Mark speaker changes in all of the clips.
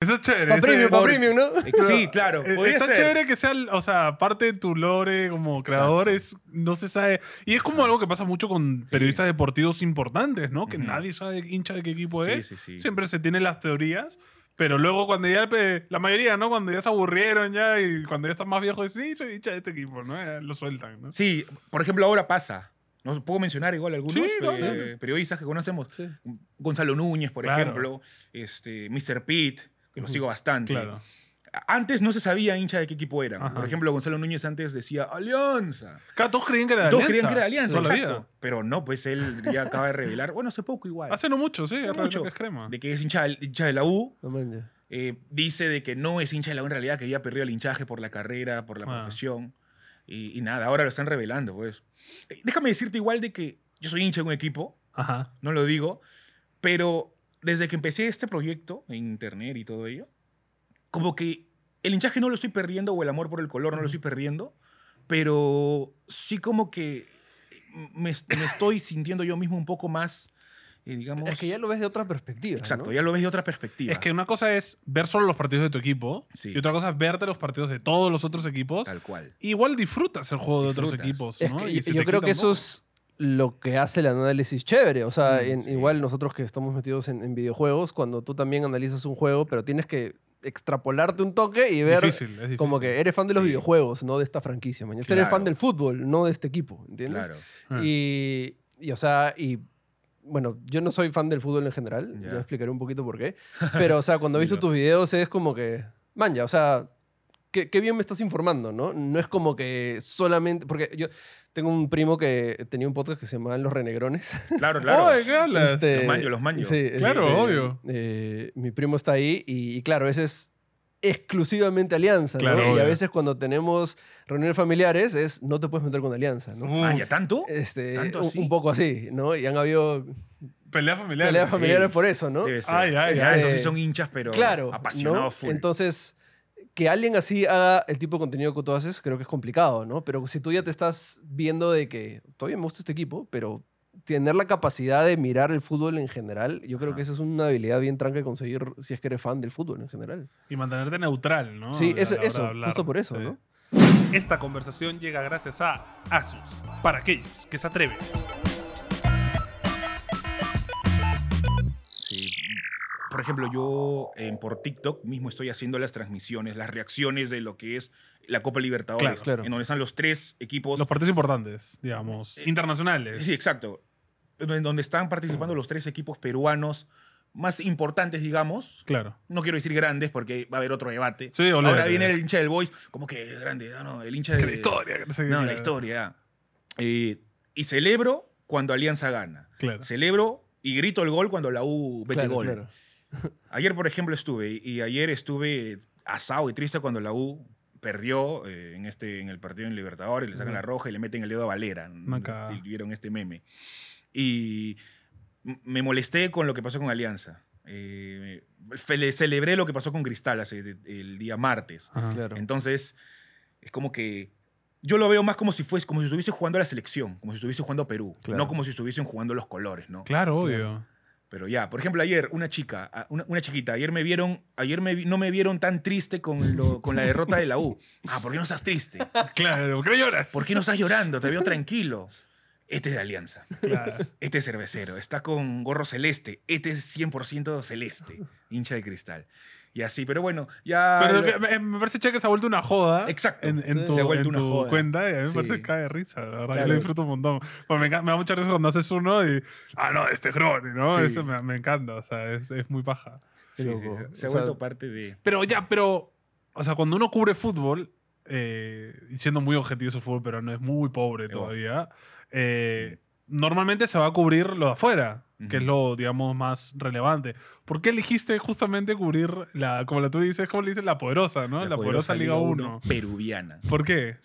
Speaker 1: Eso es chévere.
Speaker 2: Para
Speaker 1: ese-
Speaker 2: premium, para
Speaker 1: Por-
Speaker 2: premium, ¿no?
Speaker 1: Pero,
Speaker 3: Sí, claro.
Speaker 1: eh,
Speaker 3: podría
Speaker 1: Está
Speaker 3: ser.
Speaker 1: chévere que sea, o sea, parte de tu lore como creador es, no se sabe. Y es como algo que pasa mucho con periodistas deportivos importantes, ¿no? Que
Speaker 3: Ujú.
Speaker 1: nadie sabe hincha de qué equipo
Speaker 3: Sí,
Speaker 1: es.
Speaker 3: sí, sí.
Speaker 1: Siempre se tienen las teorías. Pero luego cuando ya, pe- la mayoría, ¿no? Cuando ya se aburrieron ya y cuando ya están más viejos, sí, soy hincha de este equipo, ¿no? Ya Lo sueltan, ¿no?
Speaker 3: Sí, por ejemplo, ahora pasa. No puedo mencionar igual algunos
Speaker 1: Sí,
Speaker 3: eh,
Speaker 1: dale.
Speaker 3: periodistas que conocemos.
Speaker 2: Sí.
Speaker 3: Gonzalo Núñez, por
Speaker 1: Claro.
Speaker 3: ejemplo, este, Mr. Pitt, que lo
Speaker 1: Ujú.
Speaker 3: sigo bastante.
Speaker 1: Claro.
Speaker 3: Antes no se sabía hincha de qué equipo era.
Speaker 1: Ajá.
Speaker 3: Por ejemplo, Gonzalo Núñez antes decía Alianza.
Speaker 1: Claro, todos creían que era de
Speaker 3: Todos
Speaker 1: Alianza.
Speaker 3: creían que era de Alianza,
Speaker 1: Toda la
Speaker 3: exacto.
Speaker 1: vida.
Speaker 3: Pero no, pues él ya acaba de revelar, bueno, hace poco igual,
Speaker 1: Hace no mucho, sí.
Speaker 3: Hace
Speaker 1: Hace
Speaker 3: mucho.
Speaker 1: mucho. Que es crema.
Speaker 3: de que es hincha, del- hincha de la U.
Speaker 2: No manches.
Speaker 3: eh, dice de que no es hincha de la U en realidad, que había perdido el hinchaje por la carrera, por la
Speaker 1: Ah.
Speaker 3: profesión. Y, y nada, ahora lo están revelando, pues. Eh, Déjame decirte igual de que yo soy hincha de un equipo,
Speaker 1: Ajá.
Speaker 3: no lo digo, pero desde que empecé este proyecto en internet y todo ello, como que el hinchaje no lo estoy perdiendo o el amor por el color no lo estoy perdiendo, pero sí como que eh, me, me estoy sintiendo yo mismo un poco más, eh, digamos...
Speaker 2: Es que ya lo ves de otra perspectiva.
Speaker 3: Exacto,
Speaker 2: ¿no?
Speaker 3: ya lo ves de otra perspectiva.
Speaker 1: Es que una cosa es ver solo los partidos de tu equipo
Speaker 3: Sí.
Speaker 1: y otra cosa es verte los partidos de todos los otros equipos.
Speaker 3: Tal cual.
Speaker 1: Igual disfrutas el juego de otros
Speaker 3: Disfrutas.
Speaker 1: equipos,
Speaker 2: Es
Speaker 1: ¿no?
Speaker 2: que
Speaker 1: Y
Speaker 2: yo-
Speaker 1: se
Speaker 2: yo
Speaker 1: te
Speaker 2: creo
Speaker 1: quita un
Speaker 2: que eso
Speaker 1: poco.
Speaker 2: es lo que hace el análisis chévere. O sea,
Speaker 3: Mm,
Speaker 2: en-
Speaker 3: sí.
Speaker 2: igual nosotros que estamos metidos en, en videojuegos, cuando tú también analizas un juego, pero tienes que extrapolarte un toque y ver
Speaker 1: Difícil, es difícil.
Speaker 2: como que eres fan de los
Speaker 3: Sí.
Speaker 2: videojuegos, no de esta franquicia. Man. Eres
Speaker 3: Claro.
Speaker 2: fan del fútbol, no de este equipo, ¿entiendes?
Speaker 3: Claro.
Speaker 1: Ah.
Speaker 2: Y, y, o sea, y bueno, yo no soy fan del fútbol en general,
Speaker 3: Ya.
Speaker 2: ya explicaré un poquito por qué, pero o sea, cuando he visto
Speaker 3: Dilo.
Speaker 2: tus videos es como que, man, ya, o sea, qué, qué bien me estás informando, ¿no? No es como que solamente, porque yo tengo un primo que tenía un podcast que se llamaba Los Renegrones.
Speaker 3: Claro, claro.
Speaker 1: Oye, ¿qué hablas?
Speaker 2: Este,
Speaker 3: Los manjo, los manjo.
Speaker 2: sí,
Speaker 1: Claro,
Speaker 2: este,
Speaker 1: obvio.
Speaker 2: eh, mi primo está ahí y, y claro, ese es exclusivamente Alianza, ¿no?
Speaker 1: Claro,
Speaker 2: Y a
Speaker 1: obvio.
Speaker 2: veces cuando tenemos reuniones familiares es, no te puedes meter con Alianza, ¿no?
Speaker 1: Uh,
Speaker 3: Ah, ¿ya tanto?
Speaker 2: este,
Speaker 3: ¿Tanto
Speaker 2: un,
Speaker 3: así?
Speaker 2: un poco así, ¿no? Y han habido
Speaker 1: Pelea familiar.
Speaker 2: peleas
Speaker 1: Sí.
Speaker 2: familiares por eso, ¿no?
Speaker 3: Debe ser.
Speaker 1: Ay, ay,
Speaker 3: Ya,
Speaker 2: ay.
Speaker 3: esos sí son hinchas, pero
Speaker 2: Claro.
Speaker 3: apasionados
Speaker 2: ¿no?
Speaker 3: full.
Speaker 2: Entonces, que alguien así haga el tipo de contenido que tú haces, creo que es complicado, ¿no? Pero si tú ya te estás viendo de que todavía me gusta este equipo, pero tener la capacidad de mirar el fútbol en general, yo creo
Speaker 3: Ajá.
Speaker 2: que esa es una habilidad bien tranca de conseguir si es que eres fan del fútbol en general.
Speaker 1: Y mantenerte neutral, ¿no?
Speaker 2: sí,
Speaker 1: A la
Speaker 2: eso,
Speaker 1: hora de
Speaker 2: eso,
Speaker 1: hablar.
Speaker 2: justo por eso,
Speaker 1: Sí.
Speaker 2: ¿no?
Speaker 4: Esta conversación llega gracias a Asus, para aquellos que se atreven.
Speaker 3: Sí. Por ejemplo, yo eh, por TikTok mismo estoy haciendo las transmisiones, las reacciones de lo que es la Copa Libertadores.
Speaker 2: Claro, claro.
Speaker 3: En donde están los tres equipos.
Speaker 1: Los partidos importantes, digamos,
Speaker 3: Eh,
Speaker 1: internacionales.
Speaker 3: Sí, exacto. En donde están participando los tres equipos peruanos más importantes, digamos.
Speaker 1: Claro.
Speaker 3: No quiero decir grandes porque va a haber otro debate.
Speaker 1: Sí, olé,
Speaker 3: Ahora
Speaker 1: olé.
Speaker 3: viene el hincha del Boys, como que grande, ah, no, el hincha
Speaker 1: Que
Speaker 3: de
Speaker 1: la historia. que no sé qué,
Speaker 3: No, la
Speaker 1: claro.
Speaker 3: historia. Eh, y celebro cuando Alianza gana.
Speaker 1: Claro.
Speaker 3: Celebro y grito el gol cuando la U mete
Speaker 2: Claro,
Speaker 3: gol.
Speaker 2: claro.
Speaker 3: Ayer, por ejemplo, estuve y- y ayer estuve asado y triste cuando la U perdió eh, en, este, en el partido en Libertadores, le sacan
Speaker 1: Ujú.
Speaker 3: la roja y le meten el dedo a Valera.
Speaker 1: Una cagada.
Speaker 3: Si vieron este meme. Y m- me molesté con lo que pasó con Alianza. Eh, fe- le- celebré lo que pasó con Cristal hace de- el día martes.
Speaker 1: Ajá.
Speaker 2: Claro.
Speaker 3: Entonces, es como que yo lo veo más como si fuese, como si estuviese jugando a la selección, como si estuviese jugando a Perú,
Speaker 2: Claro.
Speaker 3: no como si estuviesen jugando los colores, ¿no?
Speaker 1: Claro, obvio.
Speaker 3: Pero ya, por ejemplo, ayer una chica, a- una, una chiquita, ayer me vieron, ayer me vi- no me vieron tan triste con, lo- con la derrota de la U. Ah, ¿por qué no estás triste?
Speaker 1: Claro, ¿por qué no lloras?
Speaker 3: ¿Por qué no estás llorando? Te veo tranquilo. Este es de Alianza,
Speaker 1: Claro.
Speaker 3: este es cervecero, está con gorro celeste, este es 100% celeste, hincha de cristal. Y así, pero bueno, ya...
Speaker 1: Pero
Speaker 3: lo-
Speaker 1: que- me, me parece chévere que se ha vuelto una joda.
Speaker 3: Ah, Exacto.
Speaker 1: En, en
Speaker 2: Sí.
Speaker 1: tu,
Speaker 3: Se ha vuelto
Speaker 1: en
Speaker 3: una
Speaker 1: tu
Speaker 3: joda.
Speaker 1: cuenta. Y a mí me
Speaker 3: Sí.
Speaker 1: parece que cae de risa, la verdad. Yo
Speaker 3: Claro.
Speaker 1: lo disfruto un montón. Pues me, enca- me da mucha risa cuando haces uno y. Ah, no, este es Grone, ¿no?
Speaker 3: Sí.
Speaker 1: Eso me, me encanta. O sea, es, es muy paja.
Speaker 2: Qué
Speaker 3: Sí, sí,
Speaker 2: loco.
Speaker 3: se- se ha
Speaker 2: O sea,
Speaker 3: vuelto parte de...
Speaker 1: Pero ya, pero. O sea, cuando uno cubre fútbol, eh, y siendo muy objetivo su fútbol, pero no es muy pobre
Speaker 3: Evo.
Speaker 1: todavía. eh, Normalmente se va a cubrir lo de afuera,
Speaker 3: Ujú.
Speaker 1: que es lo, digamos, más relevante. ¿Por qué elegiste justamente cubrir la, como la tú dices, como le dices, la poderosa, ¿no? La, poderosa, Liga 1.
Speaker 3: Peruviana.
Speaker 1: ¿Por qué?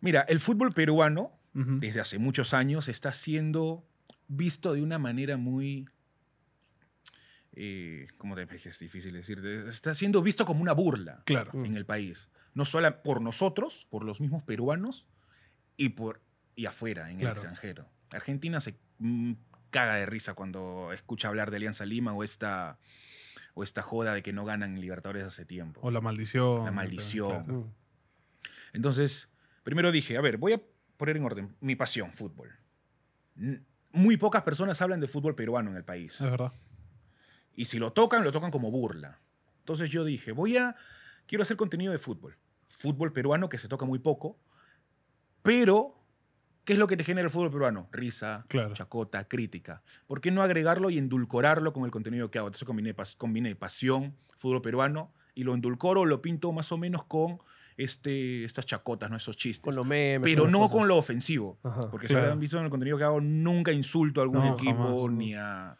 Speaker 3: Mira, el fútbol peruano
Speaker 1: Ujú.
Speaker 3: desde hace muchos años está siendo visto de una manera muy... Eh, ¿Cómo te es difícil decirte? Está siendo visto como una burla
Speaker 1: Claro.
Speaker 2: Mm.
Speaker 3: en el país. No solo por nosotros, por los mismos peruanos y, por, y afuera, en
Speaker 1: Claro.
Speaker 3: el extranjero. Argentina se mm, caga de risa cuando escucha hablar de Alianza Lima o esta, o esta joda de que no ganan en Libertadores hace tiempo.
Speaker 1: O la maldición.
Speaker 3: La maldición.
Speaker 1: claro.
Speaker 2: Mm.
Speaker 3: Entonces, primero dije, a ver, voy a poner en orden mi pasión, fútbol. N- Muy pocas personas hablan de fútbol peruano en el país.
Speaker 1: Es verdad.
Speaker 3: Y si lo tocan, lo tocan como burla. Entonces yo dije, voy a, quiero hacer contenido de fútbol. Fútbol peruano que se toca muy poco, pero ¿qué es lo que te genera el fútbol peruano? Risa,
Speaker 1: Claro.
Speaker 3: chacota, crítica. ¿Por qué no agregarlo y endulcorarlo con el contenido que hago? Entonces combiné, pas- combiné pasión, fútbol peruano, y lo endulcoro, lo pinto más o menos con este, estas chacotas, ¿no? esos chistes.
Speaker 2: Con los memes.
Speaker 3: pero
Speaker 2: las
Speaker 3: no
Speaker 2: cosas.
Speaker 3: con lo ofensivo.
Speaker 2: Ajá.
Speaker 3: Porque
Speaker 1: Claro.
Speaker 3: si habrán visto en el contenido que hago, nunca insulto a algún
Speaker 1: No,
Speaker 3: equipo
Speaker 1: jamás, no.
Speaker 3: ni a.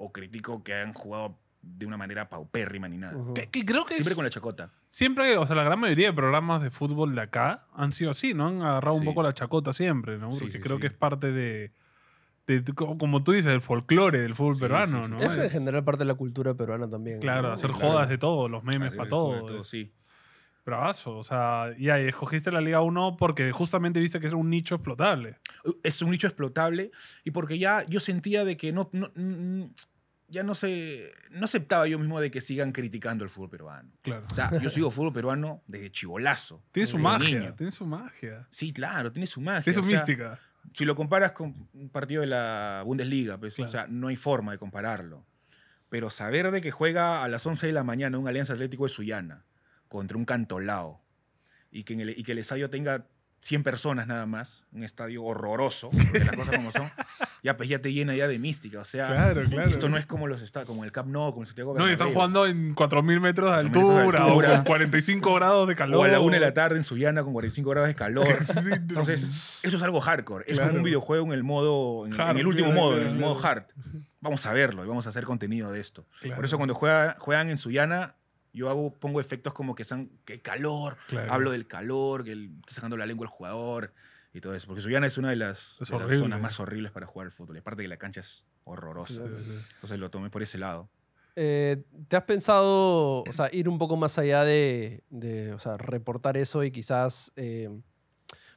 Speaker 3: o critico que hayan jugado de una manera paupérrima ni nada.
Speaker 2: Ujú.
Speaker 1: Que, que creo que
Speaker 3: Siempre
Speaker 1: es-
Speaker 3: con la chacota.
Speaker 1: siempre, o sea, la gran mayoría de programas de fútbol de acá han sido así, ¿no? Han agarrado un
Speaker 3: Sí.
Speaker 1: poco la chacota siempre, ¿no?
Speaker 3: Sí,
Speaker 1: Porque
Speaker 3: sí,
Speaker 1: creo
Speaker 3: sí.
Speaker 1: que es parte de, de tu- co- como tú dices, del folclore del fútbol
Speaker 3: Sí,
Speaker 1: peruano,
Speaker 3: sí, sí.
Speaker 1: ¿no?
Speaker 2: Eso en
Speaker 1: Es-
Speaker 2: general parte de la cultura peruana también.
Speaker 1: Pues Claro,
Speaker 2: ¿no?
Speaker 1: hacer
Speaker 3: claro.
Speaker 1: jodas de todo, los memes
Speaker 3: Así
Speaker 1: para
Speaker 3: que juego de
Speaker 1: todo. eh. es
Speaker 3: sí.
Speaker 1: Bravazo, o sea, y ahí escogiste la Liga 1 porque justamente viste que es un nicho explotable.
Speaker 3: Es un nicho explotable y porque ya yo sentía de que no. no- mm, ya no se. no aceptaba yo mismo de que sigan criticando el fútbol peruano.
Speaker 1: Claro.
Speaker 3: O sea, yo sigo fútbol peruano desde chivolazo.
Speaker 1: Tiene su
Speaker 3: desde
Speaker 1: magia,
Speaker 3: niño.
Speaker 1: tiene su magia,
Speaker 3: Sí, claro, tiene su magia.
Speaker 1: tiene su
Speaker 3: o sea,
Speaker 1: mística.
Speaker 3: si lo comparas con un partido de la Bundesliga, pues,
Speaker 1: Claro.
Speaker 3: o sea, no hay forma de compararlo. Pero saber de que juega a las 11 de la mañana un Alianza Atlético de Sullana contra un Cantolao y que, en el, y que el estadio tenga 100 personas nada más, un estadio horroroso, porque las cosas como son, ya, pues, ya te llena ya de mística. O sea,
Speaker 1: Claro, claro.
Speaker 3: esto no es como, los esta- como el Camp Nou, como el Santiago
Speaker 1: No, y están
Speaker 3: Bernabéu.
Speaker 1: jugando en 4.000 metros de
Speaker 3: 4.000 metros de
Speaker 1: altura, o
Speaker 3: altura.
Speaker 1: con 45 grados de calor.
Speaker 3: O a la 1 de la tarde en Sullana con 45 grados de calor.
Speaker 1: Sí,
Speaker 3: Entonces, eso es algo hardcore. Es
Speaker 1: Claro.
Speaker 3: como un videojuego en el modo, en, en
Speaker 1: Hard,
Speaker 3: el último
Speaker 1: claro,
Speaker 3: modo, en el
Speaker 1: claro,
Speaker 3: modo
Speaker 1: claro.
Speaker 3: hard. Vamos a verlo y vamos a hacer contenido de esto.
Speaker 1: Claro.
Speaker 3: Por eso cuando juega- juegan en Suyana, yo hago, pongo efectos como que son, que calor,
Speaker 1: Claro.
Speaker 3: hablo del calor, que el- está sacando la lengua el jugador y todo eso. Porque Suyana es una de las,
Speaker 1: Es
Speaker 3: de las
Speaker 1: horrible.
Speaker 3: zonas más horribles para jugar al fútbol. Y aparte que la cancha es horrorosa.
Speaker 1: Sí, sí.
Speaker 3: Entonces lo tomé por ese lado.
Speaker 2: Eh, ¿Te has pensado, o sea, ir un poco más allá de, de, o sea, reportar eso y quizás... eh,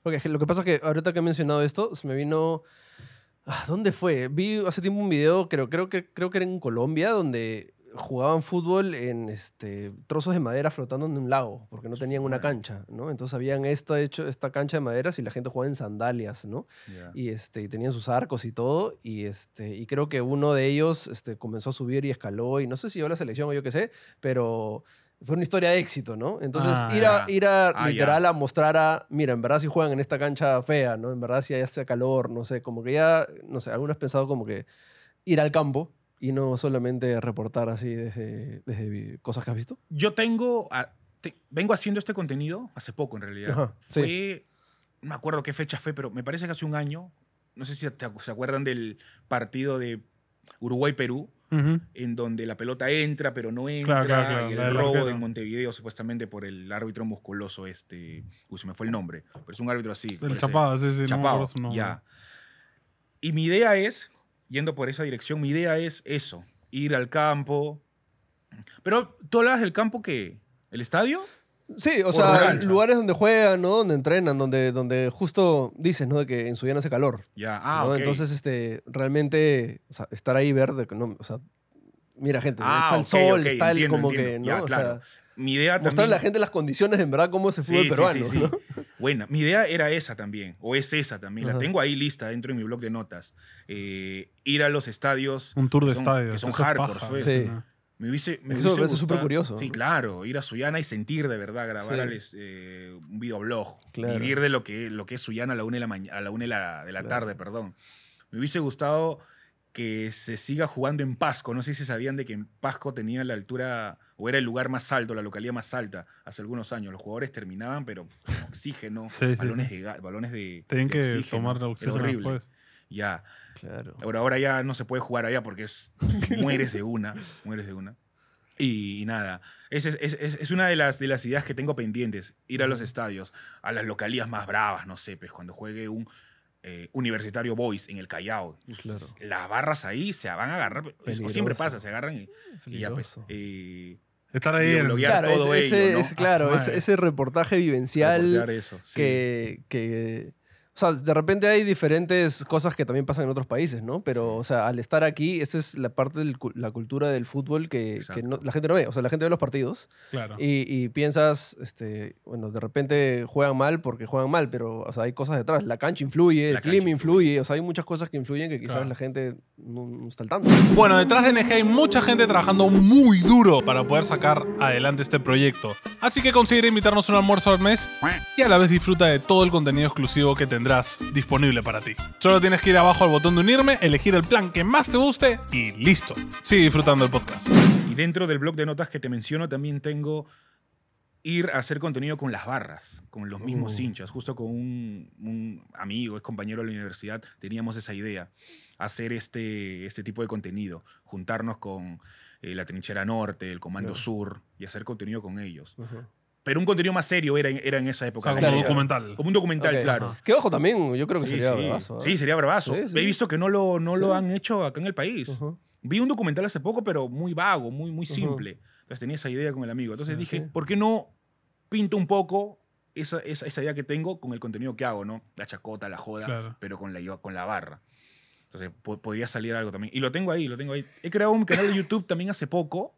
Speaker 2: porque lo que pasa es que ahorita que he mencionado esto, se me vino... ah, ¿Dónde fue? Vi hace tiempo un video, creo, creo, que, creo que era en Colombia, donde jugaban fútbol en este, trozos de madera flotando en un lago, porque no tenían una cancha, ¿no? Entonces habían esta, hecho esta cancha de maderas y la gente jugaba en sandalias, ¿no? y este y tenían sus arcos y todo y este y creo que uno de ellos este comenzó a subir y escaló y no sé si llegó a la selección o yo qué sé pero fue una historia de éxito no entonces
Speaker 1: Ah,
Speaker 2: ir a
Speaker 3: ya.
Speaker 2: ir a
Speaker 3: Ah,
Speaker 2: literal a mostrar a mira en verdad si juegan en esta cancha fea no en verdad si hace calor no sé como que ya no sé algunos pensado como que ir al campo y no solamente reportar así desde, desde vi- cosas que has visto
Speaker 3: Yo tengo, a- te- vengo haciendo este contenido hace poco en realidad.
Speaker 2: Ajá, sí.
Speaker 3: fue, no me acuerdo qué fecha fue, pero me parece que hace un año, no sé si te acu- se acuerdan del partido de Uruguay-Perú,
Speaker 1: Ujú.
Speaker 3: en donde la pelota entra pero no
Speaker 1: Claro,
Speaker 3: entra,
Speaker 1: claro, claro,
Speaker 3: y el
Speaker 1: la del
Speaker 3: robo
Speaker 1: arquero.
Speaker 3: en Montevideo supuestamente por el árbitro musculoso este, uy, se me fue el nombre, pero es un árbitro así.
Speaker 1: El
Speaker 3: parece-
Speaker 1: chapado, sí, sí. no me
Speaker 3: Chapao,
Speaker 1: acuerdo su nombre.
Speaker 3: pues, eh, ya. Y mi idea es, yendo por esa dirección, mi idea es eso, ir al campo. Pero tú hablabas del campo que... ¿El estadio?
Speaker 2: Sí, o
Speaker 3: Por
Speaker 2: sea,
Speaker 3: cancha.
Speaker 2: lugares donde juegan, ¿no? Donde entrenan, donde, donde justo dices, ¿no? De que en su día no hace calor.
Speaker 3: Ya, ah,
Speaker 2: ¿no?
Speaker 3: ok.
Speaker 2: Entonces, este, realmente, o sea, estar ahí ver, de que no, o sea, mira, gente,
Speaker 3: Ah,
Speaker 2: está el
Speaker 3: ok,
Speaker 2: sol,
Speaker 3: ok,
Speaker 2: está el
Speaker 3: entiendo,
Speaker 2: como
Speaker 3: entiendo.
Speaker 2: que, ¿no?
Speaker 3: Ya,
Speaker 2: o
Speaker 3: claro.
Speaker 2: sea,
Speaker 3: mi idea también...
Speaker 2: mostrarle a la gente las condiciones, en verdad, cómo se
Speaker 3: Sí,
Speaker 2: fútbol
Speaker 3: sí,
Speaker 2: peruano,
Speaker 3: sí, sí.
Speaker 2: ¿no?
Speaker 3: Bueno, mi idea era esa también, o es esa también.
Speaker 2: Ajá.
Speaker 3: La tengo ahí lista dentro de mi blog de notas. Eh, ir a los estadios.
Speaker 1: Un tour de
Speaker 3: que son-
Speaker 1: estadios.
Speaker 3: Que son
Speaker 1: eso es
Speaker 3: hardcore.
Speaker 1: paja,
Speaker 3: pues.
Speaker 2: Sí.
Speaker 1: ¿no?
Speaker 3: Me hubiese,
Speaker 2: Eso me
Speaker 3: me hubiese
Speaker 2: parece súper
Speaker 3: gustado-
Speaker 2: curioso.
Speaker 3: Sí, claro. Ir a Suyana y sentir de verdad, grabar
Speaker 2: Sí.
Speaker 3: al es- eh, un videoblog.
Speaker 2: Claro.
Speaker 3: Vivir de lo que, lo que es Suyana a la una de la, maña- a la, una de la, de la
Speaker 2: Claro.
Speaker 3: tarde. perdón. Me hubiese gustado que se siga jugando en Pasco. No sé si sabían de que en Pasco tenía la altura, o era el lugar más alto, la localidad más alta, hace algunos años. Los jugadores terminaban, pero con oxígeno,
Speaker 1: Sí, sí,
Speaker 3: balones, de, ga- balones de.
Speaker 1: Tenían
Speaker 3: de
Speaker 1: que
Speaker 3: oxígeno.
Speaker 1: tomar
Speaker 3: Era
Speaker 1: oxígeno
Speaker 3: horrible.
Speaker 1: después.
Speaker 3: Ya.
Speaker 2: Claro.
Speaker 3: Ahora, ahora ya no se puede jugar allá porque es, mueres de una, mueres de una. Y, y nada, es, es, es- es- es una de las, de las ideas que tengo pendientes, ir a los estadios, a las localías más bravas, no sé, pues cuando juegue un eh, universitario Boys en el Callao,
Speaker 2: Claro.
Speaker 3: las barras ahí se van a agarrar, o siempre
Speaker 2: Peligroso.
Speaker 3: pasa, se agarran y, y ya pues.
Speaker 2: Peligroso.
Speaker 3: eh,
Speaker 1: Estar ahí en-
Speaker 3: Videobloguear.
Speaker 2: Claro,
Speaker 3: todo
Speaker 2: ese,
Speaker 3: ello, ¿no? Ah,
Speaker 2: ese-
Speaker 1: A
Speaker 2: claro
Speaker 1: su
Speaker 2: ese,
Speaker 1: madre.
Speaker 2: ese reportaje
Speaker 3: reportear
Speaker 2: vivencial
Speaker 3: eso, sí.
Speaker 2: que, que, O sea, de repente hay diferentes cosas que también pasan en otros países, ¿no? Pero, o sea, al estar aquí, esa es la parte de la cultura del fútbol que, que no-
Speaker 3: Exacto.
Speaker 2: la gente no ve. O sea, la gente ve los partidos
Speaker 1: Claro.
Speaker 2: y, y piensas, este, bueno, de repente juegan mal porque juegan mal, pero, o sea, hay cosas detrás. La cancha influye,
Speaker 3: La
Speaker 2: el clima
Speaker 3: cancha
Speaker 2: influye. o sea, hay muchas cosas que influyen que quizás
Speaker 1: Claro.
Speaker 2: la gente no, no está al tanto.
Speaker 4: Bueno, detrás de NG hay mucha gente trabajando muy duro para poder sacar adelante este proyecto. Así que considera invitarnos un almuerzo al mes y a la vez disfruta de todo el contenido exclusivo que tendrás disponible para ti. Solo tienes que ir abajo al botón de unirme, elegir el plan que más te guste y listo. Sigue disfrutando el podcast.
Speaker 3: Y dentro del blog de notas que te menciono también tengo ir a hacer contenido con las barras, con los mismos
Speaker 2: Uh.
Speaker 3: hinchas. Justo con un, un amigo, es compañero de la universidad, teníamos esa idea, hacer este, este tipo de contenido, juntarnos con eh, la trinchera norte, el comando
Speaker 2: Claro.
Speaker 3: sur y hacer contenido con ellos. Pero un contenido más serio era, en- era en esa
Speaker 1: O
Speaker 3: época.
Speaker 1: sea,
Speaker 3: la
Speaker 1: como
Speaker 3: idea.
Speaker 1: documental.
Speaker 3: Como un documental,
Speaker 2: Ok.
Speaker 3: claro.
Speaker 2: Que ojo también, yo creo que
Speaker 3: Sí,
Speaker 2: sería
Speaker 3: sí.
Speaker 2: bravazo. ¿eh?
Speaker 3: Sí, sería bravazo.
Speaker 2: Sí, sí.
Speaker 3: He visto que no lo, no
Speaker 2: Sí.
Speaker 3: lo han hecho acá en el país.
Speaker 2: Ujú.
Speaker 3: Vi un documental hace poco, pero muy vago, muy, muy
Speaker 2: Ujú.
Speaker 3: simple. Entonces tenía esa idea con el amigo. Entonces
Speaker 2: Sí,
Speaker 3: dije,
Speaker 2: sí.
Speaker 3: ¿por qué no pinto un poco esa, esa, esa idea que tengo con el contenido que hago, ¿no? La chacota, la joda,
Speaker 1: Claro.
Speaker 3: pero con la, con la barra. Entonces po- podría salir algo también. Y lo tengo ahí, lo tengo ahí. He creado un canal de YouTube también hace poco.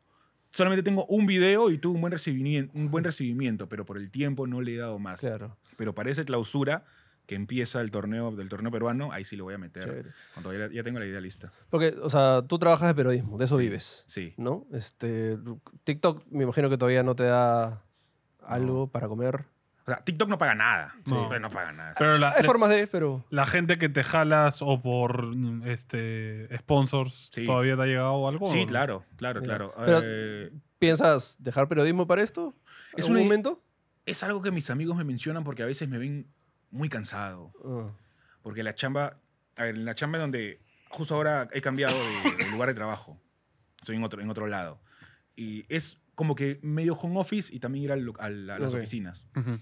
Speaker 3: Solamente tengo un video y tuve un buen recibimiento, un buen recibimiento pero por el tiempo no le he dado más.
Speaker 2: Claro.
Speaker 3: Pero para esa clausura que empieza el torneo del torneo peruano, ahí sí lo voy a meter.
Speaker 2: chévere.
Speaker 3: Cuando ya, ya tengo la idea lista.
Speaker 2: Porque, o sea, tú trabajas de periodismo, de eso
Speaker 3: Sí.
Speaker 2: vives.
Speaker 3: Sí.
Speaker 2: ¿no? Este, TikTok me imagino que todavía no te da algo para comer.
Speaker 3: O sea, TikTok no paga nada.
Speaker 1: Sí.
Speaker 3: No, no paga nada.
Speaker 1: Pero la,
Speaker 2: Hay formas de, pero...
Speaker 1: la gente que te jalas o por mm, este sponsors,
Speaker 3: Sí.
Speaker 1: ¿todavía te ha llegado algo? o
Speaker 3: sí,
Speaker 1: no?
Speaker 3: claro, claro,
Speaker 2: Mira,
Speaker 3: claro.
Speaker 2: pero-
Speaker 3: Eh,
Speaker 2: ¿Piensas dejar periodismo para esto? ¿Es
Speaker 3: Es
Speaker 2: un
Speaker 3: una i-
Speaker 2: momento?
Speaker 3: es algo que mis amigos me mencionan porque a veces me ven muy cansado.
Speaker 2: Ah,
Speaker 3: Porque la chamba, a ver, en la chamba es donde justo ahora he cambiado de, de lugar de trabajo. Estoy en otro, en otro lado. Y es como que medio home office y también ir al lo- al- a las
Speaker 2: Ok.
Speaker 3: oficinas.
Speaker 1: Ujú.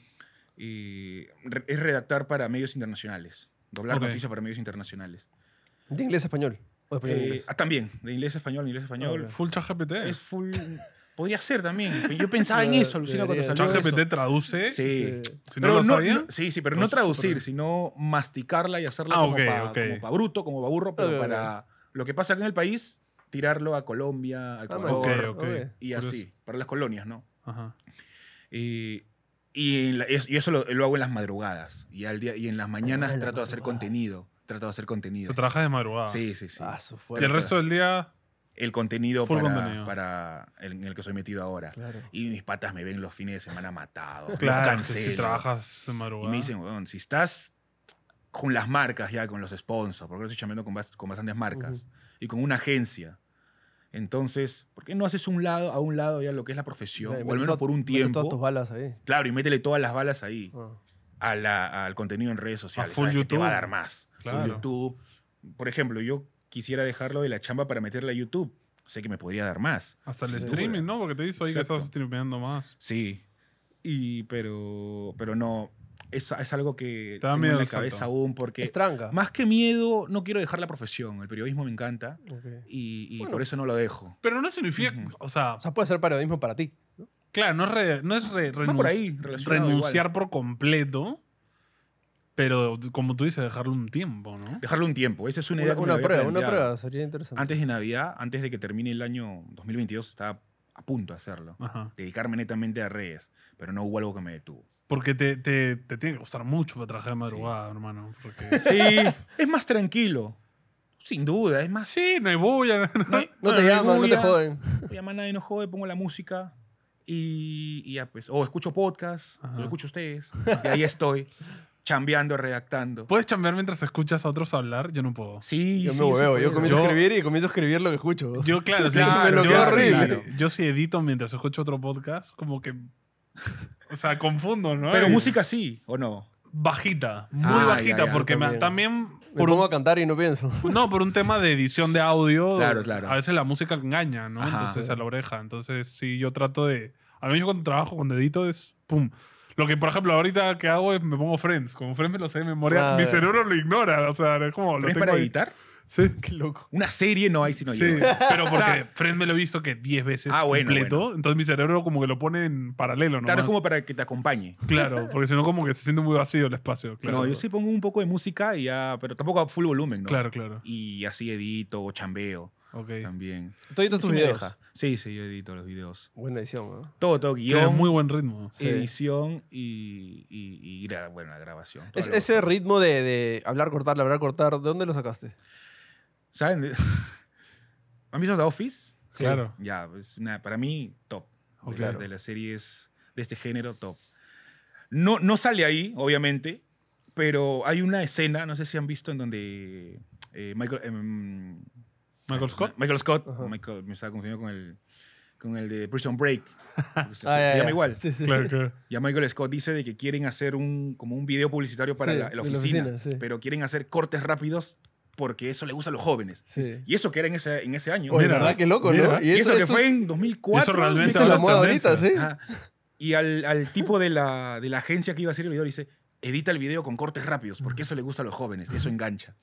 Speaker 3: Y re- es redactar para medios internacionales. Doblar
Speaker 1: Ok.
Speaker 3: noticias para medios internacionales.
Speaker 2: ¿De inglés a español? ¿O de español a
Speaker 3: Eh,
Speaker 2: inglés?
Speaker 3: ah, también, de inglés a español, inglés a español.
Speaker 2: Ok.
Speaker 1: Full ChatGPT.
Speaker 3: Es
Speaker 2: Eh.
Speaker 3: full. Podía ser también. Yo pensaba en
Speaker 2: Debería-
Speaker 3: eso, Lucina, cuando
Speaker 2: debería.
Speaker 3: salió. eso.
Speaker 1: ChatGPT traduce.
Speaker 3: Sí.
Speaker 2: Sí.
Speaker 1: Si no lo sabía.
Speaker 3: sí, sí, pero
Speaker 1: Pues,
Speaker 3: no
Speaker 1: súper bien.
Speaker 3: traducir, sino masticarla y hacerla
Speaker 1: Ah,
Speaker 3: como,
Speaker 1: ok,
Speaker 3: pa-
Speaker 1: ok.
Speaker 3: como pa bruto, como pa burro, pero
Speaker 2: Ok, ok.
Speaker 3: para lo que pasa acá en el país, tirarlo a Colombia, a
Speaker 2: Ah,
Speaker 3: Ecuador
Speaker 1: Ok,
Speaker 2: mejor,
Speaker 1: ok.
Speaker 2: ok.
Speaker 3: y
Speaker 1: Curioso.
Speaker 3: así, para las colonias, ¿no?
Speaker 1: Ajá.
Speaker 3: Y, y, en la- es- y eso lo, lo hago en las madrugadas y, al día, y en las mañanas
Speaker 2: Ah, en las
Speaker 3: trato de hacer
Speaker 2: madrugadas.
Speaker 3: contenido, trato de hacer contenido.
Speaker 1: Se trabaja de madrugada.
Speaker 3: Sí, sí, sí.
Speaker 2: Ah, su
Speaker 1: Y
Speaker 2: fuerte.
Speaker 1: el resto del día.
Speaker 3: El contenido
Speaker 1: Full
Speaker 3: para,
Speaker 1: contenido.
Speaker 3: para el, en el que soy metido ahora.
Speaker 2: Claro.
Speaker 3: Y mis patas me ven los fines de semana matado. los
Speaker 1: Claro, que
Speaker 3: cancelo.
Speaker 1: si trabajas de
Speaker 3: Y
Speaker 1: madrugada.
Speaker 3: me dicen, weón, si estás con las marcas ya, con los sponsors, porque ahora estoy chambeando con, bas- con bastantes marcas y con una agencia. Entonces, ¿por qué no haces un lado, a un lado ya lo que es la profesión?
Speaker 2: Ya, y
Speaker 3: o al
Speaker 2: metes
Speaker 3: menos
Speaker 2: todas-
Speaker 3: por un
Speaker 2: metes todas tus
Speaker 3: tiempo.
Speaker 2: balas ahí.
Speaker 3: Claro, y métele todas las balas ahí
Speaker 2: Ah.
Speaker 3: a la- al contenido en redes sociales.
Speaker 1: full
Speaker 3: ¿sabes? Que Te va a
Speaker 1: YouTube.
Speaker 3: dar más. Full
Speaker 1: Claro.
Speaker 3: YouTube. Por ejemplo, yo quisiera dejarlo de la chamba para meterle a YouTube. Sé que me podría dar más.
Speaker 1: Hasta el
Speaker 3: Sin duda.
Speaker 1: streaming, ¿no? Porque te hizo ahí
Speaker 3: Exacto.
Speaker 1: que estás streameando más.
Speaker 3: Sí. Y, pero, pero no. Es, es algo que
Speaker 1: Te da
Speaker 3: tengo
Speaker 1: miedo
Speaker 3: en la
Speaker 1: el salto.
Speaker 3: cabeza aún porque
Speaker 2: Es tranca.
Speaker 3: Más que miedo, no quiero dejar la profesión. El periodismo me encanta
Speaker 2: Ok.
Speaker 3: y, y
Speaker 2: Bueno.
Speaker 3: por eso no lo dejo.
Speaker 1: Pero no significa.
Speaker 3: Ujú.
Speaker 1: O sea,
Speaker 2: O sea, puede ser periodismo para ti.
Speaker 1: claro, no es, re- no es re-
Speaker 3: Va por
Speaker 1: renun-
Speaker 3: ahí, relacionado
Speaker 1: renunciar
Speaker 3: igual.
Speaker 1: por completo. Pero como tú dices, dejarle un tiempo, ¿no?
Speaker 3: Dejarlo un tiempo. Esa es una idea
Speaker 2: Una,
Speaker 3: que me
Speaker 2: una
Speaker 3: la había
Speaker 2: prueba, una
Speaker 3: planteado.
Speaker 2: prueba. Sería interesante.
Speaker 3: Antes de Navidad, antes de que termine el año 2022, estaba a punto de hacerlo.
Speaker 1: Ajá.
Speaker 3: Dedicarme netamente a redes, pero no hubo algo que me detuvo.
Speaker 1: Porque te, te, te tiene que gustar mucho para trabajar de madrugada, hermano. Porque...
Speaker 3: Sí, es más tranquilo. Sin duda, es más.
Speaker 1: Sí, no hay bulla.
Speaker 3: No, hay-
Speaker 2: No
Speaker 3: hay
Speaker 2: te llaman, no te
Speaker 3: bulla,
Speaker 2: joden.
Speaker 3: no me llama Pues nadie, no jode, pongo la música y, y ya pues. O escucho podcast,
Speaker 1: Ajá.
Speaker 3: lo escucho a ustedes. Y ahí estoy, chambeando, redactando.
Speaker 1: ¿Puedes chambear mientras escuchas a otros hablar? Pues, Yo no puedo.
Speaker 3: Sí,
Speaker 2: Yo
Speaker 3: sí,
Speaker 2: me
Speaker 3: eso
Speaker 2: huevo. Yo
Speaker 3: puedo.
Speaker 2: comienzo a
Speaker 1: Yo-
Speaker 2: escribir y comienzo a escribir lo que escucho.
Speaker 1: Yo, claro, sí,
Speaker 3: Claro,
Speaker 1: yo,
Speaker 3: qué
Speaker 1: sí-
Speaker 3: horrible.
Speaker 1: yo sí edito mientras escucho otro podcast, como que. O sea, confundo, ¿no?
Speaker 3: Pero
Speaker 1: Y-
Speaker 3: música sí, ¿o no?
Speaker 1: Bajita, muy
Speaker 3: Ah, ya,
Speaker 1: bajita,
Speaker 3: ya,
Speaker 1: porque me- también.
Speaker 2: también. Me
Speaker 1: por
Speaker 2: pongo a
Speaker 1: un,
Speaker 2: cantar y no pienso.
Speaker 1: Pues no, por un tema de edición de audio.
Speaker 3: Claro, claro.
Speaker 1: A veces la música engaña, ¿no?
Speaker 3: Ajá.
Speaker 1: Entonces a la oreja. Entonces, sí, yo trato de. A mí, yo cuando trabajo, cuando edito, es. ¡Pum! Lo que, por ejemplo, ahorita que hago es me pongo Friends. Como Friends me lo sé de memoria,
Speaker 2: Ah,
Speaker 1: mi
Speaker 2: ya.
Speaker 1: cerebro lo ignora. O sea, es como. Lo
Speaker 3: ¿Pero es
Speaker 1: tengo
Speaker 3: para
Speaker 1: ahí.
Speaker 3: editar?
Speaker 1: Sí.
Speaker 2: Qué loco.
Speaker 3: Una serie no hay si no
Speaker 1: Sí,
Speaker 3: llego.
Speaker 1: pero porque
Speaker 3: O sea,
Speaker 1: Fred me lo he visto que 10 veces
Speaker 3: Ah, bueno,
Speaker 1: completo,
Speaker 3: bueno.
Speaker 1: entonces mi cerebro como que lo pone en paralelo, ¿no?
Speaker 3: Claro, es como para que te acompañe.
Speaker 1: Claro, porque si no como que se siente muy vacío el espacio. Claro,
Speaker 3: No, yo sí pongo un poco de música y ya, pero tampoco a full volumen, ¿no?
Speaker 1: Claro, claro.
Speaker 3: Y así edito o chambeo
Speaker 1: Ok.
Speaker 3: también.
Speaker 2: Toditos tus
Speaker 3: Eso me
Speaker 2: videos.
Speaker 3: deja. Sí, sí, yo edito los videos.
Speaker 2: Buena edición, ¿no?
Speaker 3: Todo, todo
Speaker 1: Tiene
Speaker 3: guión,
Speaker 1: muy buen ritmo.
Speaker 2: Sí.
Speaker 3: edición y, y, y gra- bueno, la grabación. todo
Speaker 2: Es-
Speaker 3: lo-
Speaker 2: ese ritmo de, de hablar, cortar, hablar, cortar, ¿de dónde lo sacaste?
Speaker 3: ¿Saben? ¿Han visto The Office?
Speaker 2: Sí.
Speaker 1: Claro.
Speaker 3: Ya, es una, para mí, top.
Speaker 1: Ok.
Speaker 2: Oh,
Speaker 3: De, la- de las series de este género, top. No, no sale ahí, obviamente, pero hay una escena, no sé si han visto, en donde eh, Michael, em,
Speaker 1: Michael Scott.
Speaker 3: Michael Scott,
Speaker 2: Ajá.
Speaker 3: Michael- me estaba confundiendo con el, con el de Prison Break. se se-
Speaker 2: Ah, ya,
Speaker 3: se
Speaker 2: ya.
Speaker 3: llama igual.
Speaker 2: Sí, sí.
Speaker 1: Claro, claro.
Speaker 3: Ya Michael Scott dice de que quieren hacer un, como un video publicitario para
Speaker 2: Sí,
Speaker 3: la, la
Speaker 2: de la
Speaker 3: oficina,
Speaker 2: oficina, sí.
Speaker 3: pero quieren hacer cortes rápidos porque eso le gusta a los jóvenes.
Speaker 2: Sí.
Speaker 3: Y eso que era en ese, en ese año.
Speaker 2: Oye,
Speaker 1: Mira,
Speaker 2: ¿verdad? Qué loco,
Speaker 1: mira.
Speaker 2: ¿no?
Speaker 3: y, eso, que
Speaker 2: es-
Speaker 3: fue en 2004.
Speaker 1: eso realmente
Speaker 2: eso
Speaker 1: ahora
Speaker 2: lo
Speaker 1: es
Speaker 2: mueve
Speaker 1: tendencia.
Speaker 2: ahorita, sí.
Speaker 3: Ajá. Y al, al tipo de la, de la agencia que iba a hacer el video le dice, edita el video con cortes rápidos, porque eso le gusta a los jóvenes, eso engancha.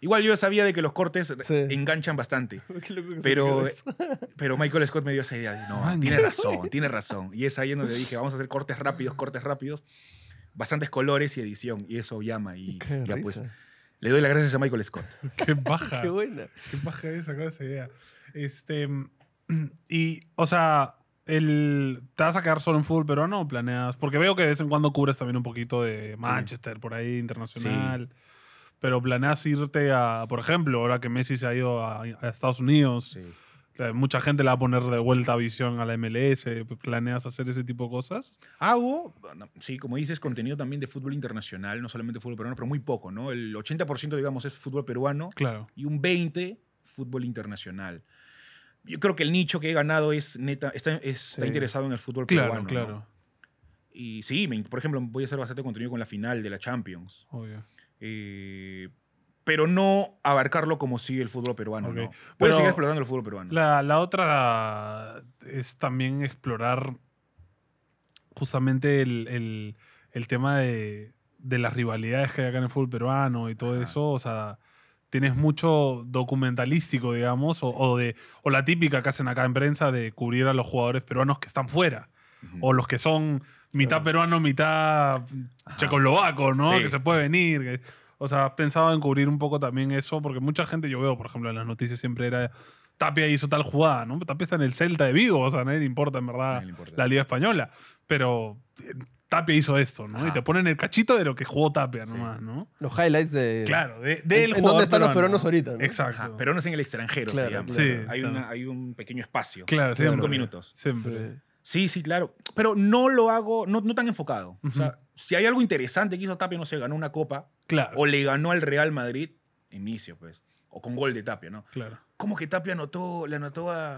Speaker 3: Igual yo ya sabía de que los cortes
Speaker 2: Sí.
Speaker 3: enganchan bastante,
Speaker 2: Qué loco que se
Speaker 3: Pero-
Speaker 2: quedó eso.
Speaker 3: pero Michael Scott me dio esa idea. No,
Speaker 1: Man.
Speaker 3: tiene razón, tiene razón. Y es ahí en donde dije, vamos a hacer cortes rápidos, cortes rápidos, bastantes colores y edición, y eso llama. Y
Speaker 2: Qué
Speaker 3: ya
Speaker 2: risa.
Speaker 3: pues, le doy las gracias a Michael Scott.
Speaker 1: Qué baja.
Speaker 2: Qué buena.
Speaker 1: Qué paja de sacar esa idea. Este. mm, Y, o sea, el, ¿te vas a quedar solo en fútbol peruano o planeas? Porque veo que de vez en cuando cubres también un poquito de Manchester por ahí, internacional. Pero planeas irte a, por ejemplo, ahora que Messi se ha ido a, a Estados Unidos,
Speaker 3: Sí.
Speaker 1: eh, mucha gente le va a poner de vuelta a visión a la MLS. ¿Planeas hacer ese tipo de cosas?
Speaker 2: Ah,
Speaker 3: Hago, no, sí, como dices, contenido también de fútbol internacional, no solamente fútbol peruano, pero muy poco, ¿no? El 80% digamos es fútbol peruano
Speaker 1: Claro.
Speaker 3: y un 20 fútbol internacional. Yo creo que el nicho que he ganado es neta, está, es- está
Speaker 2: Sí.
Speaker 3: interesado en el fútbol
Speaker 1: Claro,
Speaker 3: peruano. ¿no?
Speaker 1: claro.
Speaker 3: Y sí, me in- por ejemplo, voy a hacer bastante contenido con la final de la Champions,
Speaker 1: Obvio.
Speaker 3: eh, pero no abarcarlo como si el fútbol peruano.
Speaker 1: Ok.
Speaker 3: ¿no? Voy
Speaker 1: Pero
Speaker 3: a seguir explorando el fútbol peruano.
Speaker 1: La, la otra es también explorar justamente el, el- el tema de, de las rivalidades que hay acá en el fútbol peruano y todo
Speaker 3: Ajá.
Speaker 1: eso. O sea, tienes mucho documentalístico, digamos, o, o de, o la típica que hacen acá en prensa de cubrir a los jugadores peruanos que están fuera.
Speaker 3: Ujú.
Speaker 1: O los que son mitad
Speaker 2: Claro.
Speaker 1: peruano, mitad checoslovaco, ¿no?
Speaker 3: Sí.
Speaker 1: Que se puede venir. que- O sea, ¿has pensado en cubrir un poco también eso? Porque mucha gente, yo veo, por ejemplo, en las noticias siempre era Tapia hizo tal jugada, ¿no? Tapia está en el Celta de Vigo, o sea, a nadie le importa, en
Speaker 3: A
Speaker 1: verdad,
Speaker 3: nadie le importa.
Speaker 1: la Liga Española. Pero eh, Tapia hizo esto, ¿no? Y
Speaker 3: Ajá.
Speaker 1: te ponen el cachito de lo que jugó Tapia
Speaker 3: Sí.
Speaker 1: nomás, ¿no?
Speaker 2: Los highlights de.
Speaker 1: Claro, de,
Speaker 2: ¿En-
Speaker 1: del
Speaker 2: en dónde
Speaker 1: jugador
Speaker 2: están los
Speaker 1: peruano,
Speaker 2: peruanos ahorita, no?
Speaker 1: Exacto.
Speaker 3: Ajá, pero no es en el extranjero,
Speaker 2: Claro,
Speaker 3: se llama.
Speaker 1: Sí,
Speaker 3: hay,
Speaker 1: claro.
Speaker 3: una, hay un pequeño espacio.
Speaker 1: Claro,
Speaker 3: Cinco
Speaker 1: siempre.
Speaker 3: minutos.
Speaker 1: Siempre.
Speaker 2: Sí.
Speaker 3: Sí, sí, claro. Pero no lo hago, no, no tan enfocado. O sea,
Speaker 1: Ujú.
Speaker 3: si hay algo interesante que hizo Tapia, no sé, ganó una copa
Speaker 1: Claro.
Speaker 3: o le ganó al Real Madrid, inicio, pues. O con gol de Tapia, ¿no?
Speaker 1: Claro.
Speaker 3: ¿Cómo que Tapia anotó, le anotó a,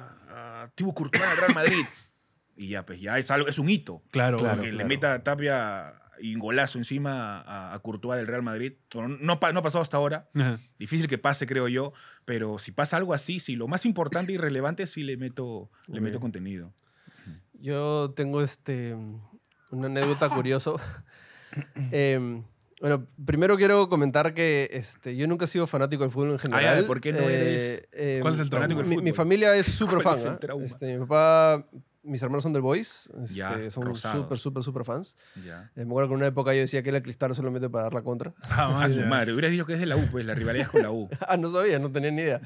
Speaker 3: a Thibaut Courtois al Real Madrid? y ya, pues ya es algo, es un hito.
Speaker 1: Claro,
Speaker 2: Claro.
Speaker 3: Porque le meta a Tapia y un golazo encima a, a Courtois del Real Madrid. Bueno, no, pa- no ha pasado hasta ahora.
Speaker 1: Ajá.
Speaker 3: Difícil que pase, creo yo. Pero si pasa algo así, sí, lo más importante y relevante, sí le meto, le
Speaker 2: Ok.
Speaker 3: meto contenido.
Speaker 2: Yo tengo este, una anécdota curiosa. Em, bueno, primero quiero comentar que este, yo nunca he sido fanático del fútbol en general.
Speaker 3: ya, ¿por qué no eres
Speaker 2: em,
Speaker 1: ¿Cuál es el trauma?
Speaker 2: mi-
Speaker 3: fanático del
Speaker 2: Mi,
Speaker 3: fútbol?
Speaker 2: familia es súper fan.
Speaker 3: ¿Cuál es el
Speaker 2: ¿ah?
Speaker 3: trauma?
Speaker 2: Este, mi papá, mis hermanos son del Boys. Este,
Speaker 3: Ya,
Speaker 2: son
Speaker 3: rosados.
Speaker 2: súper, súper, súper fans.
Speaker 3: Ya.
Speaker 2: Eh, me acuerdo que en una época yo decía que el Cristal solamente para dar la contra.
Speaker 1: Jamás,
Speaker 3: Ah, su
Speaker 1: ya.
Speaker 3: madre. Hubieras dicho que es de la U, pues la rivalidad es con la U.
Speaker 2: Ah, no sabía, no tenía ni idea.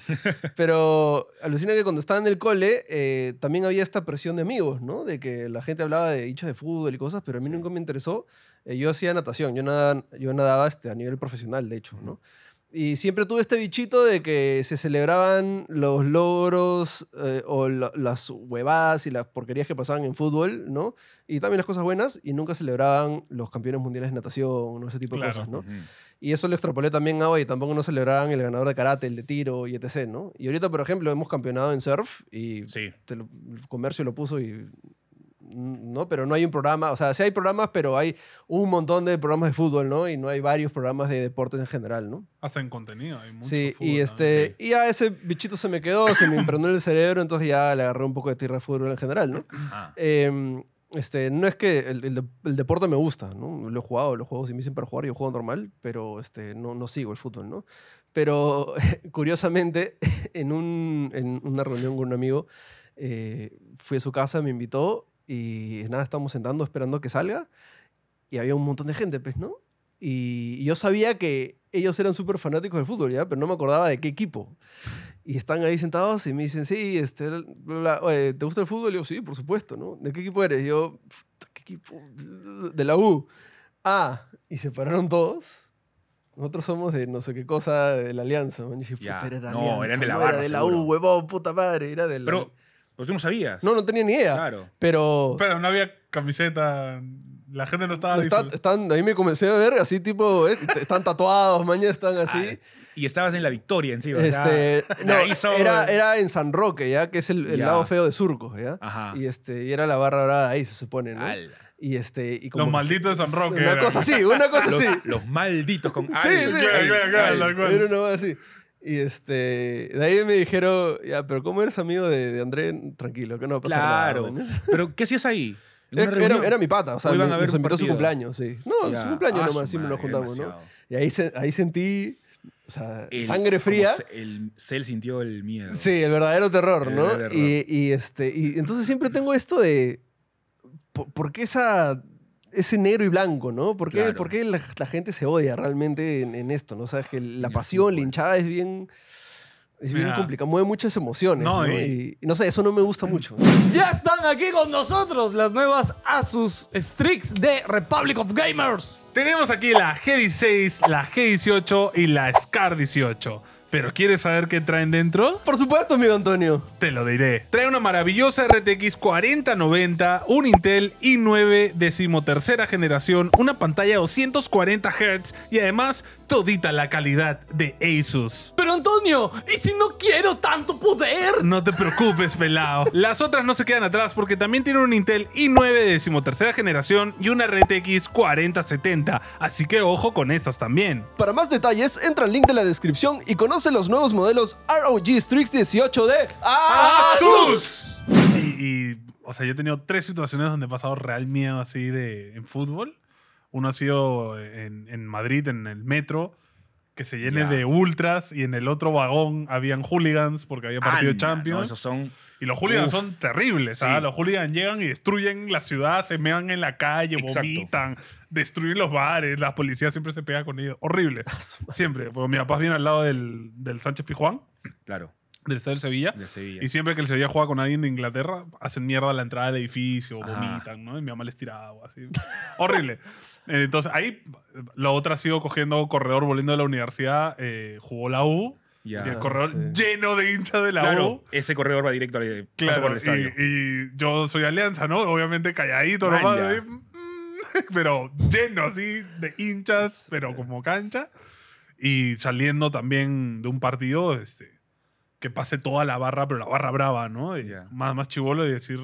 Speaker 2: Pero alucina que cuando estaba en el cole eh, también había esta presión de amigos, ¿no? De que la gente hablaba de hinchas de fútbol y cosas, pero a mí nunca me interesó. Eh, yo hacía natación, yo, nada, yo nadaba este, a nivel profesional, de hecho, ¿no? Y siempre tuve este bichito de que se celebraban los logros eh, o la- las huevadas y las porquerías que pasaban en fútbol, ¿no? Y también las cosas buenas, y nunca celebraban los campeones mundiales de natación, ¿no? ese tipo
Speaker 1: Claro.
Speaker 2: de cosas, ¿no?
Speaker 3: Ujú.
Speaker 2: Y eso lo extrapolé también a hoy. Tampoco no celebraban el ganador de karate, el de tiro y etc. ¿no? Y ahorita, por ejemplo, hemos campeonado en surf y
Speaker 3: Sí.
Speaker 2: te lo- el comercio lo puso y. No, pero no hay un programa. O sea, sí hay programas, pero hay un montón de programas de fútbol, ¿no? Y no hay varios programas de deportes en general, ¿no?
Speaker 1: Hasta en contenido. Hay mucho
Speaker 2: sí,
Speaker 1: fútbol,
Speaker 2: y
Speaker 1: ¿no?
Speaker 2: este. Y ya ese bichito se me quedó, se me impregnó en el cerebro, entonces ya le agarré un poco de tierra al fútbol en general, ¿no?
Speaker 3: Ah.
Speaker 2: Eh, Este, no es que el, el de- el deporte me gusta, ¿no? Lo he jugado, los juegos si me dicen para jugar, yo juego normal, pero este, no, no sigo el fútbol, ¿no? Pero curiosamente, en, un- en una reunión con un amigo, eh, fui a su casa, me invitó y nada, estábamos sentando esperando que salga y había un montón de gente, pues, ¿no? Y yo sabía que ellos eran súper fanáticos del fútbol, ¿ya? Pero no me acordaba de qué equipo. Y están ahí sentados y me dicen, sí, este, bla, bla, bla. Oye, ¿te gusta el fútbol? Y yo, sí, por supuesto, ¿no? ¿De qué equipo eres? Y yo, "Puta, ¿qué equipo? De la U. Ah, y se pararon todos. Nosotros somos de no sé qué cosa, de la Alianza. man. Y dije,
Speaker 3: Ya.
Speaker 2: puta, era
Speaker 3: No,
Speaker 2: Alianza,
Speaker 3: eran de la
Speaker 2: no
Speaker 3: Barra,
Speaker 2: Era de la U,
Speaker 3: seguro.
Speaker 2: huevón, puta madre, era de la
Speaker 3: Pero, pero pues tú no sabías.
Speaker 2: No, no tenía ni idea.
Speaker 3: Claro.
Speaker 2: Pero...
Speaker 1: Pero no había camiseta. La gente no estaba.
Speaker 2: No, está-
Speaker 3: pues.
Speaker 1: disfrut-
Speaker 2: están, ahí me comencé a ver así tipo, eh, t- están tatuados, mañana están así.
Speaker 3: Ah, Y estabas en la victoria encima. o sea,
Speaker 2: ¿Ah, este,
Speaker 3: de
Speaker 2: no,
Speaker 3: ahí somos.
Speaker 2: era, era en San Roque, ya, que es el, el
Speaker 3: eh. Ya.
Speaker 2: lado feo de Surco, ya.
Speaker 3: Ajá.
Speaker 2: Y, este, y era la barra brava ahí, se supone, ¿no?
Speaker 3: Ala.
Speaker 2: Y este, y
Speaker 1: Los malditos de San Roque
Speaker 2: Una
Speaker 1: eran.
Speaker 2: cosa así, una cosa
Speaker 3: Los,
Speaker 2: así.
Speaker 3: los malditos con. Sí,
Speaker 2: sí,
Speaker 1: Claro, claro, claro, tal cual.
Speaker 2: Era una cosa así. Y este, de ahí me dijeron, ya, pero ¿cómo eres amigo de, de André? Tranquilo, que no va a pasar nada,
Speaker 3: Claro.
Speaker 2: maña.
Speaker 3: Pero, ¿qué hacías ahí? ¿En una
Speaker 2: Era, era-
Speaker 3: reunión?
Speaker 2: era mi pata, o sea,
Speaker 3: O iban
Speaker 2: me-
Speaker 3: a ver
Speaker 2: nos
Speaker 3: un
Speaker 2: invitó a su
Speaker 3: partido.
Speaker 2: cumpleaños, sí. No,
Speaker 3: Ya.
Speaker 2: su cumpleaños
Speaker 3: Ah, su
Speaker 2: nomás, sí nos
Speaker 3: madre,
Speaker 2: juntamos, ¿no?
Speaker 3: demasiado.
Speaker 2: Y ahí, se- ahí sentí, o sea,
Speaker 3: El-
Speaker 2: sangre
Speaker 3: como
Speaker 2: fría.
Speaker 3: se- El Cell sintió el miedo.
Speaker 2: Sí, el verdadero terror,
Speaker 3: El
Speaker 2: ¿no?
Speaker 3: verdadero
Speaker 2: Y, y, este, y entonces siempre tengo esto de, ¿por, por qué esa, ese negro y blanco, ¿no? ¿Por qué,
Speaker 3: Claro.
Speaker 2: por qué la, la gente se odia realmente en, en esto, ¿no? Sabes que la
Speaker 3: el
Speaker 2: pasión, la
Speaker 3: fútbol.
Speaker 2: hinchada es bien... Es bien
Speaker 1: Mira.
Speaker 2: complicado, mueve muchas emociones. No,
Speaker 1: No, y-
Speaker 2: Y, y no sé, eso no me gusta mucho.
Speaker 5: Ya están aquí con nosotros las nuevas Asus Strix de Republic of Gamers.
Speaker 1: Tenemos aquí la G16, la G18 y la SCAR 18. Pero ¿quieres saber qué traen dentro?
Speaker 2: Por supuesto, amigo Antonio.
Speaker 1: Te lo diré. Trae una maravillosa RTX 4090, un Intel i9 decimotercera generación, una pantalla 240 Hz y además todita la calidad de Asus.
Speaker 5: Pero Antonio, ¿y si no quiero tanto poder?
Speaker 1: No te preocupes, pelado. Las otras no se quedan atrás porque también tienen un Intel i9 de decimotercera generación y una RTX 4070. Así que ojo con estas también.
Speaker 2: Para más detalles, entra al link de la descripción y conoce los nuevos modelos ROG Strix 18 de
Speaker 3: Ah,
Speaker 1: ¡Asus! Y, y, o sea, yo he tenido tres situaciones donde he pasado real miedo así de en fútbol. Uno ha sido en, en Madrid, en el metro, que se llene
Speaker 3: Ya.
Speaker 1: de ultras y en el otro vagón habían hooligans porque había partido
Speaker 3: Anda,
Speaker 1: Champions.
Speaker 3: Ah, No, esos son.
Speaker 1: Y los hooligans
Speaker 3: Uf.
Speaker 1: son terribles, ¿ah?
Speaker 3: Sí.
Speaker 1: Los hooligans llegan y destruyen la ciudad, se mean en la calle,
Speaker 3: Exacto.
Speaker 1: vomitan, destruyen los bares, la policía siempre se pega con ellos. Horrible. siempre. Porque mi papá viene al lado del, del Sánchez Pijuán,
Speaker 3: Claro,
Speaker 1: del Estadio del Sevilla.
Speaker 3: de Sevilla.
Speaker 1: Y siempre que el Sevilla juega con alguien de Inglaterra, hacen mierda la entrada del edificio,
Speaker 3: Ajá.
Speaker 1: vomitan, ¿no? Y mi mamá les tira agua, así. Horrible. Eh, Entonces, ahí, la otra ha sido cogiendo corredor volviendo de la universidad, eh, jugó la U,
Speaker 3: Ya.
Speaker 1: y el corredor
Speaker 2: sí.
Speaker 1: lleno de hinchas de la
Speaker 3: Claro,
Speaker 1: U.
Speaker 3: ese corredor va directo al pasa
Speaker 1: Claro,
Speaker 3: por el estadio.
Speaker 1: Y, y yo soy Alianza, ¿no? Obviamente calladito
Speaker 3: Man,
Speaker 1: nomás,
Speaker 3: ya.
Speaker 1: ahí, mm, pero lleno así de hinchas, pero como cancha. Y saliendo también de un partido, este, que pase toda la barra, pero la barra brava, ¿no? Y
Speaker 3: Ya.
Speaker 1: Más, más chivolo y decir,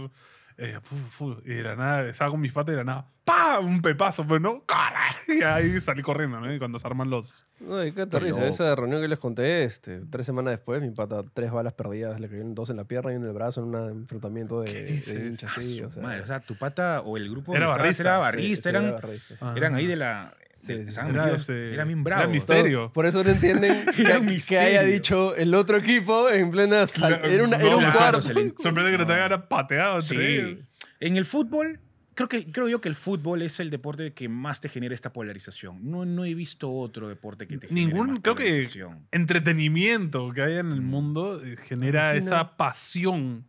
Speaker 1: eh, fu, fu, y de la nada, estaba con mis patas y de la nada, ¡pa! Un pepazo, pero no, ¡cara! Y ahí salí corriendo, ¿no? Y cuando se arman los...
Speaker 2: No, y qué terrible.
Speaker 3: loco.
Speaker 2: Esa reunión que les conté, este, tres semanas después, mi pata, tres balas perdidas, le cayeron dos en la pierna y en el brazo en un enfrentamiento de,
Speaker 1: ¿Qué
Speaker 2: de
Speaker 1: dices?
Speaker 2: hinchas,
Speaker 3: Ah,
Speaker 2: sí,
Speaker 3: su
Speaker 2: o sea,
Speaker 3: madre, o sea, tu pata o el grupo
Speaker 1: Era
Speaker 3: donde estabas
Speaker 1: barrista.
Speaker 3: era
Speaker 2: sí, sí,
Speaker 3: barrista,
Speaker 2: era barrista,
Speaker 3: eran,
Speaker 2: sí.
Speaker 1: Ah.
Speaker 3: eran ahí de la. se-
Speaker 2: Sí, sí,
Speaker 3: estaban
Speaker 1: sí. Era
Speaker 3: metidos,
Speaker 1: ese-
Speaker 3: eran bien
Speaker 1: era
Speaker 3: bravos.
Speaker 1: misterio. Misterio.
Speaker 2: Por eso no entienden que,
Speaker 3: Era un
Speaker 2: que haya
Speaker 3: misterio.
Speaker 2: dicho el otro equipo en plena sal-
Speaker 1: Claro,
Speaker 2: era, una- era
Speaker 1: no,
Speaker 2: un
Speaker 1: claro,
Speaker 2: cuarto.
Speaker 3: se le-
Speaker 1: Sorprende que no te hayan pateado entre
Speaker 3: Sí.
Speaker 1: ellos.
Speaker 3: En el fútbol, creo, que, creo yo que el fútbol es el deporte que más te genera esta polarización. No, no he visto otro deporte que te genere
Speaker 1: Ningún,
Speaker 3: más
Speaker 1: creo que-
Speaker 3: polarización.
Speaker 1: entretenimiento que hay en el mundo eh, genera
Speaker 2: Imagina.
Speaker 1: esa pasión.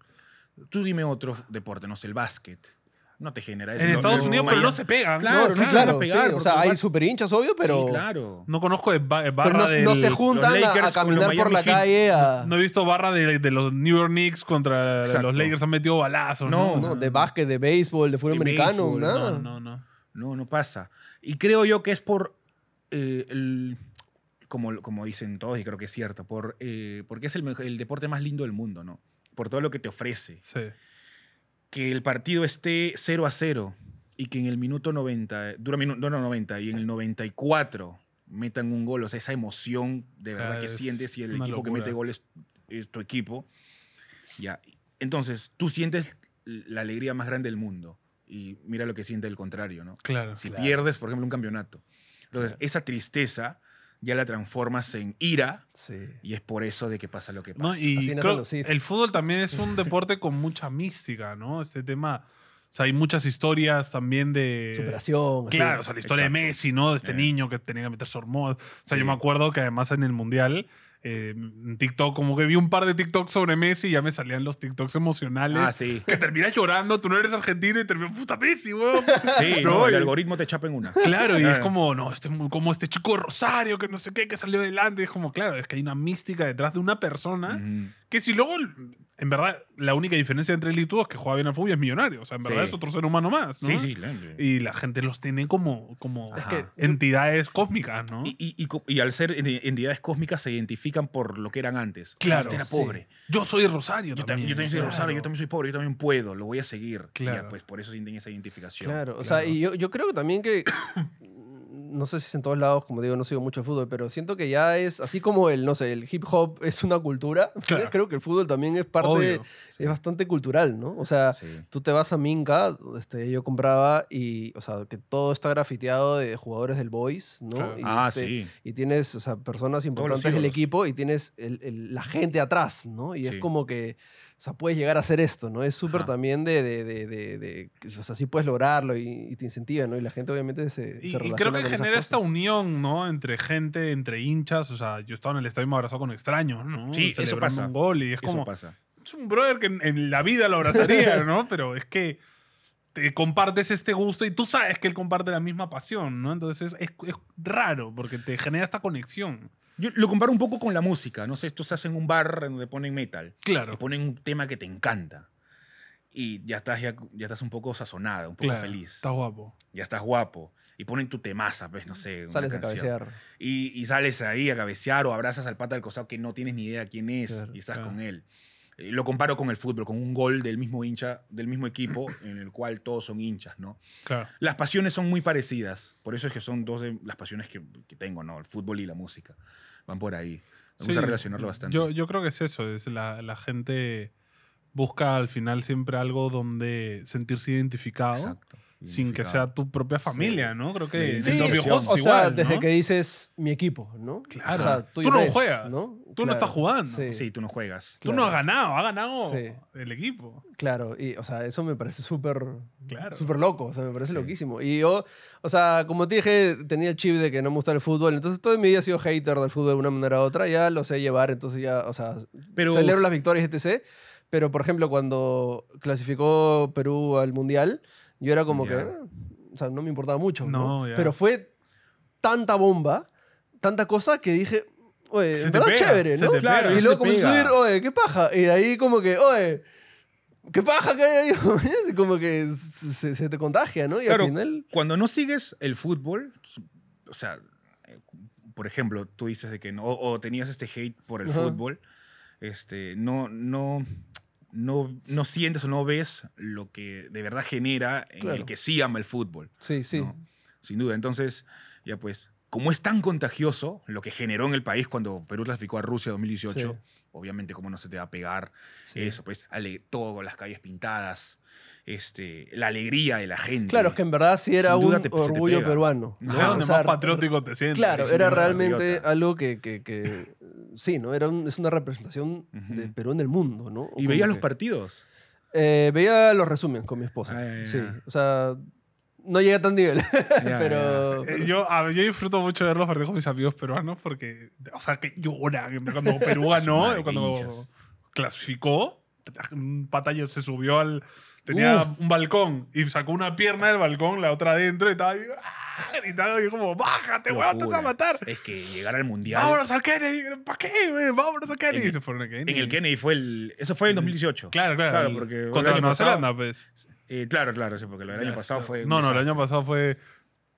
Speaker 3: Tú dime otro deporte, no sé, el básquet. No te genera eso.
Speaker 1: en
Speaker 3: No,
Speaker 1: Estados
Speaker 3: no,
Speaker 1: Unidos, pero
Speaker 3: Miami.
Speaker 1: no se pegan.
Speaker 3: Claro,
Speaker 1: no,
Speaker 3: no
Speaker 2: sí,
Speaker 3: se van
Speaker 2: claro,
Speaker 3: a pegar,
Speaker 2: sí, o
Speaker 3: porque
Speaker 2: sea,
Speaker 3: el
Speaker 2: hay
Speaker 3: bar-
Speaker 2: super hinchas, obvio, pero,
Speaker 3: Sí, claro.
Speaker 1: No conozco de ba- de
Speaker 2: pero
Speaker 1: barra
Speaker 2: no,
Speaker 1: del-
Speaker 2: no se juntan a- a,
Speaker 3: Lakers con
Speaker 2: caminar
Speaker 3: los
Speaker 2: por la
Speaker 3: Miami Heat.
Speaker 2: calle a...
Speaker 1: No he visto barra de, de los New York Knicks contra
Speaker 3: Exacto.
Speaker 1: los Lakers. Han metido balazos. No,
Speaker 3: No,
Speaker 2: no, de básquet, de béisbol, de fútbol
Speaker 3: De
Speaker 2: americano,
Speaker 3: béisbol,
Speaker 2: nada.
Speaker 1: no, no, no.
Speaker 3: No, no pasa. Y creo yo que es por, eh, el- como, como dicen todos, y creo que es cierto, por, eh, porque es el, mejo- el deporte más lindo del mundo, ¿no? Por todo lo que te ofrece.
Speaker 1: Sí.
Speaker 3: Que el partido esté 0 a 0 y que en el minuto 90, eh, dura minu- no, no, 90, y en el 94 metan un gol, o sea, esa emoción de verdad
Speaker 1: Claro,
Speaker 3: que
Speaker 1: Ah, es
Speaker 3: sientes y el
Speaker 1: una
Speaker 3: equipo que
Speaker 1: locura.
Speaker 3: mete goles es tu equipo. Ya. Entonces, tú sientes la alegría más grande del mundo. y mira lo que siente el contrario, ¿no?
Speaker 1: Claro.
Speaker 3: Si pierdes, por ejemplo, un campeonato. Entonces, esa tristeza ya la transformas en ira
Speaker 2: Sí.
Speaker 3: y es por eso de que pasa lo que pasa.
Speaker 1: No, y
Speaker 2: Así nacen
Speaker 1: creo-
Speaker 2: los Sith.
Speaker 1: el fútbol también es un deporte con mucha mística, ¿no? Este tema. O sea, hay muchas historias también de.
Speaker 2: Superación. así.
Speaker 1: Claro, o sea, la historia de
Speaker 3: Pues Exacto.
Speaker 1: Messi, ¿no? De este
Speaker 3: Eh.
Speaker 1: niño que tenía que meterse hormonas. O sea,
Speaker 3: Sí.
Speaker 1: yo me acuerdo que además en el Mundial, eh, en TikTok, como que vi un par de TikToks sobre Messi y ya me salían los TikToks emocionales.
Speaker 3: ah, sí.
Speaker 1: Que terminas llorando, tú no eres argentino y terminas, puta Messi, weón.
Speaker 3: Sí,
Speaker 1: No,
Speaker 3: no, el
Speaker 1: y-
Speaker 3: algoritmo te chapa en una. Ah.
Speaker 1: Claro, y es
Speaker 3: Claro.
Speaker 1: como, no, este, como este chico de Rosario que no sé qué, que salió adelante. Y es como, claro, es que hay una mística detrás de una persona
Speaker 3: Ujú.
Speaker 1: que si luego, en verdad, la única diferencia entre él y tú es que juega bien al fútbol y es millonario. O sea, en verdad
Speaker 3: Sí.
Speaker 1: es otro ser humano más, ¿no?
Speaker 3: Sí, sí. claro.
Speaker 1: Y la gente los tiene como, como
Speaker 3: Ajá.
Speaker 2: que-
Speaker 1: entidades cósmicas, ¿no?
Speaker 3: Y, y- y co- y al ser en- entidades cósmicas se identifican por lo que eran antes.
Speaker 1: Claro,
Speaker 3: Este era
Speaker 1: sí.
Speaker 3: pobre.
Speaker 1: yo soy de Rosario
Speaker 3: Yo, tam-
Speaker 1: también.
Speaker 3: yo también soy
Speaker 1: claro.
Speaker 3: Rosario, yo también soy pobre, yo también puedo, lo voy a seguir. Y
Speaker 1: Claro.
Speaker 3: Ya, pues por eso sienten esa identificación.
Speaker 2: Claro, o sea, y yo, yo creo que también que, no sé si es en todos lados, como digo, no sigo mucho el fútbol, pero siento que ya es, así como el, no sé, el hip hop es una cultura,
Speaker 1: Claro.
Speaker 2: creo que el fútbol también es parte,
Speaker 1: Obvio,
Speaker 2: es bastante cultural, ¿no? O sea,
Speaker 3: Sí.
Speaker 2: tú te vas a Minca, este, yo compraba y, o sea, que todo está grafiteado de jugadores del Boys, ¿no?
Speaker 1: Claro.
Speaker 2: Y,
Speaker 3: Ah,
Speaker 2: este,
Speaker 3: sí.
Speaker 2: Y tienes, o sea, personas importantes del
Speaker 3: ídolos.
Speaker 2: equipo y tienes el- el- la gente atrás, ¿no? Y
Speaker 3: Sí.
Speaker 2: es como que, o sea, puedes llegar a hacer esto, ¿no? Es súper
Speaker 3: Ajá.
Speaker 2: también de, de, de, de- de- que, o sea, sí puedes lograrlo y, y te incentiva, ¿no? Y la gente obviamente se,
Speaker 1: Y,
Speaker 2: se
Speaker 1: y
Speaker 2: relaciona
Speaker 1: creo que
Speaker 2: con esas
Speaker 1: genera esta
Speaker 2: cosas.
Speaker 1: unión, ¿no? Entre gente, entre hinchas. O sea, yo estaba en el estadio y me abrazado con extraños, ¿no?
Speaker 3: Sí, eso
Speaker 1: Celebrando
Speaker 3: pasa.
Speaker 1: un gol y es
Speaker 3: Eso
Speaker 1: como,
Speaker 3: pasa.
Speaker 1: es un brother que en, en la vida lo abrazaría, ¿no? Pero es que te compartes este gusto y tú sabes que él comparte la misma pasión, ¿no? Entonces es, es raro porque te genera esta conexión.
Speaker 3: Yo lo comparo un poco con la música. No sé, tú estás en un bar donde ponen metal. Te
Speaker 1: Claro.
Speaker 3: ponen un tema que te encanta. Y ya estás, ya, ya estás un poco sazonada, un poco
Speaker 1: Claro,
Speaker 3: feliz.
Speaker 1: Está guapo.
Speaker 3: Ya estás guapo. Y ponen tu temaza, pues, no sé. una
Speaker 2: Sales a
Speaker 3: canción.
Speaker 2: cabecear.
Speaker 3: y, y sales ahí a cabecear o abrazas al pata del costado que no tienes ni idea quién es
Speaker 2: Claro,
Speaker 3: y estás
Speaker 1: claro.
Speaker 3: con él. Eh, Lo comparo con el fútbol, con un gol del mismo hincha, del mismo equipo, en el cual todos son hinchas, ¿no?
Speaker 1: Claro.
Speaker 3: Las pasiones son muy parecidas, por eso es que son dos de las pasiones que, que tengo, ¿no? El fútbol y la música. Van por ahí. Me gusta
Speaker 1: Sí,
Speaker 3: relacionarlo bastante.
Speaker 1: Yo, yo creo que es eso, es la, la gente busca al final siempre algo donde sentirse identificado
Speaker 3: Exacto.
Speaker 1: sin que
Speaker 3: Identificado.
Speaker 1: sea tu propia familia, ¿no? Creo que
Speaker 3: Sí,
Speaker 1: en los
Speaker 3: sí,
Speaker 1: videojuegos
Speaker 2: o
Speaker 1: igual,
Speaker 2: sea, desde
Speaker 1: ¿no?
Speaker 2: que dices mi equipo, ¿no?
Speaker 1: Claro.
Speaker 2: O sea,
Speaker 1: Tú no
Speaker 2: eres,
Speaker 1: juegas, tú no estás jugando.
Speaker 2: Sí,
Speaker 3: Sí, tú no juegas.
Speaker 1: Tú no
Speaker 2: claro.
Speaker 1: has ganado, ha ganado
Speaker 2: Sí.
Speaker 1: el equipo.
Speaker 2: Claro, y, o sea, eso me parece súper
Speaker 1: Claro.
Speaker 2: súper loco, o sea, me parece loquísimo. Y yo, o sea, como te dije, tenía el chip de que no me gusta el fútbol, entonces toda mi vida he sido hater del fútbol de una manera u otra, ya lo sé llevar, entonces ya, o sea,
Speaker 3: Pero,
Speaker 2: celebro las victorias, etc. Pero, por ejemplo, cuando clasificó Perú al Mundial, yo era como
Speaker 3: Ya.
Speaker 2: que, "Ah", o sea, no me importaba mucho. ¿no?
Speaker 1: No, ya.
Speaker 2: Pero fue tanta bomba, tanta cosa que dije, oye,
Speaker 1: Se
Speaker 2: en
Speaker 1: te
Speaker 2: verdad
Speaker 1: pega,
Speaker 2: chévere,
Speaker 1: se
Speaker 2: ¿no?
Speaker 1: te
Speaker 2: Claro,
Speaker 1: pega,
Speaker 2: y
Speaker 3: se
Speaker 2: luego
Speaker 3: te
Speaker 2: comencé a
Speaker 3: pega.
Speaker 2: subir, oye, qué paja. Y de ahí como que, oye, qué paja que hay ahí. como que se, se te contagia, ¿no? Y
Speaker 3: Claro.
Speaker 2: al final,
Speaker 3: cuando no sigues el fútbol, o sea, eh, por ejemplo, tú dices de que no, o, o tenías este hate por el
Speaker 2: Ajá.
Speaker 3: fútbol, este, no, no, no, no sientes o no ves lo que de verdad genera en
Speaker 2: Claro.
Speaker 3: el que sí ama el fútbol,
Speaker 2: sí, sí.
Speaker 3: No. sin duda. Entonces, ya pues, como es tan contagioso lo que generó en el país cuando Perú clasificó a Rusia 2018, obviamente cómo no se te va a pegar
Speaker 2: sí.
Speaker 3: eso, pues, ale- todo, las calles pintadas, este, la alegría de la gente.
Speaker 2: Claro, es que en verdad sí era
Speaker 3: Sin duda
Speaker 2: un
Speaker 3: te- se te
Speaker 2: orgullo
Speaker 3: pega.
Speaker 2: peruano. ¿no?
Speaker 3: Ajá,
Speaker 1: Es
Speaker 2: O
Speaker 1: donde
Speaker 2: sea,
Speaker 1: más patriótico te sientes.
Speaker 2: Claro,
Speaker 3: es
Speaker 2: era
Speaker 3: una
Speaker 2: realmente
Speaker 3: patriota.
Speaker 2: algo que, que- que, sí, ¿no? Era un- es una representación de
Speaker 3: Ujú.
Speaker 2: Perú en el mundo, ¿no?
Speaker 3: Y veías los
Speaker 2: partidos.
Speaker 3: partidos.
Speaker 2: veía los resúmenes con mi esposa.
Speaker 3: Ah, ya,
Speaker 2: sí,
Speaker 3: ya.
Speaker 2: o sea, no llegué a tan nivel,
Speaker 3: ya.
Speaker 2: pero...
Speaker 1: Eh, Yo, a- yo disfruto mucho de ver los partidos con mis amigos peruanos porque, o sea, que lloran. Cuando Perú ganó,
Speaker 3: Madre, qué
Speaker 1: cuando
Speaker 3: hinchas.
Speaker 1: clasificó, un patallo se subió al. Tenía un balcón y sacó una pierna del balcón, la otra adentro y estaba ahí, ¡ah! gritando. Y yo, como, bájate, weón, te vas a
Speaker 3: Locura.
Speaker 1: matar.
Speaker 3: Es que llegar al mundial.
Speaker 1: Vámonos al Kennedy. ¿Para qué, wey? Vámonos al Kennedy.
Speaker 3: En-
Speaker 1: Y se fueron al Kennedy.
Speaker 3: En el Kennedy fue el. Eso fue en 2018.
Speaker 1: Claro, claro.
Speaker 3: Claro,
Speaker 1: el-
Speaker 3: porque el
Speaker 1: Contra
Speaker 3: año
Speaker 1: Nueva
Speaker 3: pasado-
Speaker 1: Zelanda, pues.
Speaker 3: Eh, claro, claro, sí, porque el año
Speaker 1: Ya,
Speaker 3: pasado
Speaker 1: eso-
Speaker 3: fue. un
Speaker 1: No, no, el
Speaker 3: desastre.
Speaker 1: año pasado fue.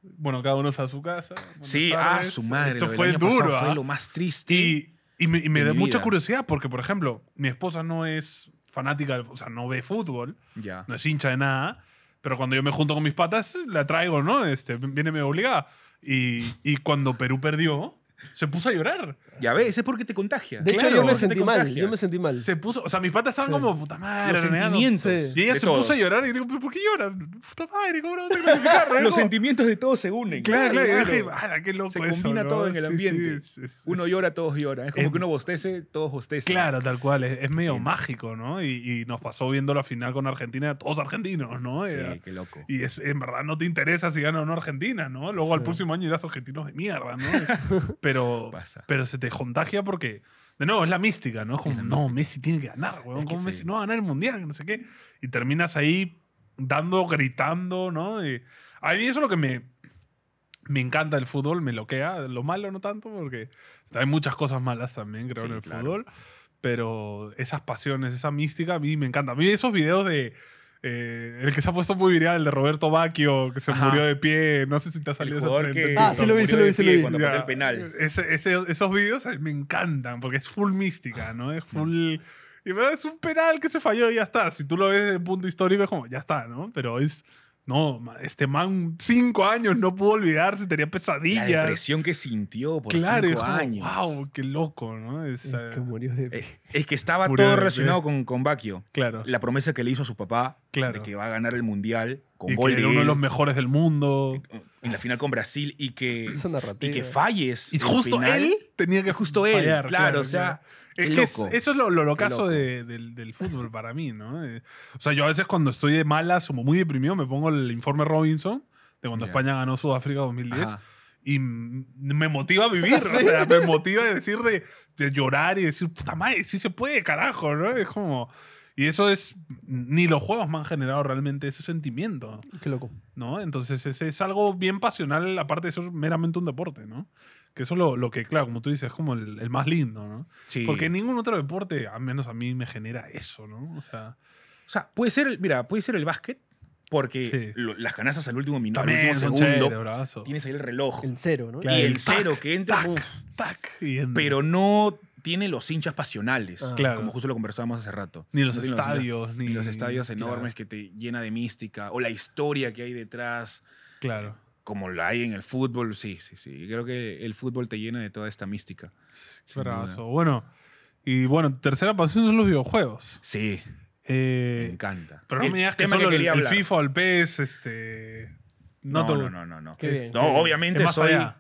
Speaker 1: Bueno, cada uno se a su casa. Buenas
Speaker 3: Sí, ah,
Speaker 1: tardes.
Speaker 3: su madre.
Speaker 1: Eso
Speaker 3: lo del
Speaker 1: fue
Speaker 3: año pasado
Speaker 1: duro.
Speaker 3: Fue
Speaker 1: ¿ah?
Speaker 3: lo más triste.
Speaker 1: Y, y me, y me
Speaker 3: de
Speaker 1: da
Speaker 3: mi
Speaker 1: mucha
Speaker 3: vida.
Speaker 1: curiosidad porque, por ejemplo, mi esposa no es fanática, del- o sea, no ve fútbol,
Speaker 3: ya.
Speaker 1: no es hincha de nada, pero cuando yo me junto con mis patas, la traigo, ¿no? Este, viene medio obligada. Y, y cuando Perú perdió, Se puso a llorar.
Speaker 3: Ya ves, es porque te contagia.
Speaker 2: De hecho,
Speaker 1: Claro,
Speaker 2: yo me
Speaker 1: te
Speaker 2: sentí mal. Yo me sentí mal.
Speaker 1: Se puso, o sea, mis patas estaban como, puta madre,
Speaker 3: Los
Speaker 1: renegando.
Speaker 3: sentimientos.
Speaker 1: Y ella
Speaker 3: de
Speaker 1: se
Speaker 3: todos.
Speaker 1: puso a llorar y le digo, "¿Pero ¿por qué lloras? Puta madre, ¿cómo no vas a clasificar?
Speaker 3: Los sentimientos de todos se unen.
Speaker 1: Claro, claro.
Speaker 3: claro.
Speaker 1: Y dije, "Ala, qué loco
Speaker 3: Se
Speaker 1: eso,
Speaker 3: combina
Speaker 1: ¿no?".
Speaker 3: todo en el
Speaker 1: Sí,
Speaker 3: ambiente.
Speaker 1: sí, es- es-
Speaker 3: Uno
Speaker 1: es-
Speaker 3: llora, todos lloran. Es como
Speaker 1: Em-
Speaker 3: que uno bostece, todos bostezan.
Speaker 1: Claro, tal cual. Es, es medio mágico, ¿no? Y, y nos pasó viendo la final con Argentina, todos argentinos, ¿no? Era-
Speaker 3: Sí, qué loco.
Speaker 1: Y es, en verdad no te interesa si gana o no Argentina, ¿no? Luego al próximo año irás argentinos de mierda, ¿no? pero,
Speaker 3: Pasa.
Speaker 1: pero se te contagia porque, de nuevo, es la mística, ¿no? Es como, no, Messi tiene que ganar, weón.
Speaker 3: Es que
Speaker 1: ¿Cómo
Speaker 3: sí.
Speaker 1: Messi no va a ganar el Mundial? No sé qué. Y terminas ahí dando, gritando, ¿no? Y a mí eso es lo que me, me encanta el fútbol, me loquea. Lo malo no tanto, porque hay muchas cosas malas también, creo,
Speaker 3: Sí,
Speaker 1: en el
Speaker 3: claro.
Speaker 1: fútbol. Pero esas pasiones, esa mística, a mí me encanta. A mí esos videos de... eh, el que se ha puesto muy viral, el de Roberto Bacchio, que se
Speaker 3: Ajá.
Speaker 1: murió de pie. No sé si te ha salido esa
Speaker 3: jugador
Speaker 1: trend en
Speaker 3: que-
Speaker 1: TikTok.
Speaker 2: Ah, sí lo vi, sí lo vi, sí lo vi.
Speaker 3: Cuando pateó
Speaker 1: Ya.
Speaker 3: el penal.
Speaker 1: Ese- ese- esos vídeos a mí me encantan porque es full mística, ¿no?
Speaker 3: Mm.
Speaker 1: Es full. Y verdad, es un penal que se falló y ya está. Si tú lo ves desde el punto histórico, es como, ya está, ¿no? Pero es. No, ma- este man, cinco años, no pudo olvidarse, tenía
Speaker 3: La
Speaker 1: pesadillas.
Speaker 3: depresión que sintió por
Speaker 1: claro, y
Speaker 3: cinco
Speaker 1: es como,
Speaker 3: años.
Speaker 1: wow, qué loco, ¿no? Es,
Speaker 2: Es
Speaker 1: eh,
Speaker 2: que murió de
Speaker 3: Eh, Es que estaba
Speaker 1: Murió
Speaker 3: todo
Speaker 1: de-
Speaker 3: relacionado con, con Bacchio.
Speaker 1: claro.
Speaker 3: La promesa que le hizo a su papá
Speaker 1: Claro.
Speaker 3: de que va a ganar el mundial con
Speaker 1: Y que
Speaker 3: gol de
Speaker 1: era uno de
Speaker 3: él, eh,
Speaker 1: los mejores del mundo.
Speaker 3: en la final con Brasil y que,
Speaker 2: esa narrativa.
Speaker 3: y que falles.
Speaker 1: Y
Speaker 3: el
Speaker 1: justo
Speaker 3: penal.
Speaker 1: él tenía que
Speaker 3: Justo él.
Speaker 1: fallar,
Speaker 3: claro, o sea.
Speaker 1: Es
Speaker 3: Qué
Speaker 1: que es-
Speaker 3: loco.
Speaker 1: eso es lo, lo locazo
Speaker 3: loco.
Speaker 1: de- del, del fútbol para mí, ¿no? Eh, O sea, yo a veces cuando estoy de malas o muy deprimido me pongo el informe Robinson de cuando
Speaker 3: Ya.
Speaker 1: España ganó Sudáfrica 2010
Speaker 3: Ajá.
Speaker 1: y m- me motiva a vivir, o sea, me motiva a decir de, de llorar y decir, puta madre, sí se puede, carajo, ¿no? Es como... Y eso es... Ni los juegos me han generado realmente ese sentimiento,
Speaker 2: Qué loco.
Speaker 1: ¿no? Entonces ese es algo bien pasional, aparte de ser meramente un deporte, ¿no? Que eso es lo, lo que, claro, como tú dices, es como el- el más lindo, ¿no?
Speaker 3: Sí.
Speaker 1: Porque ningún otro deporte, al menos a mí, me genera eso, ¿no? O sea,
Speaker 3: O sea, puede ser, el, mira, puede ser el básquet, porque
Speaker 1: Sí.
Speaker 3: lo- las canastas al último minuto, al
Speaker 1: también
Speaker 3: último
Speaker 1: es un
Speaker 3: segundo,
Speaker 1: brazo.
Speaker 3: tienes ahí el reloj.
Speaker 2: El cero, ¿no?
Speaker 1: Claro.
Speaker 3: y el,
Speaker 1: el
Speaker 3: cero
Speaker 1: tac,
Speaker 3: que entra,
Speaker 1: tac.
Speaker 3: uf,
Speaker 1: Tac, y entra.
Speaker 3: pero no tiene los hinchas pasionales,
Speaker 2: Ah.
Speaker 1: Claro.
Speaker 3: como justo lo conversábamos hace rato.
Speaker 1: ni los
Speaker 3: No tiene hinchas-
Speaker 1: estadios, ni,
Speaker 3: ni los estadios
Speaker 1: claro,
Speaker 3: enormes que te llena de mística, o la historia que hay detrás,
Speaker 1: Claro.
Speaker 3: como la hay en el fútbol, sí, sí, sí. Creo que el fútbol te llena de toda esta mística. Sin
Speaker 1: brazo. Bueno, y bueno, tercera pasión son los videojuegos.
Speaker 3: Sí, me
Speaker 1: Eh,
Speaker 3: encanta.
Speaker 1: pero no
Speaker 3: El
Speaker 1: me digas que
Speaker 3: tema
Speaker 1: solo el,
Speaker 3: quería
Speaker 1: el
Speaker 3: hablar.
Speaker 1: FIFA o el PES, este. No,
Speaker 3: No,
Speaker 1: te-
Speaker 3: no, no, no. No,
Speaker 2: Qué bien.
Speaker 3: No, obviamente
Speaker 1: Es más
Speaker 3: soy...
Speaker 1: allá.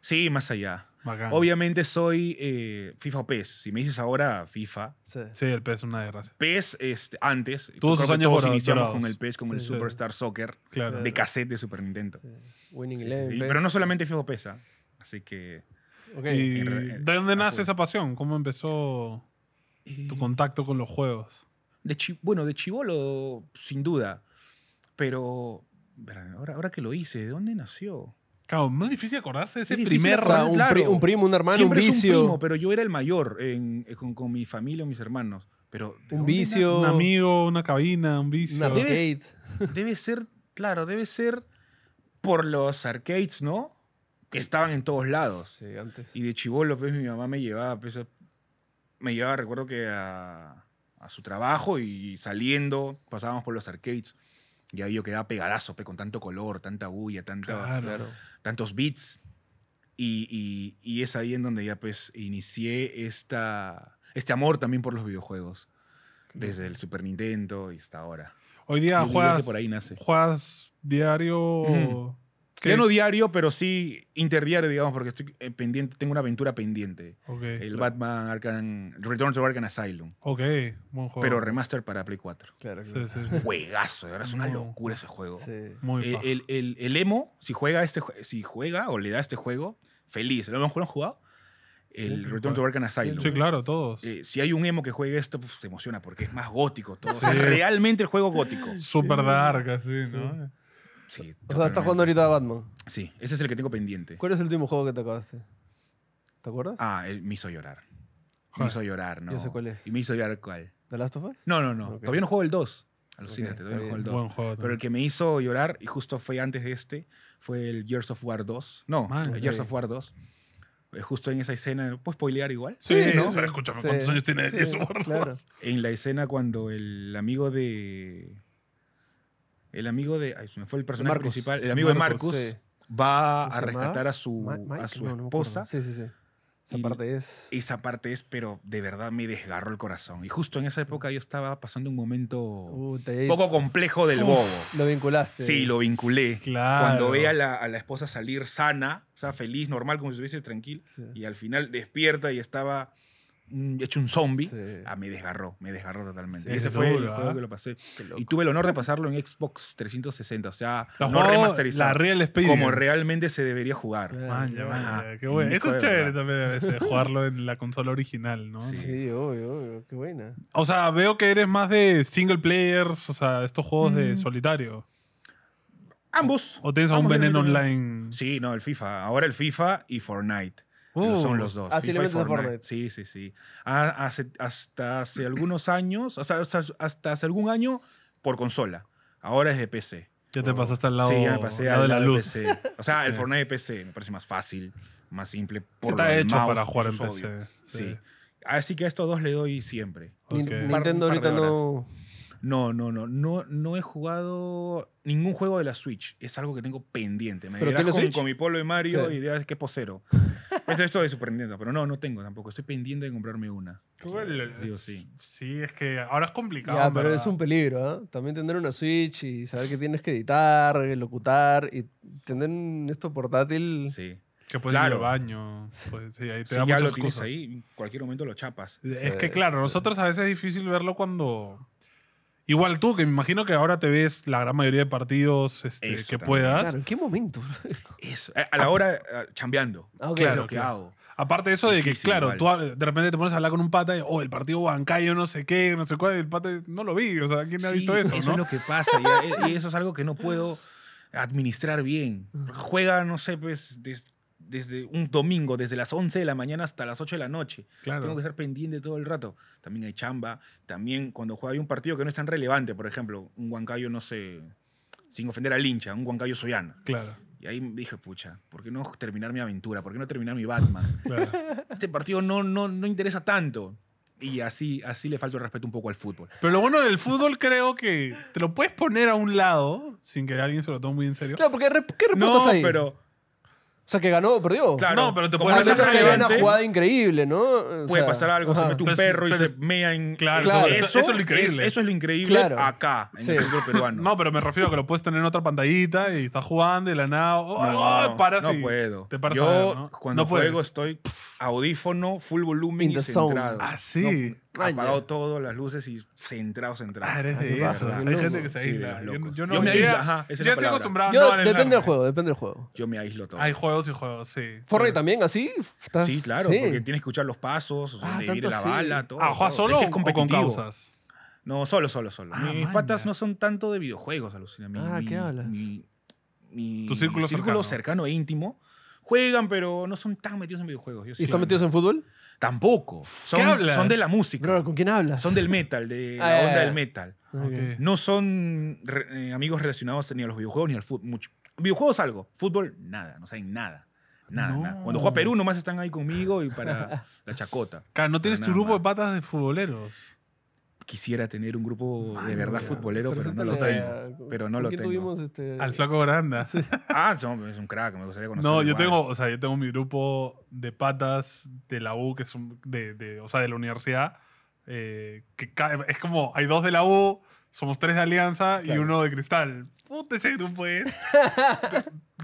Speaker 3: Sí, más allá.
Speaker 1: Bacán.
Speaker 3: Obviamente soy eh, FIFA o PES. Si me dices ahora FIFA.
Speaker 2: Sí.
Speaker 1: Sí, el PES es una desgracia.
Speaker 3: PES este, antes.
Speaker 1: Tuvo sus
Speaker 3: creo que
Speaker 1: años
Speaker 3: todos
Speaker 1: dorados,
Speaker 3: iniciamos
Speaker 1: dorados.
Speaker 3: con el PES, con el
Speaker 2: Sí, sí.
Speaker 3: Superstar Soccer
Speaker 1: Claro.
Speaker 3: de cassette de Super Nintendo.
Speaker 2: Sí. Winning
Speaker 3: Sí, sí,
Speaker 2: Eleven.
Speaker 3: sí.
Speaker 2: Pez.
Speaker 3: Pero no solamente FIFA o PES. ¿ah? Así que.
Speaker 2: Ok.
Speaker 1: ¿Y de
Speaker 3: en re-
Speaker 1: dónde
Speaker 3: a
Speaker 1: nace
Speaker 3: full.
Speaker 1: esa pasión? ¿Cómo empezó tu contacto con los juegos?
Speaker 3: Eh, De chi- bueno, de chivolo, sin duda. Pero. verán, Ahora, ahora que lo hice, ¿de dónde nació?
Speaker 1: Claro, muy difícil acordarse de ese
Speaker 3: Es difícil
Speaker 1: primer
Speaker 2: O sea, un,
Speaker 3: Claro.
Speaker 2: pri- un primo, un hermano,
Speaker 3: Siempre
Speaker 2: un vicio.
Speaker 3: es un primo, pero yo era el mayor en- eh, con, con mi familia o mis hermanos. Pero ¿de
Speaker 2: Un
Speaker 3: dónde
Speaker 2: vicio.
Speaker 1: Un amigo, una cabina, un vicio.
Speaker 2: un arcade.
Speaker 3: Debe ser, claro, debe ser por los arcades, ¿no? Que estaban en todos lados.
Speaker 2: Sí, antes.
Speaker 3: Y de chivolo, pues mi mamá me llevaba, pues, a- me llevaba, recuerdo que a, a su trabajo y saliendo pasábamos por los arcades. Y ahí yo quedaba pegadazo, pues, con tanto color, tanta bulla, tanta,
Speaker 1: Claro.
Speaker 2: Claro.
Speaker 3: tantos beats. Y, y- y es ahí en donde ya pues inicié esta, este amor también por los videojuegos. Desde el Super Nintendo y hasta ahora.
Speaker 1: Hoy día
Speaker 3: Yo diría
Speaker 1: juegas,
Speaker 3: que por ahí nace.
Speaker 1: juegas diario.
Speaker 3: Ujú.
Speaker 1: ¿Qué?
Speaker 3: Ya no diario, pero sí interdiario, digamos, porque estoy eh, pendiente, tengo una aventura pendiente.
Speaker 1: Ok,
Speaker 3: El Batman Arkham, Return to Arkham Asylum,
Speaker 1: ok, buen juego.
Speaker 3: pero remaster para Play 4.
Speaker 2: Claro,
Speaker 1: Sí,
Speaker 2: claro.
Speaker 1: sí.
Speaker 3: Juegazo, de verdad es una
Speaker 1: No.
Speaker 3: locura ese juego.
Speaker 2: Sí.
Speaker 1: Muy
Speaker 3: El,
Speaker 1: paja.
Speaker 3: el- el- el emo, si juega, este, jue- si juega o le da este juego, feliz. ¿Lo hemos lo han jugado?
Speaker 1: Sí,
Speaker 3: El Return to Arkham Asylum.
Speaker 1: Sí, claro, todos.
Speaker 3: Eh, si hay un emo que juegue esto, pues, se emociona porque es más gótico todo. O sea,
Speaker 1: Sí.
Speaker 3: realmente el juego gótico.
Speaker 1: Super dark, así, ¿no?
Speaker 3: Sí,
Speaker 2: O sea,
Speaker 3: totalmente.
Speaker 2: estás jugando ahorita a Batman.
Speaker 3: Sí, ese es el que tengo pendiente.
Speaker 2: ¿Cuál es el último juego que te acabaste? ¿Te acuerdas?
Speaker 3: Ah, él me hizo llorar. Me
Speaker 1: ¿Cuál?
Speaker 3: hizo llorar, ¿no?
Speaker 2: Yo sé cuál es.
Speaker 3: Y me hizo llorar cuál.
Speaker 2: ¿The Last of Us?
Speaker 3: No, no, no.
Speaker 2: Ok.
Speaker 3: Todavía no juego el 2. Alucínate,
Speaker 2: Ok,
Speaker 3: todavía no
Speaker 2: está
Speaker 3: juego el 2.
Speaker 1: Buen juego.
Speaker 3: Pero el
Speaker 1: también.
Speaker 3: que me hizo llorar, y justo fue antes de este, fue el Gears of War 2. No,
Speaker 1: Man,
Speaker 3: el Gears
Speaker 2: ok.
Speaker 3: of War 2. Eh, Justo en esa escena, ¿puedes spoilear igual?
Speaker 1: Sí,
Speaker 2: Sí,
Speaker 1: no,
Speaker 2: sí.
Speaker 1: escúchame,
Speaker 2: Sí,
Speaker 1: ¿cuántos años tiene
Speaker 2: sí,
Speaker 1: eso?
Speaker 2: claro.
Speaker 3: En la escena cuando el amigo de. El amigo de. Ay, se me fue el personaje
Speaker 2: Marcus.
Speaker 3: principal. El amigo
Speaker 1: Marcus,
Speaker 3: de Marcus
Speaker 2: sí.
Speaker 3: va
Speaker 2: ¿Cómo
Speaker 3: a
Speaker 2: se llamaba?
Speaker 3: rescatar a su,
Speaker 2: Ma- Mike,
Speaker 3: a su
Speaker 2: no, no me acuerdo.
Speaker 3: esposa
Speaker 2: sí, sí, sí. Esa
Speaker 3: Y-
Speaker 2: parte es.
Speaker 3: Esa parte es, pero de verdad me desgarró el corazón. Y justo en esa época yo estaba pasando un momento un
Speaker 2: Puta, ahí
Speaker 3: poco complejo del bobo.
Speaker 2: Lo vinculaste.
Speaker 3: Sí, lo vinculé.
Speaker 1: Claro.
Speaker 3: Cuando ve a la, a la esposa salir sana, o sea, feliz, normal, como si estuviese tranquila,
Speaker 2: Sí.
Speaker 3: y al final despierta y estaba mm, hecho un zombie,
Speaker 2: Sí.
Speaker 3: ah, me desgarró, me desgarró totalmente.
Speaker 1: Sí,
Speaker 3: Ese
Speaker 1: es
Speaker 3: fue el
Speaker 1: duro,
Speaker 3: juego
Speaker 1: ¿ah?
Speaker 3: que lo pasé.
Speaker 2: Qué loco.
Speaker 3: Y tuve el honor de pasarlo en Xbox 360, o sea,
Speaker 1: Lo
Speaker 3: no
Speaker 1: jugó
Speaker 3: remasterizado.
Speaker 1: La Real Experience.
Speaker 3: como realmente se debería jugar.
Speaker 2: Claro.
Speaker 1: Man, ya, man,
Speaker 3: Ah,
Speaker 1: ya, qué bueno.
Speaker 3: hijo
Speaker 1: Eso
Speaker 3: de
Speaker 1: es chévere
Speaker 3: verdad.
Speaker 1: también a veces, jugarlo en la consola original, ¿no?
Speaker 3: Sí.
Speaker 2: Sí, obvio, obvio. Qué buena.
Speaker 1: O sea, veo que eres más de single players, o sea, estos juegos
Speaker 3: Mm.
Speaker 1: de solitario.
Speaker 3: Ambos.
Speaker 1: ¿O tienes algún
Speaker 3: Ambos,
Speaker 1: veneno
Speaker 3: mira, mira.
Speaker 1: online?
Speaker 3: Ah, Sí, no, el FIFA. Ahora el FIFA y Fortnite.
Speaker 1: Uh,
Speaker 3: son los dos.
Speaker 2: Ah, sí, le
Speaker 3: FIFA y
Speaker 2: metes a Fortnite.
Speaker 3: Sí, sí, sí. Ah, hace- hasta hace algunos años, o sea, hasta, hasta hace algún año, por consola. Ahora es de PC.
Speaker 1: Ya te pasaste al lado,
Speaker 3: sí, ya me pasé
Speaker 1: al lado
Speaker 3: al
Speaker 1: de la
Speaker 3: lado de
Speaker 1: luz.
Speaker 3: PC. O sea, el Fortnite de PC me parece más fácil, más simple.
Speaker 1: Sí,
Speaker 3: por lo
Speaker 1: está
Speaker 3: del
Speaker 1: hecho
Speaker 3: mouse,
Speaker 1: para jugar en
Speaker 3: eso es
Speaker 1: PC.
Speaker 3: obvio.
Speaker 1: sí.
Speaker 3: Sí. Así que a estos dos le doy siempre.
Speaker 2: Ni-
Speaker 1: Ok.
Speaker 2: Nintendo
Speaker 3: Par- un par
Speaker 2: ahorita
Speaker 3: de
Speaker 2: no.
Speaker 3: No, no, no, no. No he jugado ningún juego de la Switch. Es algo que tengo pendiente. Me
Speaker 2: ¿Pero
Speaker 3: dirás
Speaker 2: tienes
Speaker 3: con,
Speaker 2: Switch?
Speaker 3: con mi polo de Mario
Speaker 2: Sí.
Speaker 3: y dirás que posero. Eso es de Super Nintendo, pero no, no tengo tampoco. Estoy pendiente de comprarme una. Sí o sí.
Speaker 1: Sí, es que ahora es complicado.
Speaker 2: Ya,
Speaker 1: en
Speaker 2: pero
Speaker 1: verdad.
Speaker 2: es un peligro, ¿ah? También tener una Switch y saber que tienes que editar, locutar y tener un- esto portátil.
Speaker 3: Sí.
Speaker 1: Que puedes ir al
Speaker 3: Claro.
Speaker 1: baño. pues, sí, ahí te
Speaker 3: Si
Speaker 1: da
Speaker 3: ya lo
Speaker 1: muchas
Speaker 3: tienes
Speaker 1: cosas.
Speaker 3: ahí, en cualquier momento lo chapas.
Speaker 1: Es
Speaker 2: Sí,
Speaker 1: que claro,
Speaker 2: sí.
Speaker 1: nosotros a veces es difícil verlo cuando... Igual tú, que me imagino que ahora te ves la gran mayoría de partidos este,
Speaker 3: Eso
Speaker 1: que
Speaker 3: también.
Speaker 1: puedas.
Speaker 2: Claro, ¿en qué momento?
Speaker 3: Eso. A a la hora, ah, chambeando.
Speaker 2: Ah, ok.
Speaker 3: ¿Qué es lo
Speaker 1: Claro,
Speaker 3: que
Speaker 1: claro.
Speaker 3: hago?
Speaker 1: Aparte de eso de que,
Speaker 3: Difícil
Speaker 1: claro,
Speaker 3: igual.
Speaker 1: tú a- de repente te pones a hablar con un pata y, oh, el partido Huancayo, no sé qué, no sé cuál, el pata, no lo vi, o sea, ¿quién ha
Speaker 3: Sí,
Speaker 1: visto eso, no?
Speaker 3: es lo que pasa. ya, y eso es algo que no puedo administrar bien. Juega, no sé, pues, des- desde un domingo, desde las 11 de la mañana hasta las 8 de la noche.
Speaker 1: Claro.
Speaker 3: Tengo que estar pendiente todo el rato. También hay chamba. También cuando juega hay un partido que no es tan relevante, por ejemplo, un Huancayo, no sé, sin ofender al hincha, un Huancayo Soyana.
Speaker 1: Claro,
Speaker 3: Y ahí dije, pucha, ¿por qué no terminar mi aventura? ¿Por qué no terminar mi Batman?
Speaker 1: claro.
Speaker 3: Este partido no, no, no interesa tanto. Y así, así le falta el respeto un poco al fútbol.
Speaker 1: Pero lo bueno del fútbol creo que te lo puedes poner a un lado sin que alguien se lo tome muy en serio.
Speaker 2: Claro, porque rep- ¿qué reportas
Speaker 3: No,
Speaker 2: ahí? O
Speaker 3: pero
Speaker 2: sea, que ganó o perdió.
Speaker 3: claro,
Speaker 1: No, pero te
Speaker 3: como
Speaker 1: puede
Speaker 2: A
Speaker 3: no es
Speaker 1: pasar
Speaker 2: menos que haya una
Speaker 1: relevante.
Speaker 2: jugada increíble, ¿no? O
Speaker 3: Puede
Speaker 2: sea,
Speaker 3: pasar algo, se
Speaker 2: ajá.
Speaker 3: mete un
Speaker 1: Pero sí,
Speaker 3: perro y
Speaker 1: pero
Speaker 3: se
Speaker 1: es-
Speaker 3: mea en...
Speaker 1: Claro,
Speaker 2: Claro.
Speaker 1: Eso, eso es lo increíble.
Speaker 3: eso es lo increíble
Speaker 2: Claro.
Speaker 3: acá, en el
Speaker 2: Sí.
Speaker 3: fútbol peruano.
Speaker 1: No, pero me refiero a que lo puedes tener en otra pantallita y estás jugando y de la nada. ¡Oh,
Speaker 3: No,
Speaker 1: oh,
Speaker 3: no,
Speaker 1: paras
Speaker 3: no
Speaker 1: y
Speaker 3: puedo.
Speaker 1: Te paras
Speaker 3: Yo
Speaker 1: a ver, ¿no?
Speaker 3: cuando
Speaker 1: No puedes.
Speaker 3: juego estoy pff, audífono, full
Speaker 2: In
Speaker 3: volumen y
Speaker 2: the zone.
Speaker 3: centrado.
Speaker 1: Ah, sí.
Speaker 3: No,
Speaker 2: Ay,
Speaker 3: apagado
Speaker 2: ya.
Speaker 3: todo, las luces y centrado, centrado.
Speaker 1: Ah, eres
Speaker 2: qué
Speaker 1: de
Speaker 2: bárbaro,
Speaker 1: eso. Hay
Speaker 2: qué loco.
Speaker 1: gente que se
Speaker 3: Sí, de
Speaker 1: aísla.
Speaker 3: los
Speaker 1: Yo,
Speaker 3: locos.
Speaker 1: yo no
Speaker 3: Yo me
Speaker 1: yo-
Speaker 3: aíslo, ajá, esa es
Speaker 1: Yo
Speaker 3: la
Speaker 1: estoy
Speaker 3: palabra.
Speaker 1: acostumbrado
Speaker 2: Yo-
Speaker 1: a no
Speaker 2: depende del
Speaker 1: aislarme.
Speaker 2: juego, depende del juego.
Speaker 3: Yo me aíslo todo.
Speaker 1: Hay juegos y juegos, sí.
Speaker 2: Fortnite también, así. Estás-
Speaker 3: Sí, claro, porque tienes que escuchar los pasos,
Speaker 2: Ah,
Speaker 3: de ir
Speaker 2: tanto
Speaker 3: la
Speaker 2: así.
Speaker 3: bala, todo.
Speaker 1: Ah, ¿juegas
Speaker 3: todo.
Speaker 1: solo
Speaker 3: Es que es
Speaker 1: o- o con
Speaker 3: competitivo.
Speaker 1: causas?
Speaker 3: No, solo, solo, solo.
Speaker 1: Ah,
Speaker 3: Mis
Speaker 1: maña.
Speaker 3: patas no son tanto de videojuegos, alucina. Mi,
Speaker 2: Ah,
Speaker 3: mi-
Speaker 2: ¿qué hablas?
Speaker 3: Mi, mi
Speaker 1: Tu círculo cercano.
Speaker 3: cercano. e íntimo juegan, pero no son tan metidos en videojuegos. Yo
Speaker 2: ¿Y
Speaker 3: sí.
Speaker 2: están metidos en fútbol?
Speaker 3: Tampoco. Son,
Speaker 1: hablas?
Speaker 3: son de la música.
Speaker 2: Bro, ¿con quién hablas?
Speaker 3: Son del metal, de
Speaker 2: Ah,
Speaker 3: la
Speaker 2: ya,
Speaker 3: onda
Speaker 2: ya.
Speaker 3: del metal.
Speaker 1: Ok.
Speaker 3: No son re- eh, amigos relacionados ni a los videojuegos ni al fútbol. Mucho. Videojuegos algo, fútbol nada, no saben nada. Nada,
Speaker 1: No.
Speaker 3: nada. Cuando juega Perú nomás están ahí conmigo y para la chacota.
Speaker 1: Claro, no tienes tu
Speaker 3: nada
Speaker 1: grupo
Speaker 3: más.
Speaker 1: de patas de futboleros.
Speaker 3: Quisiera tener un grupo de verdad
Speaker 2: Ya,
Speaker 3: futbolero, pero no lo
Speaker 2: preséntale
Speaker 3: tengo.
Speaker 2: a-
Speaker 3: Pero no
Speaker 2: ¿con
Speaker 3: lo
Speaker 2: quién
Speaker 3: tengo.
Speaker 2: tuvimos, este,
Speaker 3: Eh,
Speaker 1: Al flaco Granda.
Speaker 3: Ah, no, es un crack, me gustaría conocerlo.
Speaker 1: No, yo
Speaker 3: igual.
Speaker 1: tengo, o sea, yo tengo mi grupo de patas de la U, que es un- de, de- o sea, de la universidad, eh, que ca- es como, hay dos de la U, somos tres de Alianza y
Speaker 2: Claro.
Speaker 1: uno de Cristal. Puta, ese grupo es.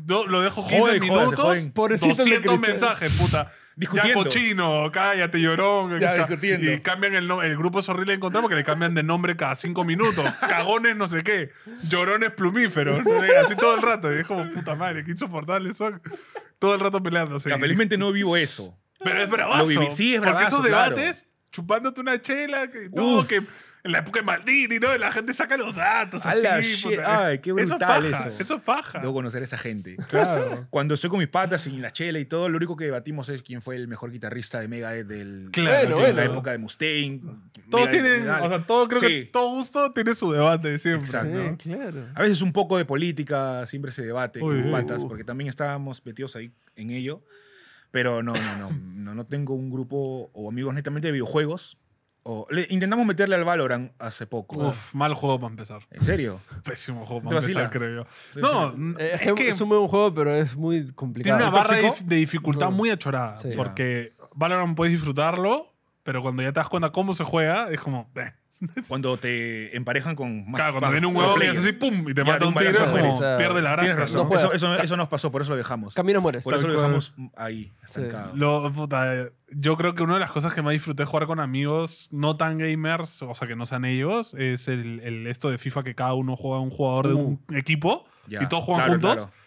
Speaker 1: No, lo dejo 15
Speaker 3: Joden, joden,
Speaker 1: minutos,
Speaker 3: joden.
Speaker 2: Pobrecitos de
Speaker 1: 200
Speaker 2: Cristal.
Speaker 1: mensajes, puta. Ya
Speaker 3: Discutiendo.
Speaker 1: cochino, cállate, llorón.
Speaker 3: Ya,
Speaker 1: ca-
Speaker 3: discutiendo.
Speaker 1: Y cambian el nombre. El grupo es horrible de encontrar porque le cambian de nombre cada cinco minutos. Cagones, no sé qué. Llorones plumíferos. no sé, así todo el rato. Y es como, puta madre, qué insoportables son. Todo el rato peleándose.
Speaker 3: Ya, felizmente no vivo eso.
Speaker 1: Pero es bravazo.
Speaker 3: Lo viví- sí, es
Speaker 1: Porque
Speaker 3: bravazo,
Speaker 1: esos
Speaker 3: claro.
Speaker 1: debates, chupándote una chela, que, no,
Speaker 3: Uf.
Speaker 1: que en la época de Maldini, ¿no? La gente saca los datos
Speaker 3: A
Speaker 1: así.
Speaker 3: la shit,
Speaker 1: puta.
Speaker 3: ay, qué brutal
Speaker 1: Eso es paja.
Speaker 3: eso.
Speaker 1: Eso es paja.
Speaker 3: Debo conocer a esa gente.
Speaker 1: Claro.
Speaker 3: Cuando estoy con mis patas y la chela y todo, lo único que debatimos es quién fue el mejor guitarrista de Megadeth del,
Speaker 1: Claro,
Speaker 3: de la
Speaker 1: bueno.
Speaker 3: época de Mustaine.
Speaker 1: Todos
Speaker 3: Megadeth,
Speaker 1: tienen,
Speaker 3: dale.
Speaker 1: o sea, todo creo que
Speaker 3: Sí.
Speaker 1: todo gusto tiene su debate siempre.
Speaker 3: Exacto.
Speaker 1: ¿no?
Speaker 2: Sí, claro.
Speaker 3: A veces un poco de política siempre se debate
Speaker 1: Uy,
Speaker 3: con
Speaker 1: uy,
Speaker 3: patas,
Speaker 1: uy.
Speaker 3: porque también estábamos metidos ahí en ello. Pero no, no, no, no, no tengo un grupo o amigos netamente de videojuegos. O, le- intentamos meterle al Valorant hace poco.
Speaker 1: Uf, mal juego para empezar.
Speaker 3: ¿En serio?
Speaker 1: Pésimo juego
Speaker 3: ¿Te
Speaker 1: para empezar,
Speaker 3: vacila?
Speaker 1: creo yo. No, mm,
Speaker 2: Eh,
Speaker 1: es que
Speaker 2: es un buen juego, pero es muy
Speaker 1: tiene
Speaker 2: complicado.
Speaker 1: una barra de,
Speaker 3: ¿Tóxico?
Speaker 1: de dificultad
Speaker 2: No.
Speaker 1: muy achorada.
Speaker 2: Sí.
Speaker 1: Porque Valorant puedes disfrutarlo, pero cuando ya te das cuenta cómo se juega, es como. "Beh".
Speaker 3: Cuando te emparejan con más
Speaker 1: Claro, cuando
Speaker 3: más
Speaker 1: viene un huevo y
Speaker 3: players.
Speaker 1: haces así, pum, y te
Speaker 3: Ya, de
Speaker 1: mata
Speaker 3: un
Speaker 1: un tiro, es
Speaker 3: balazo
Speaker 1: como,
Speaker 2: mueres. Ah,
Speaker 1: pierde la gracia.
Speaker 3: Tienes razón.
Speaker 1: ¿no?
Speaker 2: juega.
Speaker 3: eso, eso- eso nos pasó, por eso lo dejamos.
Speaker 2: Camino mueres.
Speaker 3: Por eso lo
Speaker 1: Tal cual.
Speaker 3: dejamos ahí, estancado.
Speaker 1: Lo, puta, eh, yo creo que una de las cosas que más disfruté jugar con amigos no tan gamers, o sea que no sean ellos, es el, el esto de FIFA que cada uno juega a un jugador de un equipo
Speaker 3: Uh. Ya.
Speaker 1: y todos juegan
Speaker 3: Claro,
Speaker 1: juntos.
Speaker 3: claro.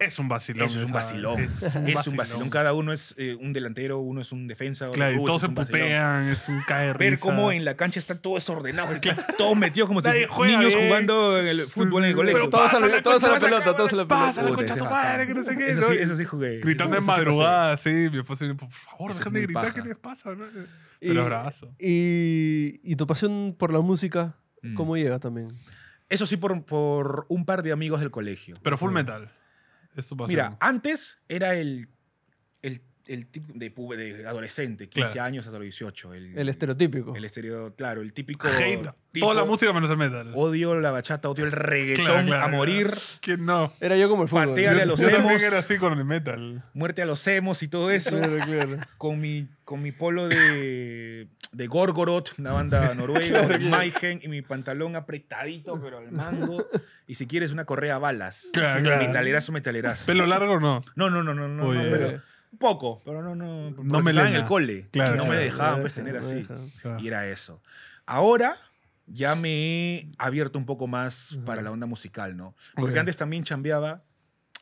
Speaker 1: Es un vacilón.
Speaker 3: Eso es un
Speaker 1: esa-
Speaker 3: vacilón.
Speaker 1: Es un
Speaker 3: Es un vacilón.
Speaker 1: vacilón.
Speaker 3: Cada uno es eh, un delantero, uno es un defensa. otro-
Speaker 1: Claro,
Speaker 3: Uy,
Speaker 1: y todos se
Speaker 3: eso es un vacilón.
Speaker 1: putean, es un caer.
Speaker 3: Ver cómo en la cancha está todo desordenado, todos metidos como si
Speaker 1: Nadie juega
Speaker 3: niños
Speaker 1: bien.
Speaker 3: jugando en el fútbol en el colegio.
Speaker 2: Pero todos a la, todos a la pelota, todos a la pelota.
Speaker 1: Pasa la
Speaker 3: Puta,
Speaker 1: concha
Speaker 3: ese
Speaker 1: tu
Speaker 3: es
Speaker 1: madre,
Speaker 3: bacán.
Speaker 1: que no sé qué.
Speaker 3: Eso
Speaker 1: ¿no?
Speaker 3: sí, eso sí jugué.
Speaker 1: Gritando
Speaker 3: Eso
Speaker 1: en
Speaker 3: sí pasé.
Speaker 1: madrugada, sí. Mi esposa, por favor,
Speaker 3: Eso es
Speaker 1: dejen de
Speaker 3: muy
Speaker 1: gritar,
Speaker 3: paja.
Speaker 1: ¿qué les pasa? no? Eh,
Speaker 2: Y-
Speaker 1: Pero abrazo.
Speaker 2: Y, y tu pasión por la música,
Speaker 3: Mm.
Speaker 2: ¿cómo llega también?
Speaker 3: Eso sí, por, por un par de amigos del colegio.
Speaker 1: Pero full metal. Es tu pasión.
Speaker 3: Mira, antes era el, el, el tipo de, pube- de adolescente, 15
Speaker 1: Claro.
Speaker 3: años hasta los 18. El,
Speaker 2: El estereotípico.
Speaker 3: El estereo, claro, el típico.
Speaker 1: Hate.
Speaker 3: tipo,
Speaker 1: Toda la música menos el metal.
Speaker 3: Odio la bachata, odio el reggaetón
Speaker 1: Claro, claro,
Speaker 3: a morir,
Speaker 1: claro. ¿Quién no?
Speaker 2: Era yo como el fútbol.
Speaker 3: Pateale a los-
Speaker 1: Yo también
Speaker 3: hemos-
Speaker 1: era así con el metal.
Speaker 3: muerte a los hemos y todo eso.
Speaker 2: Claro, claro.
Speaker 3: con mi, con mi polo de, de Gorgoroth, una banda noruega, de Maigen, y mi pantalón apretadito, pero al mango. Y si quieres, una correa a balas.
Speaker 1: Claro, claro.
Speaker 3: Metalerazo, metalerazo.
Speaker 1: ¿Pelo largo o no?
Speaker 3: no, no, no, no, no.
Speaker 1: Oye.
Speaker 3: no, pero- un poco, pero no, no. porque
Speaker 1: melena.
Speaker 3: estaba en el cole.
Speaker 1: Claro,
Speaker 3: no me
Speaker 1: claro.
Speaker 3: dejaban pues,
Speaker 2: Claro,
Speaker 3: tener
Speaker 2: no
Speaker 3: así.
Speaker 2: dejaban.
Speaker 1: Claro.
Speaker 3: Y era eso. Ahora ya me he abierto un poco más para la onda musical, ¿no? Porque
Speaker 1: Ok.
Speaker 3: antes también chambeaba,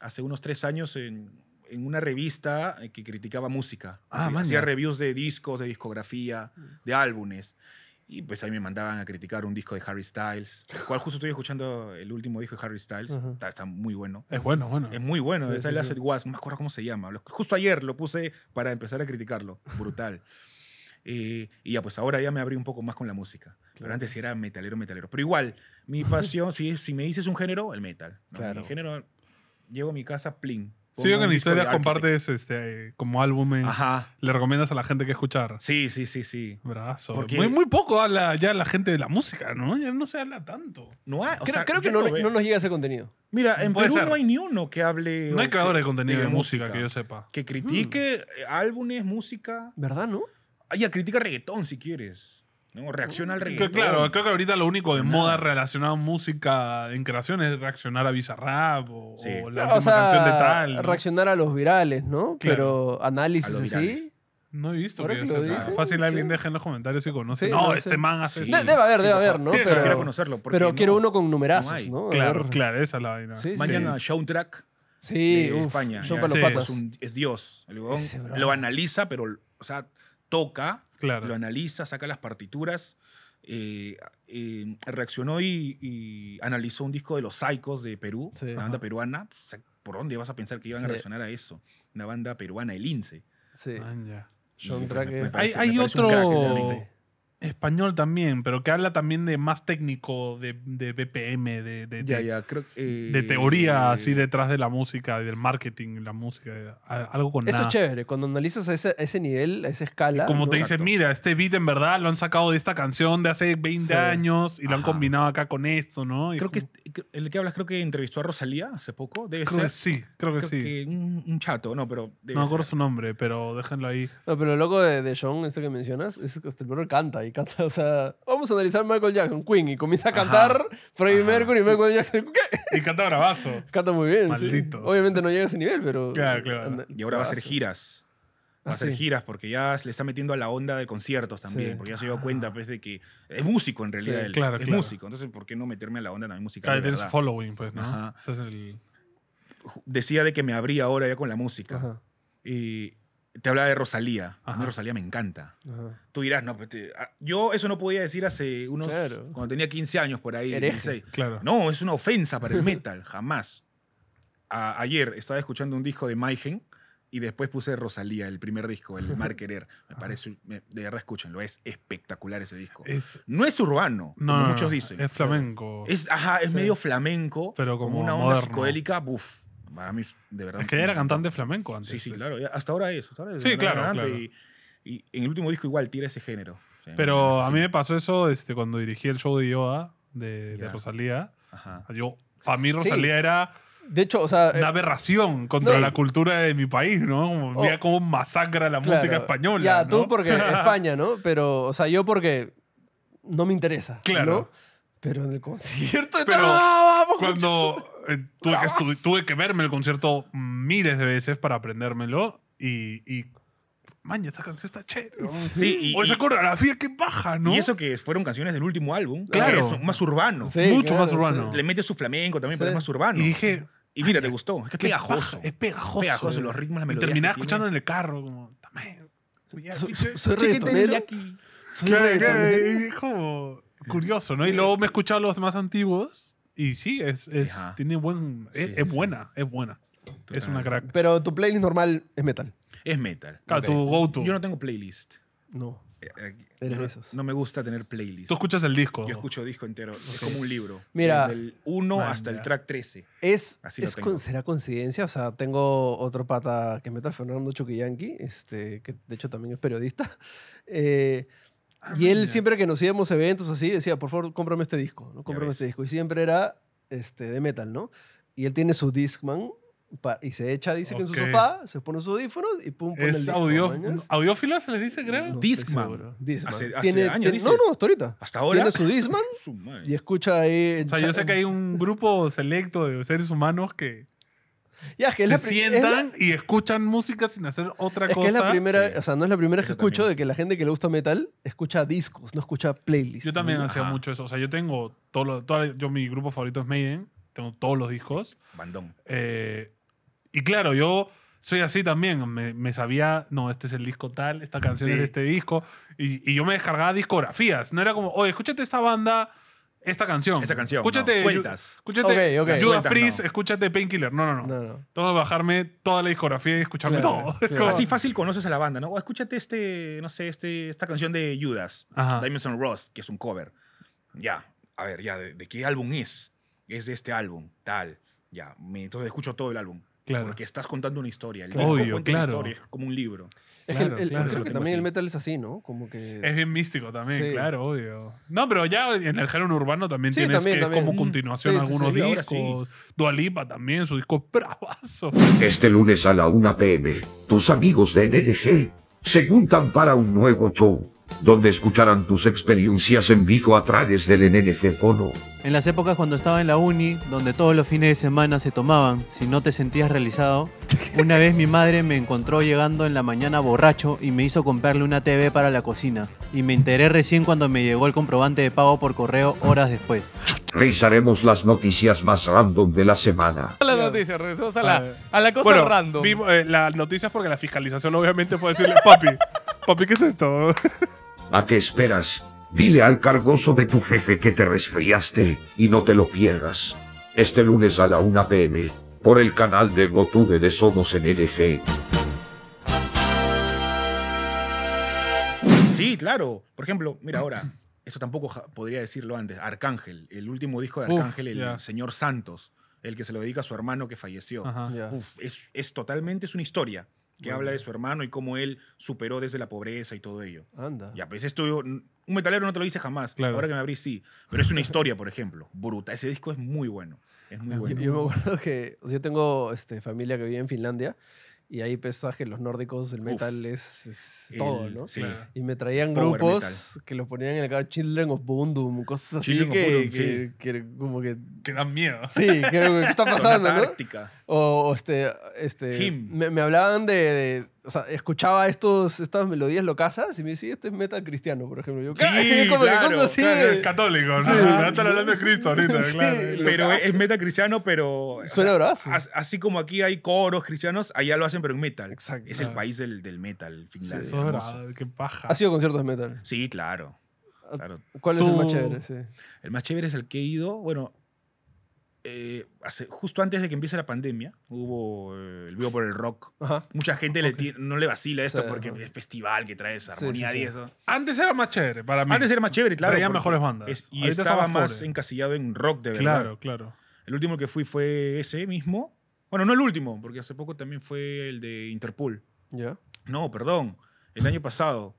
Speaker 3: hace unos tres años, en, en una revista eh, que criticaba música.
Speaker 1: Ah, Mm.
Speaker 3: Eh,
Speaker 1: man,
Speaker 3: Hacía
Speaker 1: ya.
Speaker 3: reviews de discos, de discografía, de álbumes. Y pues ahí me mandaban a criticar un disco de Harry Styles, el cual justo estoy escuchando el último disco de Harry Styles.
Speaker 2: Ajá.
Speaker 3: Está, está muy bueno.
Speaker 1: Ah, Es bueno, bueno.
Speaker 3: Es muy bueno,
Speaker 2: Sí,
Speaker 3: está
Speaker 2: sí,
Speaker 3: el
Speaker 2: sí.
Speaker 3: Acid Was, no me acuerdo cómo se llama. Lo- Justo ayer lo puse para empezar a criticarlo. Brutal. Eh, y ya, pues ahora ya me abrí un poco más con la música. Pero
Speaker 2: Claro.
Speaker 3: antes sí era metalero, metalero. Pero igual, mi pasión, si, si me dices un género, el metal. ¿no?
Speaker 2: Claro.
Speaker 3: Mi género, llego a mi casa, plin.
Speaker 1: Sí, yo
Speaker 3: pongo
Speaker 1: que
Speaker 3: un
Speaker 1: en
Speaker 3: disco de
Speaker 1: historias
Speaker 3: Architects.
Speaker 1: compartes este, eh, como álbumes.
Speaker 3: Ajá.
Speaker 1: Le recomiendas a la gente que escuchar.
Speaker 3: Sí, sí, sí, sí.
Speaker 1: Brazo.
Speaker 3: Porque-
Speaker 1: Muy, muy poco habla ya la gente de la música, ¿no? Ya no se habla tanto.
Speaker 3: No hay- o
Speaker 2: Creo,
Speaker 3: sea,
Speaker 2: creo que
Speaker 3: yo
Speaker 2: no,
Speaker 3: lo veo.
Speaker 2: no nos llega ese contenido.
Speaker 3: Mira, en
Speaker 1: Puede
Speaker 3: Perú
Speaker 1: ser.
Speaker 3: no hay ni uno que hable.
Speaker 1: No hay
Speaker 3: o
Speaker 1: creadores de
Speaker 3: que-
Speaker 1: contenido de música que yo sepa. Mm.
Speaker 3: Que critique eh, álbumes, música.
Speaker 2: ¿Verdad, no?
Speaker 3: Ah, ya, critica reggaetón si quieres. ¿no? Reacciona al
Speaker 1: Mm, Que,
Speaker 3: reggaetón.
Speaker 1: claro, creo que ahorita lo único de
Speaker 3: Nada.
Speaker 1: moda relacionado a música en creación es reaccionar a Bizarrap o,
Speaker 3: Sí.
Speaker 1: o la
Speaker 2: o
Speaker 1: última
Speaker 2: sea,
Speaker 1: canción de tal. ¿no?
Speaker 2: reaccionar a los virales, ¿no?
Speaker 1: Claro.
Speaker 2: Pero análisis
Speaker 3: A los
Speaker 2: así.
Speaker 3: virales.
Speaker 1: No he visto
Speaker 2: Ahora
Speaker 1: que
Speaker 2: que
Speaker 1: eso
Speaker 2: lo
Speaker 1: sea
Speaker 2: dices,
Speaker 1: Fácil
Speaker 2: sí.
Speaker 1: alguien deja en los comentarios si conoce.
Speaker 2: Sí,
Speaker 1: no,
Speaker 2: no sé.
Speaker 1: este man hace
Speaker 3: Ah, Sí.
Speaker 1: esto.
Speaker 2: De- debe haber, debe
Speaker 3: por
Speaker 2: haber,
Speaker 3: favor.
Speaker 2: ¿no?
Speaker 1: Tiene que
Speaker 2: Pero,
Speaker 3: Quisiera conocerlo. porque
Speaker 2: pero
Speaker 3: no.
Speaker 2: quiero uno con numerazos,
Speaker 3: No hay.
Speaker 2: ¿no? A
Speaker 1: Claro,
Speaker 2: ver.
Speaker 1: claro, esa es la vaina.
Speaker 2: Sí, sí,
Speaker 3: Mañana Soundtrack
Speaker 2: Sí,
Speaker 3: de
Speaker 2: uf,
Speaker 3: España.
Speaker 2: son
Speaker 3: ya,
Speaker 2: para los
Speaker 3: ese
Speaker 1: sí,
Speaker 2: patas.
Speaker 3: Es, un- es Dios. El huevón
Speaker 2: Ese, bro.
Speaker 3: lo analiza, pero, o sea, toca,
Speaker 1: Claro.
Speaker 3: lo analiza, saca las partituras. eh, eh, reaccionó y, y analizó un disco de los Psychos de Perú,
Speaker 2: Sí.
Speaker 3: una banda
Speaker 1: Ajá.
Speaker 3: peruana. O sea, ¿Por dónde vas a pensar que iban a
Speaker 2: Sí.
Speaker 3: reaccionar a eso? Una banda peruana, el INSE.
Speaker 2: Sí.
Speaker 1: Man, ya.
Speaker 2: Son
Speaker 3: Me- me
Speaker 2: track-
Speaker 1: Hay,
Speaker 3: parece- me
Speaker 1: hay
Speaker 3: parece un crack ese ¿eh?
Speaker 1: otro
Speaker 3: ahorita.
Speaker 1: español también, pero que habla también de más técnico, de, de BPM, de, de-
Speaker 3: Ya,
Speaker 1: de-
Speaker 3: ya, creo que,
Speaker 1: de
Speaker 3: eh,
Speaker 1: teoría así detrás de la música, y del marketing, la música, de- a- algo con
Speaker 2: Eso
Speaker 1: nada.
Speaker 2: es chévere. Cuando analizas a ese, a ese nivel, a esa escala.
Speaker 1: Como
Speaker 2: ¿no?
Speaker 1: te dicen,
Speaker 3: Exacto.
Speaker 1: mira, este beat en verdad lo han sacado de esta canción de hace 20
Speaker 2: Sí.
Speaker 1: años y lo han
Speaker 3: Ajá.
Speaker 1: combinado acá con esto, ¿no? Y
Speaker 3: Creo que
Speaker 1: es
Speaker 3: este- el que hablas, creo que entrevistó a Rosalía hace poco. Debe
Speaker 1: como- creo que
Speaker 3: ser.
Speaker 1: sí, creo que
Speaker 3: creo
Speaker 1: sí.
Speaker 3: que un, un chato, no, pero debe
Speaker 1: no me acuerdo
Speaker 3: ser.
Speaker 1: su nombre, pero déjenlo ahí.
Speaker 2: No, pero lo loco de, de Sean, este que mencionas, es que hasta el brother canta y canta. O sea, vamos a analizar Michael Jackson, Queen, y comienza a
Speaker 3: Ajá.
Speaker 2: cantar Freddie
Speaker 3: Ajá.
Speaker 2: Mercury y Michael Jackson. ¿Qué?
Speaker 1: Y canta bravazo.
Speaker 2: Canta muy bien. sí.
Speaker 1: Maldito.
Speaker 2: Obviamente no llega a ese nivel, pero.
Speaker 1: Claro, claro.
Speaker 2: Ana-
Speaker 3: Y ahora va a hacer
Speaker 2: Ah,
Speaker 3: giras. Va a
Speaker 2: Ah,
Speaker 3: hacer
Speaker 2: sí.
Speaker 3: giras porque ya le está metiendo a la onda de conciertos también.
Speaker 2: Sí.
Speaker 3: Porque ya se dio cuenta pues, de que es músico en realidad.
Speaker 2: Sí,
Speaker 3: él.
Speaker 1: Ah. claro,
Speaker 3: es
Speaker 1: claro.
Speaker 3: músico. Entonces, ¿por qué no meterme a la onda también musical?
Speaker 1: Claro,
Speaker 3: de
Speaker 1: tienes
Speaker 3: verdad?
Speaker 1: following, pues, ¿no?
Speaker 3: Ajá.
Speaker 1: Ese es el-
Speaker 3: Ju- Decía de que me abría ahora ya con la música.
Speaker 2: Ajá,
Speaker 3: Y te hablaba de Rosalía. A mí
Speaker 1: Ajá.
Speaker 3: Rosalía me encanta.
Speaker 2: ajá.
Speaker 3: Tú dirás, no, pues, te- ah, yo eso no podía decir hace unos.
Speaker 2: Claro.
Speaker 3: Cuando tenía 15 años por ahí.
Speaker 2: Hereje.
Speaker 3: 16.
Speaker 1: Claro.
Speaker 3: No, es una ofensa para el metal, jamás. A- ayer estaba escuchando un disco de Maigen y después puse Rosalía, el primer disco, el Mar Querer. Me parece, me- de verdad escúchenlo, es espectacular ese disco.
Speaker 1: Es,
Speaker 3: No es urbano,
Speaker 1: Eh, no,
Speaker 3: como
Speaker 1: no,
Speaker 3: muchos
Speaker 1: no,
Speaker 3: dicen.
Speaker 1: Es flamenco. Es,
Speaker 3: Es, ajá, es
Speaker 2: Sí.
Speaker 3: medio flamenco,
Speaker 1: Pero
Speaker 3: con
Speaker 1: como
Speaker 3: una onda
Speaker 1: moderno.
Speaker 3: psicodélica, buf, para mí, de verdad.
Speaker 1: que era cantante flamenco antes.
Speaker 3: Sí, sí,
Speaker 1: pues.
Speaker 3: claro, ya- hasta ahora es. hasta ahora es
Speaker 1: Sí,
Speaker 3: de verdad
Speaker 1: claro,
Speaker 3: cantante
Speaker 1: claro.
Speaker 3: Y, y en el último disco igual tira ese género. O sea,
Speaker 1: Pero a mí
Speaker 3: fascina.
Speaker 1: me pasó eso este, cuando dirigí el show de Yoda de, de
Speaker 3: Ya.
Speaker 1: Rosalía.
Speaker 3: Ajá.
Speaker 1: Yo, para mí Rosalía era
Speaker 2: De hecho, o sea, eh,
Speaker 1: Una aberración contra
Speaker 2: no.
Speaker 1: la cultura de mi país, ¿no? Como, Mira
Speaker 2: Oh.
Speaker 1: cómo masacra la
Speaker 2: claro,
Speaker 1: música española.
Speaker 2: Ya,
Speaker 1: ¿no?
Speaker 2: tú porque España, ¿no? Pero, o sea, yo porque no me interesa.
Speaker 1: Claro.
Speaker 2: ¿no? Pero en el concierto.
Speaker 1: Pero
Speaker 2: ¡Ah, vamos,
Speaker 1: Cuando eh, tuve, que estu- tuve que verme el concierto miles de veces para aprendérmelo y. y Maña, esta canción está chévere. ¿no?
Speaker 3: Sí, y-
Speaker 1: o esa
Speaker 3: y-
Speaker 1: coreografía que baja, ¿no?
Speaker 3: Y eso que fueron canciones del último álbum.
Speaker 1: Claro.
Speaker 3: que es más urbano.
Speaker 2: Sí,
Speaker 1: mucho más
Speaker 2: claro,
Speaker 1: urbano.
Speaker 3: Le mete su flamenco también,
Speaker 2: Sí.
Speaker 3: pero es más urbano.
Speaker 1: y dije,
Speaker 3: Y mira, te gustó. Es que es
Speaker 1: qué
Speaker 3: pegajoso.
Speaker 1: paja, Es pegajoso.
Speaker 3: Pegajoso,
Speaker 1: eh.
Speaker 3: los ritmos, las
Speaker 1: Y
Speaker 3: melodías
Speaker 1: terminaba
Speaker 3: que
Speaker 1: escuchando
Speaker 3: tiene.
Speaker 1: en el carro, como, también. ya,
Speaker 2: Soy-
Speaker 1: pinche-
Speaker 2: soy
Speaker 1: chiquita,
Speaker 2: reggaetonero.
Speaker 1: ya,
Speaker 3: Aquí.
Speaker 2: Soy
Speaker 1: Claro,
Speaker 2: reggaetonero.
Speaker 1: claro, y es como
Speaker 3: eh,
Speaker 1: curioso, ¿no? Y luego me he escuchado los más antiguos y sí, es, es-
Speaker 3: Ajá.
Speaker 1: tiene buen, es,
Speaker 3: Sí,
Speaker 1: es
Speaker 3: sí.
Speaker 1: buena, es buena. Es una crack.
Speaker 2: Pero tu playlist normal es metal.
Speaker 3: Es metal.
Speaker 1: Claro,
Speaker 3: Ok.
Speaker 1: tu go-to.
Speaker 3: Yo no tengo playlist.
Speaker 2: No.
Speaker 3: Eh, eh,
Speaker 2: Eres
Speaker 3: no,
Speaker 2: de esos.
Speaker 3: no me gusta tener playlist.
Speaker 1: Tú escuchas el disco.
Speaker 3: Yo escucho disco entero. Es como un libro.
Speaker 2: Mira.
Speaker 3: Desde el 1
Speaker 1: Man,
Speaker 3: hasta el
Speaker 1: ya.
Speaker 3: track 13.
Speaker 2: Es,
Speaker 3: Así lo
Speaker 2: es
Speaker 3: tengo.
Speaker 2: con- ¿Será coincidencia? O sea, tengo otro pata que es metal, Fernando Chuquillanqui, este, que de hecho también es periodista. Eh, y
Speaker 3: Ah,
Speaker 2: él
Speaker 1: mira.
Speaker 2: siempre que nos íbamos a eventos así, decía, por favor, cómprame este disco, ¿no? Cómprame
Speaker 3: ves.
Speaker 2: este disco. Y siempre era este, de metal, ¿no? Y él tiene su Discman pa- y se echa, dice que en su
Speaker 1: Ok.
Speaker 2: sofá, se pone sus audífonos y pum, pone el
Speaker 1: Es
Speaker 2: disco,
Speaker 1: audio,
Speaker 2: ¿mañas?
Speaker 1: audiófila, se les dice, creo.
Speaker 2: No estoy
Speaker 3: Discman.
Speaker 2: seguro. Discman.
Speaker 3: Hace- hace
Speaker 2: Tiene-
Speaker 3: años
Speaker 2: tiene- No,
Speaker 3: dices.
Speaker 2: no, hasta ahorita.
Speaker 3: Hasta ahora.
Speaker 2: Tiene su Discman
Speaker 3: Su madre.
Speaker 2: y escucha ahí...
Speaker 1: O sea, yo sé que hay un grupo selecto de seres humanos que
Speaker 2: Ya, es que es
Speaker 1: se
Speaker 2: la pri- es la-
Speaker 1: sientan y escuchan música sin hacer otra
Speaker 2: Es
Speaker 1: cosa.
Speaker 2: que es la primera,
Speaker 3: sí.
Speaker 2: o sea, no es la primera vez que
Speaker 3: Eso también.
Speaker 2: escucho de que la gente que le gusta metal escucha discos, no escucha playlists.
Speaker 1: Yo también hacía
Speaker 3: Ajá.
Speaker 1: mucho eso. O sea, yo tengo todo lo- toda- yo mi grupo favorito es Maiden, tengo todos los discos.
Speaker 3: Bandón.
Speaker 1: Eh, y claro, yo soy así también. Me, me sabía, no, este es el disco tal, esta canción
Speaker 3: Sí.
Speaker 1: es de este disco. Y, y yo me descargaba discografías. No era como, oye, escúchate esta banda, esta canción.
Speaker 3: Esa canción.
Speaker 1: Escúchate,
Speaker 3: no, sueltas.
Speaker 1: escúchate
Speaker 2: Ok, ok.
Speaker 1: Judas
Speaker 3: Sueltas,
Speaker 1: Priest,
Speaker 3: no.
Speaker 1: escúchate Painkiller. No, no, no.
Speaker 2: No, no.
Speaker 1: Tengo que bajarme toda la discografía y escucharme
Speaker 2: Claro,
Speaker 1: todo.
Speaker 2: claro.
Speaker 1: Como-
Speaker 3: Así fácil conoces a la banda, ¿no? O escúchate este, no sé, este, esta canción de Judas,
Speaker 1: Ajá.
Speaker 3: Diamonds on Rust, que es un cover. Ya, a ver, ya, ¿de, de qué álbum es? Es de este álbum, tal. Ya, me- entonces escucho todo el álbum.
Speaker 1: Claro.
Speaker 3: Porque estás contando una historia. El
Speaker 1: Obvio,
Speaker 3: disco cuenta una
Speaker 1: claro.
Speaker 3: historia, es como un libro.
Speaker 2: Es
Speaker 1: Claro,
Speaker 2: que el-
Speaker 1: claro.
Speaker 2: creo
Speaker 1: Lo
Speaker 2: que
Speaker 3: tengo
Speaker 2: también el
Speaker 3: así.
Speaker 2: metal es así, ¿no? Como que...
Speaker 1: Es bien místico también,
Speaker 2: Sí.
Speaker 1: claro, obvio. No, pero ya en el género urbano también
Speaker 2: Sí,
Speaker 1: tienes
Speaker 2: también,
Speaker 1: que es
Speaker 2: también.
Speaker 1: como
Speaker 2: Mm.
Speaker 1: continuación
Speaker 2: Sí, sí,
Speaker 1: algunos
Speaker 3: sí, ahora
Speaker 1: discos. Dualipa también, su disco es bravazo.
Speaker 6: Este lunes a la 1 pm, tus amigos de NDG se juntan para un nuevo show, donde escucharán tus experiencias en vivo a través del NNG Fono.
Speaker 7: En las épocas cuando estaba en la uni, donde todos los fines de semana se tomaban, si no te sentías realizado, una vez mi madre me encontró llegando en la mañana borracho y me hizo comprarle una TV para la cocina. Y me enteré recién cuando me llegó el comprobante de pago por correo horas después.
Speaker 6: Revisaremos las noticias más random de la semana.
Speaker 5: A la noticia, regresemos a
Speaker 1: A
Speaker 5: la,
Speaker 1: ver.
Speaker 5: a la cosa random.
Speaker 4: vimos, eh, las noticias porque la fiscalización obviamente fue decirle, papi, papi, ¿qué es esto?
Speaker 6: ¿A qué esperas? Dile al cargoso de tu jefe que te resfriaste y no te lo pierdas. Este lunes a la 1 pm, por el canal de GoTube de Somos NDG.
Speaker 3: Sí, claro. Por ejemplo, mira ahora, eso tampoco ja- podría decirlo antes. Arcángel, el último disco de
Speaker 1: Uf,
Speaker 3: Arcángel, el
Speaker 1: ya.
Speaker 3: señor Santos, el que se lo dedica a su hermano que falleció.
Speaker 1: Ajá.
Speaker 2: Ya.
Speaker 3: Uf, es, es totalmente, es una historia que
Speaker 2: Bueno.
Speaker 3: habla de su hermano y cómo él superó desde la pobreza y todo ello.
Speaker 2: Anda.
Speaker 3: Ya, pues esto yo- un metalero no te lo dice jamás.
Speaker 1: Claro.
Speaker 3: Ahora que me abrí, sí. Pero es una historia, por ejemplo. Bruta. Ese disco es muy bueno. Es muy
Speaker 1: Es
Speaker 2: Yo-
Speaker 3: bueno.
Speaker 2: Yo, me acuerdo que o sea, yo tengo este, familia que vive en Finlandia y ahí pensás que los nórdicos, el metal es, es
Speaker 3: El-
Speaker 2: todo, ¿no?
Speaker 3: Sí.
Speaker 1: Claro.
Speaker 2: Y me traían
Speaker 3: Power
Speaker 2: grupos que los ponían en el ca- Children of Bundum, cosas así
Speaker 3: Children of
Speaker 2: que,
Speaker 3: Bodom,
Speaker 2: que- que como que...
Speaker 1: Que dan miedo.
Speaker 2: Sí, que, ¿qué está pasando,
Speaker 3: Sonata
Speaker 2: no?
Speaker 3: Ártica.
Speaker 2: O, o este, este
Speaker 3: Him.
Speaker 2: me, me hablaban de, de- o sea, escuchaba estos, estas melodías locasas y me decía, este es metal cristiano, por ejemplo. Yo,
Speaker 1: Sí,
Speaker 2: "Ay", como que
Speaker 1: claro,
Speaker 2: cosas así
Speaker 1: claro,
Speaker 2: de-
Speaker 1: es católico, ¿no?
Speaker 2: Sí.
Speaker 1: Ajá, Están hablando de Cristo ahorita,
Speaker 2: Sí.
Speaker 1: claro.
Speaker 3: Pero
Speaker 2: Locazo.
Speaker 3: es, meta cristiano, pero. o
Speaker 2: Suena
Speaker 3: sea,
Speaker 2: bravazo.
Speaker 3: as- Así como aquí hay coros cristianos, allá lo hacen, pero en metal.
Speaker 2: Exacto.
Speaker 3: Es el país del, del metal, Finlandia.
Speaker 1: Eso es
Speaker 3: hermoso.
Speaker 1: bravo, qué paja.
Speaker 2: Ha sido conciertos de metal.
Speaker 3: Sí, claro.
Speaker 2: Ah,
Speaker 3: claro.
Speaker 2: ¿Cuál es el más
Speaker 1: Tú-
Speaker 2: chévere? Sí.
Speaker 3: El más chévere es el que he ido. Bueno, eh, hace- justo antes de que empiece la pandemia, hubo eh, el vivo por el rock.
Speaker 2: Ajá.
Speaker 3: Mucha gente le ti- no le vacila esto
Speaker 2: Sí,
Speaker 3: porque
Speaker 2: ajá.
Speaker 3: es festival que traes
Speaker 2: sí,
Speaker 3: armonía
Speaker 2: sí.
Speaker 3: y eso.
Speaker 1: Antes era más chévere para mí.
Speaker 3: Antes era más chévere, claro.
Speaker 1: Traía
Speaker 3: porque
Speaker 1: mejores bandas.
Speaker 3: es- y
Speaker 1: Ahorita
Speaker 3: estaba
Speaker 1: está
Speaker 3: más
Speaker 1: pobre.
Speaker 3: encasillado en rock de verdad.
Speaker 1: Claro, claro.
Speaker 3: El último que fui fue ese mismo. Bueno, no el último, porque hace poco también fue el de Interpol.
Speaker 2: Ya.
Speaker 3: No, perdón. El año pasado.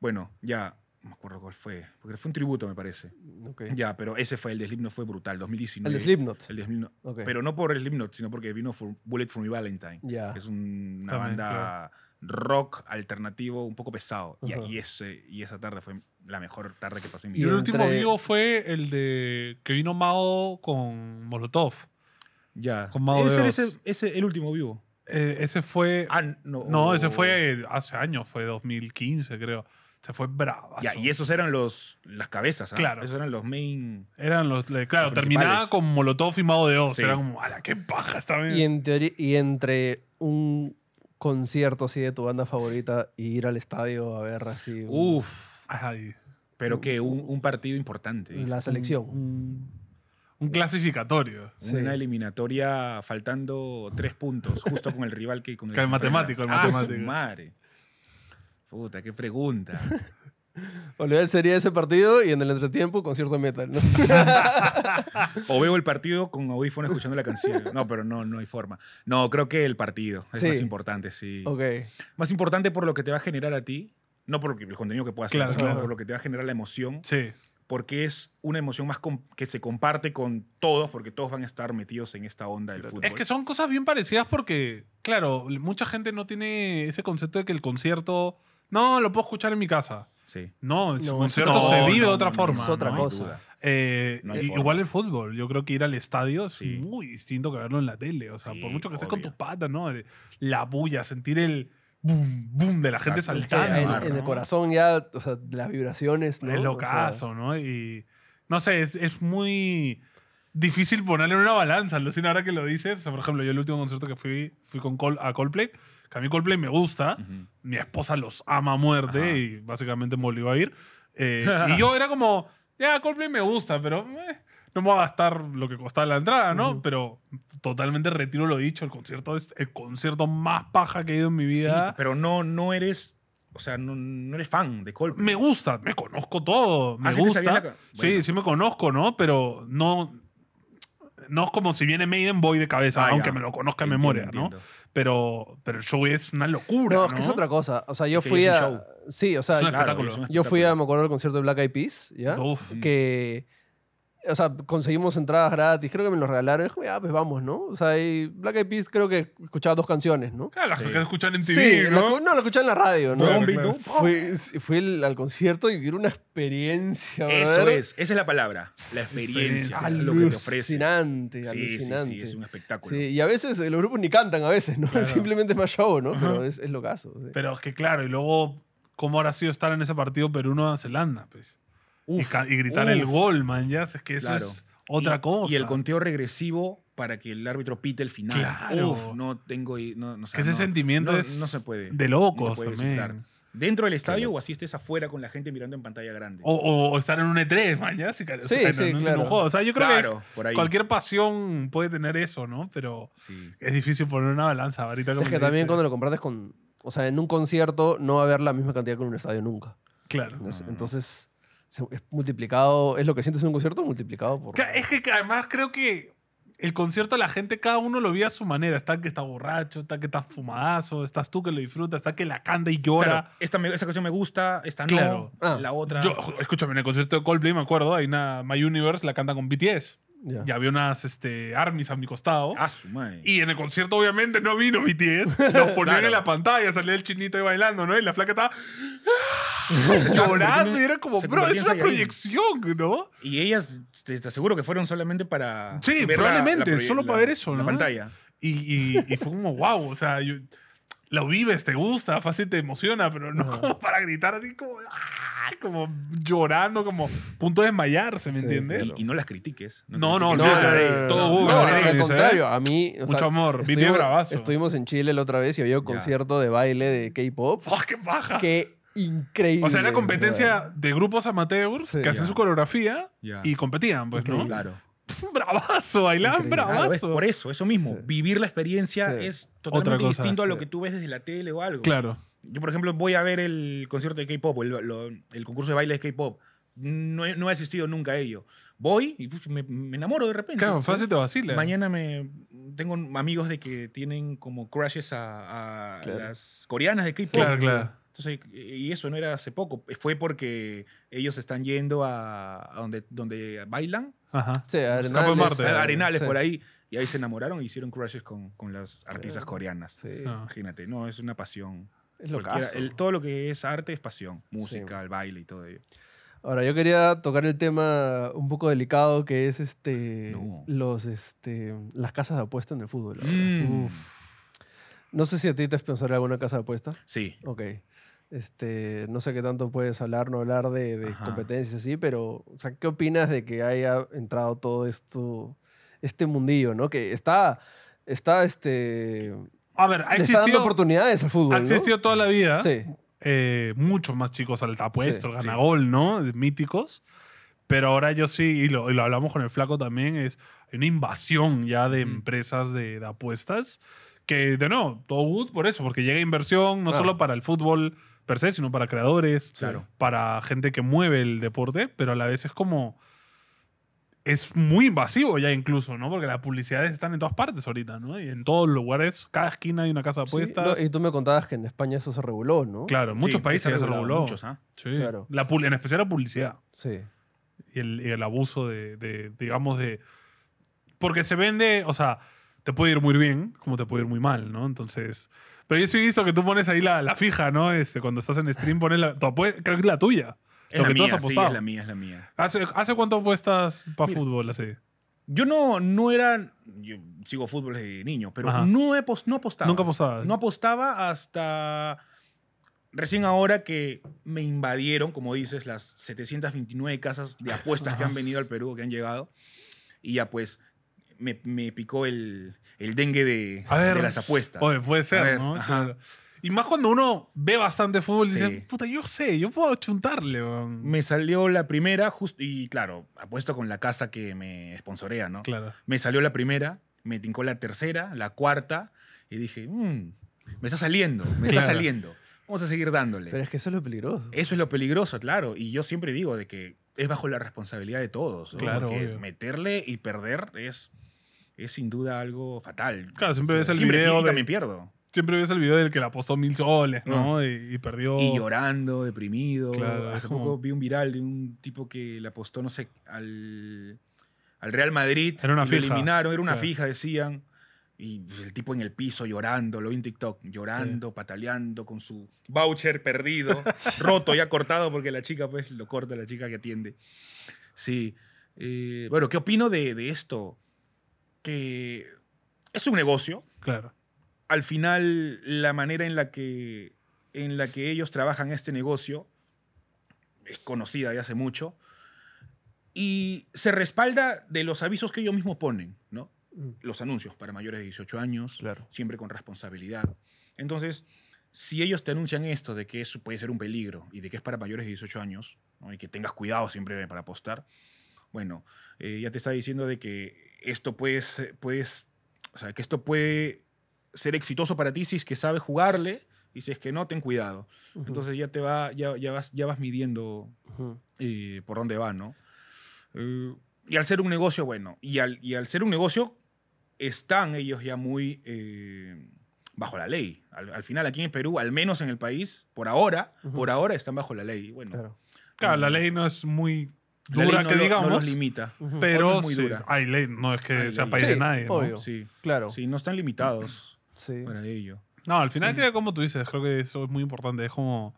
Speaker 3: Bueno, ya. No me acuerdo cuál fue. Porque fue un tributo, me parece.
Speaker 2: Ok.
Speaker 3: Ya, pero ese fue el de Slipknot, fue brutal. 2019.
Speaker 2: El de Slipknot.
Speaker 3: El de Slipknot.
Speaker 2: Ok.
Speaker 3: Pero no por Slipknot, sino porque vino for- Bullet for My Valentine.
Speaker 2: Ya.
Speaker 3: Que es un- una
Speaker 1: También,
Speaker 3: banda rock alternativo un poco pesado. Y-
Speaker 2: Ajá.
Speaker 3: y, ese, y esa tarde fue la mejor tarde que pasé en mi
Speaker 1: Y
Speaker 2: Y
Speaker 1: el
Speaker 3: vida.
Speaker 1: último
Speaker 2: entre-
Speaker 1: vivo fue el de que vino Mao con Molotov.
Speaker 3: Ya.
Speaker 1: Con Mao
Speaker 3: Ese era
Speaker 1: Deos.
Speaker 3: ese, ese el último vivo.
Speaker 1: Eh, ese fue.
Speaker 3: Ah, no.
Speaker 1: no, ese fue eh, hace años, fue 2015, creo. Se fue bravo.
Speaker 3: Ya, y esos eran los, las cabezas. ¿ah?
Speaker 1: Claro.
Speaker 3: Esos eran los main.
Speaker 1: Eran los. le- claro,
Speaker 3: Los
Speaker 1: terminaba
Speaker 3: principales.
Speaker 1: con Molotov y Mao de Oz.
Speaker 3: Sí.
Speaker 1: Era como, ¡ala, qué paja esta vez!
Speaker 2: Y, en teoría- y entre un concierto así de tu banda favorita y ir al estadio a ver así
Speaker 1: Uh,
Speaker 2: un-
Speaker 3: Uf.
Speaker 1: Ay,
Speaker 3: Pero que un, un partido importante. dice.
Speaker 2: la selección.
Speaker 1: Mm, un, un clasificatorio.
Speaker 2: Sí.
Speaker 3: Una eliminatoria faltando tres puntos, justo con el rival que con
Speaker 1: Que el
Speaker 3: se
Speaker 1: matemático, el
Speaker 3: enfrenta. ¡Ah, su
Speaker 1: matemático!
Speaker 3: madre! Puta, qué pregunta.
Speaker 2: O lo ideal sería ese partido y en el entretiempo concierto de metal, ¿no?
Speaker 3: O veo el partido con audífono escuchando la canción. No, pero no, no hay forma. No, creo que el partido es
Speaker 2: Sí.
Speaker 3: más importante, sí.
Speaker 2: ok.
Speaker 3: Más importante por lo que te va a generar a ti, no por lo que- el contenido que puedas hacer,
Speaker 1: Claro,
Speaker 3: sino
Speaker 2: claro.
Speaker 3: por lo que te va a generar la emoción,
Speaker 1: Sí.
Speaker 3: porque es una emoción más com- que se comparte con todos, porque todos van a estar metidos en esta onda del fútbol.
Speaker 1: Es que son cosas bien parecidas porque, claro, mucha gente no tiene ese concepto de que el concierto. No, lo puedo escuchar en mi casa.
Speaker 3: Sí.
Speaker 1: No, el
Speaker 2: No,
Speaker 1: concierto
Speaker 2: no,
Speaker 1: se vive
Speaker 3: no,
Speaker 1: de otra
Speaker 3: no,
Speaker 1: forma.
Speaker 2: es otra
Speaker 1: ¿no?
Speaker 2: cosa.
Speaker 1: Eh,
Speaker 3: No hay
Speaker 1: i-
Speaker 3: forma.
Speaker 1: igual el fútbol. Yo creo que ir al estadio es
Speaker 3: Sí.
Speaker 1: muy distinto que verlo en la tele. O sea,
Speaker 3: Sí,
Speaker 1: por mucho que estés con
Speaker 3: obvio.
Speaker 1: tus patas, ¿no? El- La bulla, sentir el boom, boom de la gente
Speaker 3: Exacto.
Speaker 2: Que
Speaker 1: saltando.
Speaker 2: en,
Speaker 1: Ah, ¿no?
Speaker 2: en el corazón ya, o sea, las vibraciones, ¿no?
Speaker 1: Es lo
Speaker 2: O sea,
Speaker 1: caso, ¿no? Y no sé, es, es muy difícil ponerle en una balanza. Lucina, ahora que lo dices, o sea, por ejemplo, yo el último concierto que fui, fui con Col a Coldplay, que a mí Coldplay me gusta,
Speaker 3: Ujú.
Speaker 1: mi esposa los ama a muerte
Speaker 3: Ajá.
Speaker 1: y básicamente me obligó a ir. Eh, y yo era como, ya, Coldplay me gusta, pero eh, no me va a gastar lo que costaba la entrada, ¿no? Pero totalmente retiro lo dicho, el concierto es el concierto más paja que he ido en mi
Speaker 3: Sí,
Speaker 1: vida.
Speaker 3: pero no, no eres, o sea, no, no eres fan de Coldplay.
Speaker 1: me gusta, me conozco todo, me
Speaker 3: Ah, sí te
Speaker 1: gusta.
Speaker 3: sabías la ca-
Speaker 1: Sí,
Speaker 3: Bueno.
Speaker 1: sí me conozco, ¿no? Pero no no es como si viene Maiden voy de cabeza,
Speaker 3: Ah,
Speaker 1: aunque
Speaker 3: ya.
Speaker 1: me lo conozca en
Speaker 3: Entiendo,
Speaker 1: memoria, ¿no?
Speaker 3: entiendo.
Speaker 1: Pero pero el show es una
Speaker 2: No,
Speaker 1: locura, ¿no?
Speaker 2: es que es otra cosa. O sea, yo
Speaker 3: Es que
Speaker 2: fui
Speaker 3: es un
Speaker 2: a. Sí, o sea,
Speaker 1: Es un
Speaker 2: yo-
Speaker 1: espectáculo.
Speaker 3: es un
Speaker 2: yo fui a,
Speaker 3: espectáculo.
Speaker 2: me acuerdo, el concierto de Black Eyed Peas, ¿ya?
Speaker 1: Uf.
Speaker 2: que o sea, conseguimos entradas gratis, creo que me los regalaron, y dije, "Ya, pues vamos, ¿no? O sea, y Black Eyed Peas creo que escuchaba dos canciones, ¿no?
Speaker 1: Claro, Ah, las
Speaker 3: Sí.
Speaker 1: que escuchan en
Speaker 2: sí,
Speaker 1: TV,
Speaker 2: lo
Speaker 1: ¿no?
Speaker 2: escu- no, lo escuchaba en la radio, ¿no?
Speaker 1: Claro,
Speaker 3: Don't be
Speaker 1: claro.
Speaker 3: duped.
Speaker 2: Fui, sí, fui al, al concierto y era una experiencia,
Speaker 3: Eso
Speaker 2: brother,
Speaker 3: es, esa es la palabra, la experiencia, lo que te ofrece.
Speaker 2: Alucinante,
Speaker 3: Sí, sí,
Speaker 2: alucinante.
Speaker 3: sí, es un espectáculo.
Speaker 2: Sí, y a veces eh, los grupos ni cantan a veces, ¿no?
Speaker 1: Claro.
Speaker 2: Simplemente es más show, ¿no? Pero
Speaker 1: Ajá.
Speaker 2: es, es lo caso. sí.
Speaker 1: Pero es que claro, y luego cómo habrá sido estar en ese partido Perú-Nueva Zelanda, pues. y,
Speaker 3: Uf,
Speaker 1: ca- y gritar
Speaker 3: uf.
Speaker 1: el gol, man, ya, es que eso
Speaker 3: Claro.
Speaker 1: es otra
Speaker 3: Y-
Speaker 1: cosa.
Speaker 3: Y el conteo regresivo para que el árbitro pite el final.
Speaker 1: Claro.
Speaker 3: Uf, no tengo. i- No, no, o sea,
Speaker 1: que ese
Speaker 3: no-
Speaker 1: sentimiento
Speaker 3: no-
Speaker 1: es
Speaker 3: No se puede.
Speaker 1: de
Speaker 3: no
Speaker 1: locos
Speaker 3: te puede
Speaker 1: también.
Speaker 3: descifrar. Dentro del estadio o así estés afuera con la gente mirando en pantalla grande.
Speaker 1: O, o- o estar en un E3, man, ya, si cal-
Speaker 2: Sí,
Speaker 1: o sea,
Speaker 2: sí,
Speaker 1: no- no es
Speaker 2: claro.
Speaker 1: un juego. O sea, yo creo que
Speaker 3: claro, por ahí.
Speaker 1: Cualquier pasión puede tener eso, ¿no? Pero
Speaker 3: Sí.
Speaker 1: es difícil poner una balanza ahorita. como
Speaker 2: es que
Speaker 1: me
Speaker 2: también
Speaker 1: dice.
Speaker 2: cuando lo compartes con... O sea, en un concierto no va a haber la misma cantidad que en un estadio nunca.
Speaker 1: Claro.
Speaker 2: Entonces,
Speaker 3: no, no.
Speaker 2: entonces, se- es multiplicado, es lo que sientes en un concierto multiplicado por...
Speaker 1: Ca- Es que además creo que el concierto la gente, cada uno lo ve a su manera. Está el que está borracho, está el que está fumadazo, estás tú que lo disfrutas, está el que la canta y
Speaker 3: Claro,
Speaker 1: llora.
Speaker 3: esta, me- esta canción me gusta, esta no,
Speaker 1: Claro.
Speaker 2: Ah,
Speaker 3: la otra.
Speaker 1: Yo, escúchame, en el concierto de Coldplay, me acuerdo, hay una My Universe, la canta con BTS.
Speaker 2: Ya.
Speaker 1: Y había unas este, armies a mi costado.
Speaker 3: Ah, su madre.
Speaker 1: Y en el concierto, obviamente, no vino BTS. Lo ponían
Speaker 3: Claro.
Speaker 1: en la pantalla, salía el chinito ahí bailando, ¿no? Y la flaca estaba llorando y era como,
Speaker 3: se
Speaker 1: bro,
Speaker 3: convertía
Speaker 1: es
Speaker 3: en
Speaker 1: una
Speaker 3: Saiyajin".
Speaker 1: proyección, ¿no?
Speaker 3: Y ellas, te, te aseguro que fueron solamente para.
Speaker 1: Sí,
Speaker 3: ver la-
Speaker 1: probablemente,
Speaker 3: proye-
Speaker 1: solo para ver eso,
Speaker 3: La
Speaker 1: ¿no?
Speaker 3: pantalla.
Speaker 1: Y, y- y fue como, wow, o sea, yo- lo vives, te gusta, fácil te emociona, pero no como para gritar así como, "Ah", como llorando, como punto de desmayarse, ¿me
Speaker 2: Sí,
Speaker 1: entiendes?
Speaker 2: claro.
Speaker 3: Y no las critiques.
Speaker 1: No, no,
Speaker 3: critiques
Speaker 1: no,
Speaker 3: nada
Speaker 1: no,
Speaker 3: de
Speaker 1: no,
Speaker 3: ellas.
Speaker 1: todo
Speaker 2: no,
Speaker 1: Google,
Speaker 2: no,
Speaker 1: sí,
Speaker 2: al
Speaker 1: sí,
Speaker 2: contrario,
Speaker 1: ¿eh?
Speaker 2: a mí... o
Speaker 1: Mucho
Speaker 2: sea,
Speaker 1: amor, BTS
Speaker 2: estuvimos-
Speaker 1: bravazo.
Speaker 2: Estuvimos en Chile la otra vez y había un
Speaker 3: Ya.
Speaker 2: concierto de baile de K-pop.
Speaker 1: ¡Fuck, Ah, qué paja!
Speaker 2: ¡Qué increíble!
Speaker 1: O sea, era
Speaker 2: brother.
Speaker 1: competencia de grupos amateurs
Speaker 2: Sí,
Speaker 1: que hacían
Speaker 3: ya.
Speaker 1: su coreografía
Speaker 3: Ya.
Speaker 1: y competían, pues, ¿no?
Speaker 2: Increíble.
Speaker 3: Claro.
Speaker 1: Bravazo, bailaban
Speaker 2: Increíble. Ah,
Speaker 3: Claro, ¿ves?
Speaker 1: bravazo.
Speaker 3: Ah, Por eso, eso mismo.
Speaker 2: Sí.
Speaker 3: Vivir la experiencia
Speaker 2: Sí.
Speaker 3: es totalmente
Speaker 1: Otra cosa,
Speaker 3: distinto a lo
Speaker 2: sí.
Speaker 3: que tú ves desde la tele o algo.
Speaker 1: Claro.
Speaker 3: Yo, por ejemplo, voy a ver el concierto de K-pop, o el, lo- el concurso de baile de K-pop. No, he- no he asistido nunca a ello. Voy y pues, me, me enamoro de repente.
Speaker 1: Claro, fácil
Speaker 3: ¿sabes?
Speaker 1: te vacila.
Speaker 3: Mañana me tengo amigos de que tienen como crashes a, a
Speaker 2: Claro.
Speaker 3: las coreanas de K-pop.
Speaker 1: Claro, claro.
Speaker 3: Entonces, y eso no era hace poco. Fue porque ellos están yendo a, a donde, donde bailan,
Speaker 1: Ajá.
Speaker 2: Sí, Arenales.
Speaker 1: Campo de Marte.
Speaker 3: a arenales
Speaker 2: sí.
Speaker 3: por ahí, y ahí se enamoraron y hicieron crushes con, con las artistas coreanas.
Speaker 2: Sí.
Speaker 1: Ah.
Speaker 3: Imagínate, no, es una pasión.
Speaker 2: Es lo
Speaker 3: Cualquiera- el- todo lo que es arte es pasión. Música, el baile y todo ello.
Speaker 2: Ahora, yo quería tocar el tema un poco delicado que es este,
Speaker 3: No.
Speaker 2: los, este, las casas de apuesta en el fútbol. ahora.
Speaker 3: Mm.
Speaker 2: No sé si a ti te has pensado en alguna casa de apuesta.
Speaker 3: Sí.
Speaker 2: Ok. Este, no sé qué tanto puedes hablar, no hablar de, de
Speaker 3: Ajá.
Speaker 2: competencias así, pero, o sea, ¿qué opinas de que haya entrado todo esto, este mundillo, ¿no? Que está, está, este,
Speaker 1: A ver, ha
Speaker 2: le está dando
Speaker 1: existido,
Speaker 2: oportunidades al fútbol,
Speaker 1: ha
Speaker 2: ¿no?
Speaker 1: existido ¿ah? toda la vida.
Speaker 2: Sí.
Speaker 1: eh, muchos más chicos al apuesto, el
Speaker 2: Sí,
Speaker 1: ganagol, ¿no? Míticos. Pero ahora yo sí, y lo, y lo hablamos con el flaco también, es hay una invasión ya de empresas de, de apuestas que, de no, todo good por eso, porque llega inversión no
Speaker 2: Claro.
Speaker 1: solo para el fútbol per se, sino para creadores,
Speaker 3: Claro.
Speaker 1: para gente que mueve el deporte, pero a la vez es como... Es muy invasivo ya incluso, ¿no? Porque las publicidades están en todas partes ahorita, ¿no? Y en todos los lugares, cada esquina hay una casa de
Speaker 2: Sí,
Speaker 1: apuestas.
Speaker 2: no, y tú me contabas que en España eso se reguló, ¿no?
Speaker 1: Claro, en muchos
Speaker 3: Sí,
Speaker 1: países
Speaker 3: está
Speaker 1: ya se
Speaker 3: regulado,
Speaker 1: reguló.
Speaker 3: Muchos, ¿ah?
Speaker 1: Sí.
Speaker 2: Claro.
Speaker 1: La pul- en especial la publicidad
Speaker 2: Sí.
Speaker 1: y el, y el abuso de, de- digamos, de... Porque se vende, o sea, te puede ir muy bien como te puede ir muy mal, ¿no? Entonces... Pero yo sí he visto que tú pones ahí la, la fija, ¿no? Este, cuando estás en stream pones la... tu apue- creo que es la tuya.
Speaker 3: Es
Speaker 1: Lo
Speaker 3: la
Speaker 1: que tú has
Speaker 3: mía, sí,
Speaker 1: apostado.
Speaker 3: es la mía, es la mía.
Speaker 1: ¿Hace, hace cuánto apuestas para
Speaker 3: Mira.
Speaker 1: fútbol así?
Speaker 3: Yo no, no era... Yo sigo fútbol desde niño, pero
Speaker 1: Ajá.
Speaker 3: no, he pos- no apostaba.
Speaker 1: Nunca apostabas.
Speaker 3: No apostaba hasta recién ahora que me invadieron, como dices, las 729 casas de apuestas que han venido al Perú, que han llegado. Y ya pues me, me picó el, el dengue de,
Speaker 1: A ver,
Speaker 3: de las apuestas.
Speaker 1: Oye, puede ser,
Speaker 3: A ver,
Speaker 1: ¿no?
Speaker 3: ajá.
Speaker 1: Claro. Y más cuando uno ve bastante fútbol y dice,
Speaker 3: Sí.
Speaker 1: puta, yo sé, yo puedo chuntarle. weón".
Speaker 3: Me salió la primera, justo y claro, apuesto con la casa que me sponsorea, ¿no?
Speaker 1: Claro.
Speaker 3: Me salió la primera, me tincó la tercera, la cuarta, y dije, "Mm, me está saliendo, me está
Speaker 1: Claro.
Speaker 3: saliendo. Vamos a seguir dándole.
Speaker 2: Pero es que eso es lo peligroso.
Speaker 1: Eh,
Speaker 3: Eso es lo peligroso, claro. Y yo siempre digo de que es bajo la responsabilidad de todos. ¿no?
Speaker 1: Claro,
Speaker 3: Porque
Speaker 1: obvio.
Speaker 3: meterle y perder es, es sin duda algo fatal.
Speaker 1: Claro, siempre ves el
Speaker 3: Siempre
Speaker 1: video
Speaker 3: pierdo y
Speaker 1: de-
Speaker 3: también pierdo.
Speaker 1: Siempre ves el video del que le apostó mil soles, ¿no? Y, y perdió...
Speaker 3: Y llorando, deprimido.
Speaker 1: Claro, es
Speaker 3: Hace
Speaker 1: como-
Speaker 3: poco vi un viral de un tipo que le apostó, no sé, al, al Real Madrid.
Speaker 1: Era una
Speaker 3: y lo
Speaker 1: fija.
Speaker 3: eliminaron, era una
Speaker 1: Claro.
Speaker 3: fija, decían. Y pues, el tipo en el piso llorando, lo vi en TikTok, llorando, pataleando con su voucher perdido, roto, ya cortado, porque la chica, pues, lo corta la chica que atiende. Sí. Eh, bueno, ¿qué opino de, de esto? Que es un negocio,
Speaker 1: Claro.
Speaker 3: al final la manera en la que en la que ellos trabajan este negocio es conocida de hace mucho y se respalda de los avisos que ellos mismos ponen, ¿no?
Speaker 2: Mm.
Speaker 3: Los anuncios para mayores de 18 años,
Speaker 2: Claro.
Speaker 3: siempre con responsabilidad. Entonces, si ellos te anuncian esto de que eso puede ser un peligro y de que es para mayores de 18 años ¿no? y que tengas cuidado siempre eh, para apostar, bueno, eh, ya te está diciendo de que esto puedes, puedes, o sea, que esto puede ser exitoso para ti si es que sabes jugarle y si es que no, ten cuidado.
Speaker 2: Ujú,
Speaker 3: Entonces ya te va, ya, ya vas, ya vas midiendo
Speaker 2: ujú.
Speaker 3: eh, por dónde va, ¿no? Eh, y al ser un negocio, bueno, y al, y al ser un negocio, están ellos ya muy eh, bajo la ley. Al, al final, aquí en Perú, al menos en el país, por ahora,
Speaker 2: Ujú.
Speaker 3: por ahora están bajo la ley. Bueno,
Speaker 2: Claro.
Speaker 1: Claro, la
Speaker 3: Mm.
Speaker 1: ley no es muy
Speaker 3: la ley
Speaker 1: dura
Speaker 3: no
Speaker 1: que
Speaker 3: lo- no los
Speaker 1: digamos,
Speaker 3: limita.
Speaker 2: Ujú.
Speaker 1: pero
Speaker 3: no es muy
Speaker 1: sí,
Speaker 3: dura.
Speaker 1: hay ley, no es que
Speaker 3: Hay
Speaker 1: sea
Speaker 3: ley.
Speaker 1: país de
Speaker 2: Sí,
Speaker 1: nadie. ¿no?
Speaker 2: obvio.
Speaker 3: Sí,
Speaker 2: Claro.
Speaker 3: sí, no están limitados
Speaker 2: Sí.
Speaker 3: para ello.
Speaker 1: No, al final creo como tú dices, creo que eso es muy importante. Es como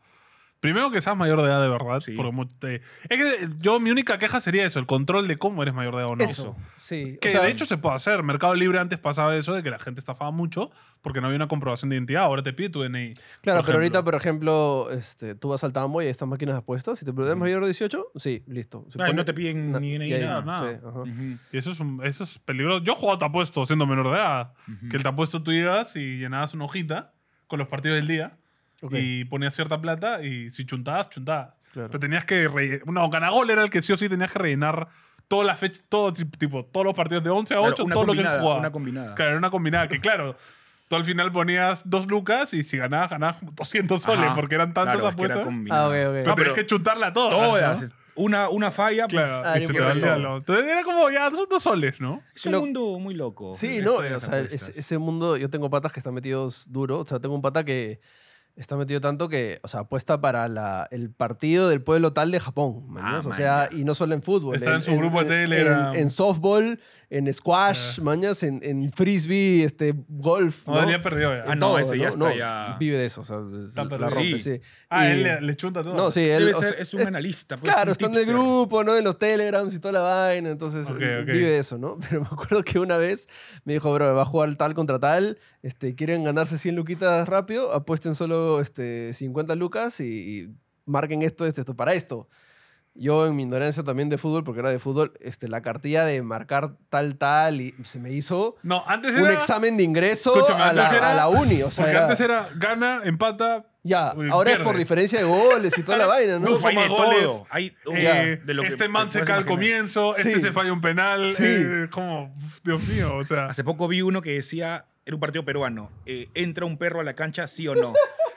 Speaker 1: primero que seas mayor de edad de verdad,
Speaker 3: Sí.
Speaker 1: porque mu- te- es que yo mi única queja sería eso, el control de cómo eres mayor de edad o no.
Speaker 2: Eso. Sí. o
Speaker 1: Que
Speaker 2: sea,
Speaker 1: de hecho se puede hacer. Mercado Libre antes pasaba eso de que la gente estafaba mucho porque no había una comprobación de identidad. Ahora te pide tu DNI.
Speaker 2: Claro,
Speaker 1: por
Speaker 2: pero
Speaker 1: ejemplo.
Speaker 2: ahorita, por ejemplo, este, tú vas al tambo y hay estas máquinas de apuestas. Si te preguntas mayor de 18, sí, listo. Se
Speaker 3: No, y
Speaker 2: pone-
Speaker 3: no te piden
Speaker 2: na-
Speaker 3: ni DNI,
Speaker 2: ya, ya,
Speaker 3: nada.
Speaker 1: nada.
Speaker 2: sí, ajá.
Speaker 3: Ujú.
Speaker 1: Y eso es, un- eso es peligroso. Yo jugaba tapuesto siendo menor de edad.
Speaker 3: Ujú.
Speaker 1: Que el tapuesto tú ibas y llenabas una hojita con los partidos del día.
Speaker 2: Ok,
Speaker 1: y ponías cierta plata y si chuntabas, chuntabas.
Speaker 2: claro.
Speaker 1: Pero tenías que rellenar. No, Ganagol era el que sí o sí tenías que rellenar todas las fechas, todo ti- tipo, todos los partidos de 11 a
Speaker 3: Claro,
Speaker 1: 8,
Speaker 3: una
Speaker 1: todo lo que él
Speaker 3: combinada,
Speaker 1: jugaba.
Speaker 3: Una combinada.
Speaker 1: claro, era una combinada que, claro, tú al final ponías dos lucas y si ganabas, ganabas 200 soles
Speaker 3: Ajá.
Speaker 1: porque eran tantas
Speaker 3: Claro, es que era
Speaker 1: apuestas.
Speaker 2: ah,
Speaker 3: combinada.
Speaker 2: ok, ok.
Speaker 1: pero,
Speaker 3: pero-
Speaker 1: tenías que chuntarla todas. ¿no?
Speaker 3: Todas. Una, una falla. pues,
Speaker 1: Claro,
Speaker 2: Ah,
Speaker 1: y
Speaker 2: yo
Speaker 1: se te
Speaker 2: pensé
Speaker 1: valía
Speaker 2: todo.
Speaker 1: lo- Entonces era como ya son dos soles, ¿no?
Speaker 3: Es un
Speaker 2: Lo-
Speaker 3: mundo muy loco. este
Speaker 2: Sí,
Speaker 3: esto
Speaker 2: no,
Speaker 3: de
Speaker 2: o
Speaker 3: las
Speaker 2: sea,
Speaker 3: apuestas.
Speaker 2: ese, ese mundo, yo tengo patas que están metidos duro. O sea, tengo un pata que, está metido tanto que, o sea, apuesta para la- el partido del pueblo tal de Japón. ¿me
Speaker 3: Ah,
Speaker 2: entiendes? o
Speaker 3: man,
Speaker 2: sea, y no solo en fútbol.
Speaker 1: Está en su grupo de Telegram.
Speaker 2: En, en softball, en squash, mañas, en, en frisbee, este, golf.
Speaker 1: No,
Speaker 2: ¿no?
Speaker 1: él ya perdió ya.
Speaker 3: Ah,
Speaker 2: En
Speaker 3: no,
Speaker 2: todo,
Speaker 3: ese ya está, ya-
Speaker 2: Vive de eso, o sea, es-
Speaker 1: Está, pero
Speaker 2: la
Speaker 1: sí.
Speaker 2: rompe, sí.
Speaker 1: Ah,
Speaker 2: Y-
Speaker 1: él le, le chunta todo.
Speaker 2: No, sí, él...
Speaker 3: Debe
Speaker 2: o sea,
Speaker 3: ser, es un analista. pues,
Speaker 2: Claro,
Speaker 3: un
Speaker 2: está en el
Speaker 3: tipster.
Speaker 2: grupo, ¿no? En los telegrams y toda la vaina, entonces
Speaker 1: Ok,
Speaker 2: eh,
Speaker 1: ok.
Speaker 2: vive eso, ¿no? Pero me acuerdo que una vez me dijo, bro, va a jugar tal contra tal, este, quieren ganarse 100 luquitas rápido, apuesten solo este, 50 lucas y, y marquen esto, esto, esto, para esto. Yo en mi ignorancia también de fútbol, porque era de fútbol, este, la cartilla de marcar tal, tal, y se me hizo
Speaker 1: No, antes
Speaker 2: un
Speaker 1: era.
Speaker 2: examen de ingreso
Speaker 1: Escúchame,
Speaker 2: a la,
Speaker 1: antes era-
Speaker 2: a la uni, o sea,
Speaker 1: Porque
Speaker 2: era-
Speaker 1: antes era gana, empata,
Speaker 2: ya,
Speaker 1: Uy,
Speaker 2: ahora es
Speaker 1: pierde.
Speaker 2: por diferencia de goles y toda la vaina,
Speaker 1: No,
Speaker 2: ¿no?
Speaker 3: Hay de
Speaker 1: Toma goles.
Speaker 3: todo. Hay, oh,
Speaker 1: eh,
Speaker 3: de lo que
Speaker 1: este man
Speaker 3: te
Speaker 1: se
Speaker 3: puedes
Speaker 1: cae al
Speaker 3: imaginar.
Speaker 1: comienzo, este
Speaker 2: Sí.
Speaker 1: se falla un penal.
Speaker 2: Sí.
Speaker 1: eh, como, pf, Dios mío, o sea.
Speaker 3: Hace poco vi uno que decía, era un partido peruano, eh, entra un perro a la cancha, sí o no.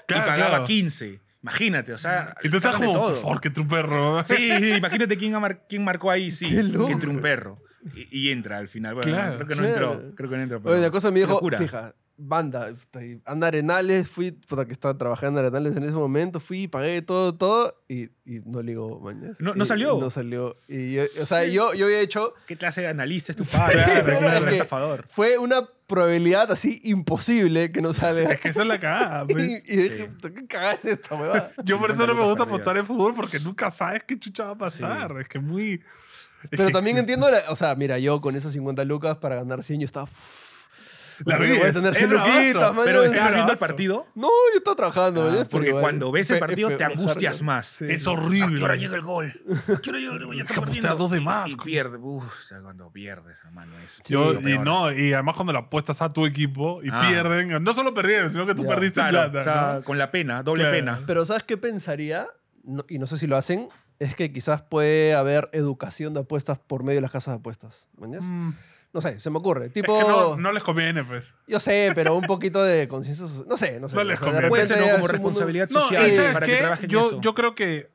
Speaker 1: Claro,
Speaker 3: y pagaba
Speaker 1: claro.
Speaker 3: 15. Imagínate, o sea.
Speaker 1: Y tú estás
Speaker 3: sacan de
Speaker 1: como, por
Speaker 3: todo.
Speaker 1: favor, que tu perro.
Speaker 3: Sí, sí, imagínate quién, ha mar- quién marcó ahí, sí,
Speaker 2: Qué loco.
Speaker 3: que entró un perro. Y, y entra al final. Bueno,
Speaker 1: Claro,
Speaker 3: creo que no
Speaker 2: claro.
Speaker 3: entró. Creo que no entró. pero-
Speaker 2: Oye, la cosa me dijo,
Speaker 3: locura.
Speaker 2: fija, banda, puta, y anda a Arenales, fui, puta, que estaba trabajando en Arenales en ese momento, fui, pagué todo, todo, y, y no ligó, mañas.
Speaker 3: No- no
Speaker 2: Y-
Speaker 3: salió.
Speaker 2: No salió. Y yo- o sea, yo, yo había hecho,
Speaker 3: ¿Qué clase de analista es tu padre?
Speaker 2: claro,
Speaker 3: Claro,
Speaker 2: claro.
Speaker 3: un estafador.
Speaker 2: fue una probabilidad así imposible que no salga.
Speaker 1: Es que esa es la cagada. pues.
Speaker 2: y, y dije,
Speaker 3: Sí.
Speaker 2: puta, ¿qué cagada es esta, huevada?
Speaker 1: Yo por
Speaker 3: Sí,
Speaker 1: eso no me
Speaker 3: manda
Speaker 1: gusta
Speaker 3: lucas
Speaker 1: apostar en fútbol porque nunca sabes qué chucha va a pasar. Es que es muy. es
Speaker 2: Pero
Speaker 1: que-
Speaker 2: también entiendo, la- o sea, mira, yo con esas 50 lucas para ganar 100, yo estaba... uff,
Speaker 1: La
Speaker 2: voy
Speaker 1: vi,
Speaker 2: a
Speaker 1: es-
Speaker 2: tener
Speaker 1: es
Speaker 2: 100
Speaker 1: bravazo,
Speaker 2: luquitas, mañas.
Speaker 3: Pero estás
Speaker 1: bravazo.
Speaker 3: viendo el partido.
Speaker 2: No, yo estaba trabajando,
Speaker 3: Ah,
Speaker 2: mañas, pero
Speaker 3: porque
Speaker 2: igual.
Speaker 3: cuando ves
Speaker 2: Fe-
Speaker 3: el
Speaker 2: es
Speaker 3: partido te
Speaker 2: peor
Speaker 3: angustias
Speaker 2: dejarlo.
Speaker 1: Es
Speaker 3: más. ¿A qué hora
Speaker 1: horrible.
Speaker 3: llega el gol? ¿A qué hora llega el gol? Ya está
Speaker 1: aposté a
Speaker 3: perdiendo.
Speaker 1: dos de más,
Speaker 3: Y
Speaker 1: co-
Speaker 3: pierde. Uf, o sea, cuando pierdes, hermano, es
Speaker 1: Yo-
Speaker 3: lo
Speaker 1: y
Speaker 3: peor.
Speaker 1: no, y además cuando la apuestas a tu equipo y
Speaker 3: Ah.
Speaker 1: pierden, no solo perdieron, sino que tú
Speaker 2: Ya,
Speaker 1: perdiste
Speaker 3: Claro,
Speaker 1: plata.
Speaker 3: o sea,
Speaker 1: ¿no?
Speaker 3: con la pena, doble
Speaker 1: Claro.
Speaker 3: pena.
Speaker 2: Pero ¿sabes qué pensaría? No- y no sé si lo hacen, es que quizás puede haber educación de apuestas por medio de las casas de apuestas. ¿mañas?
Speaker 1: Mm,
Speaker 2: No sé, se me ocurre.
Speaker 1: es
Speaker 2: Tipo,
Speaker 1: que no, no les conviene, pues.
Speaker 2: yo sé, pero un poquito de conciencia social. No sé, no sé.
Speaker 1: No les
Speaker 2: O sea, de
Speaker 1: conviene.
Speaker 3: Puede ser ¿no?
Speaker 2: repente es
Speaker 3: como
Speaker 2: un mundo-
Speaker 3: responsabilidad
Speaker 1: No,
Speaker 3: social
Speaker 1: y ¿sabes
Speaker 3: para que
Speaker 1: qué?
Speaker 3: trabajen
Speaker 1: yo,
Speaker 3: eso.
Speaker 1: yo creo que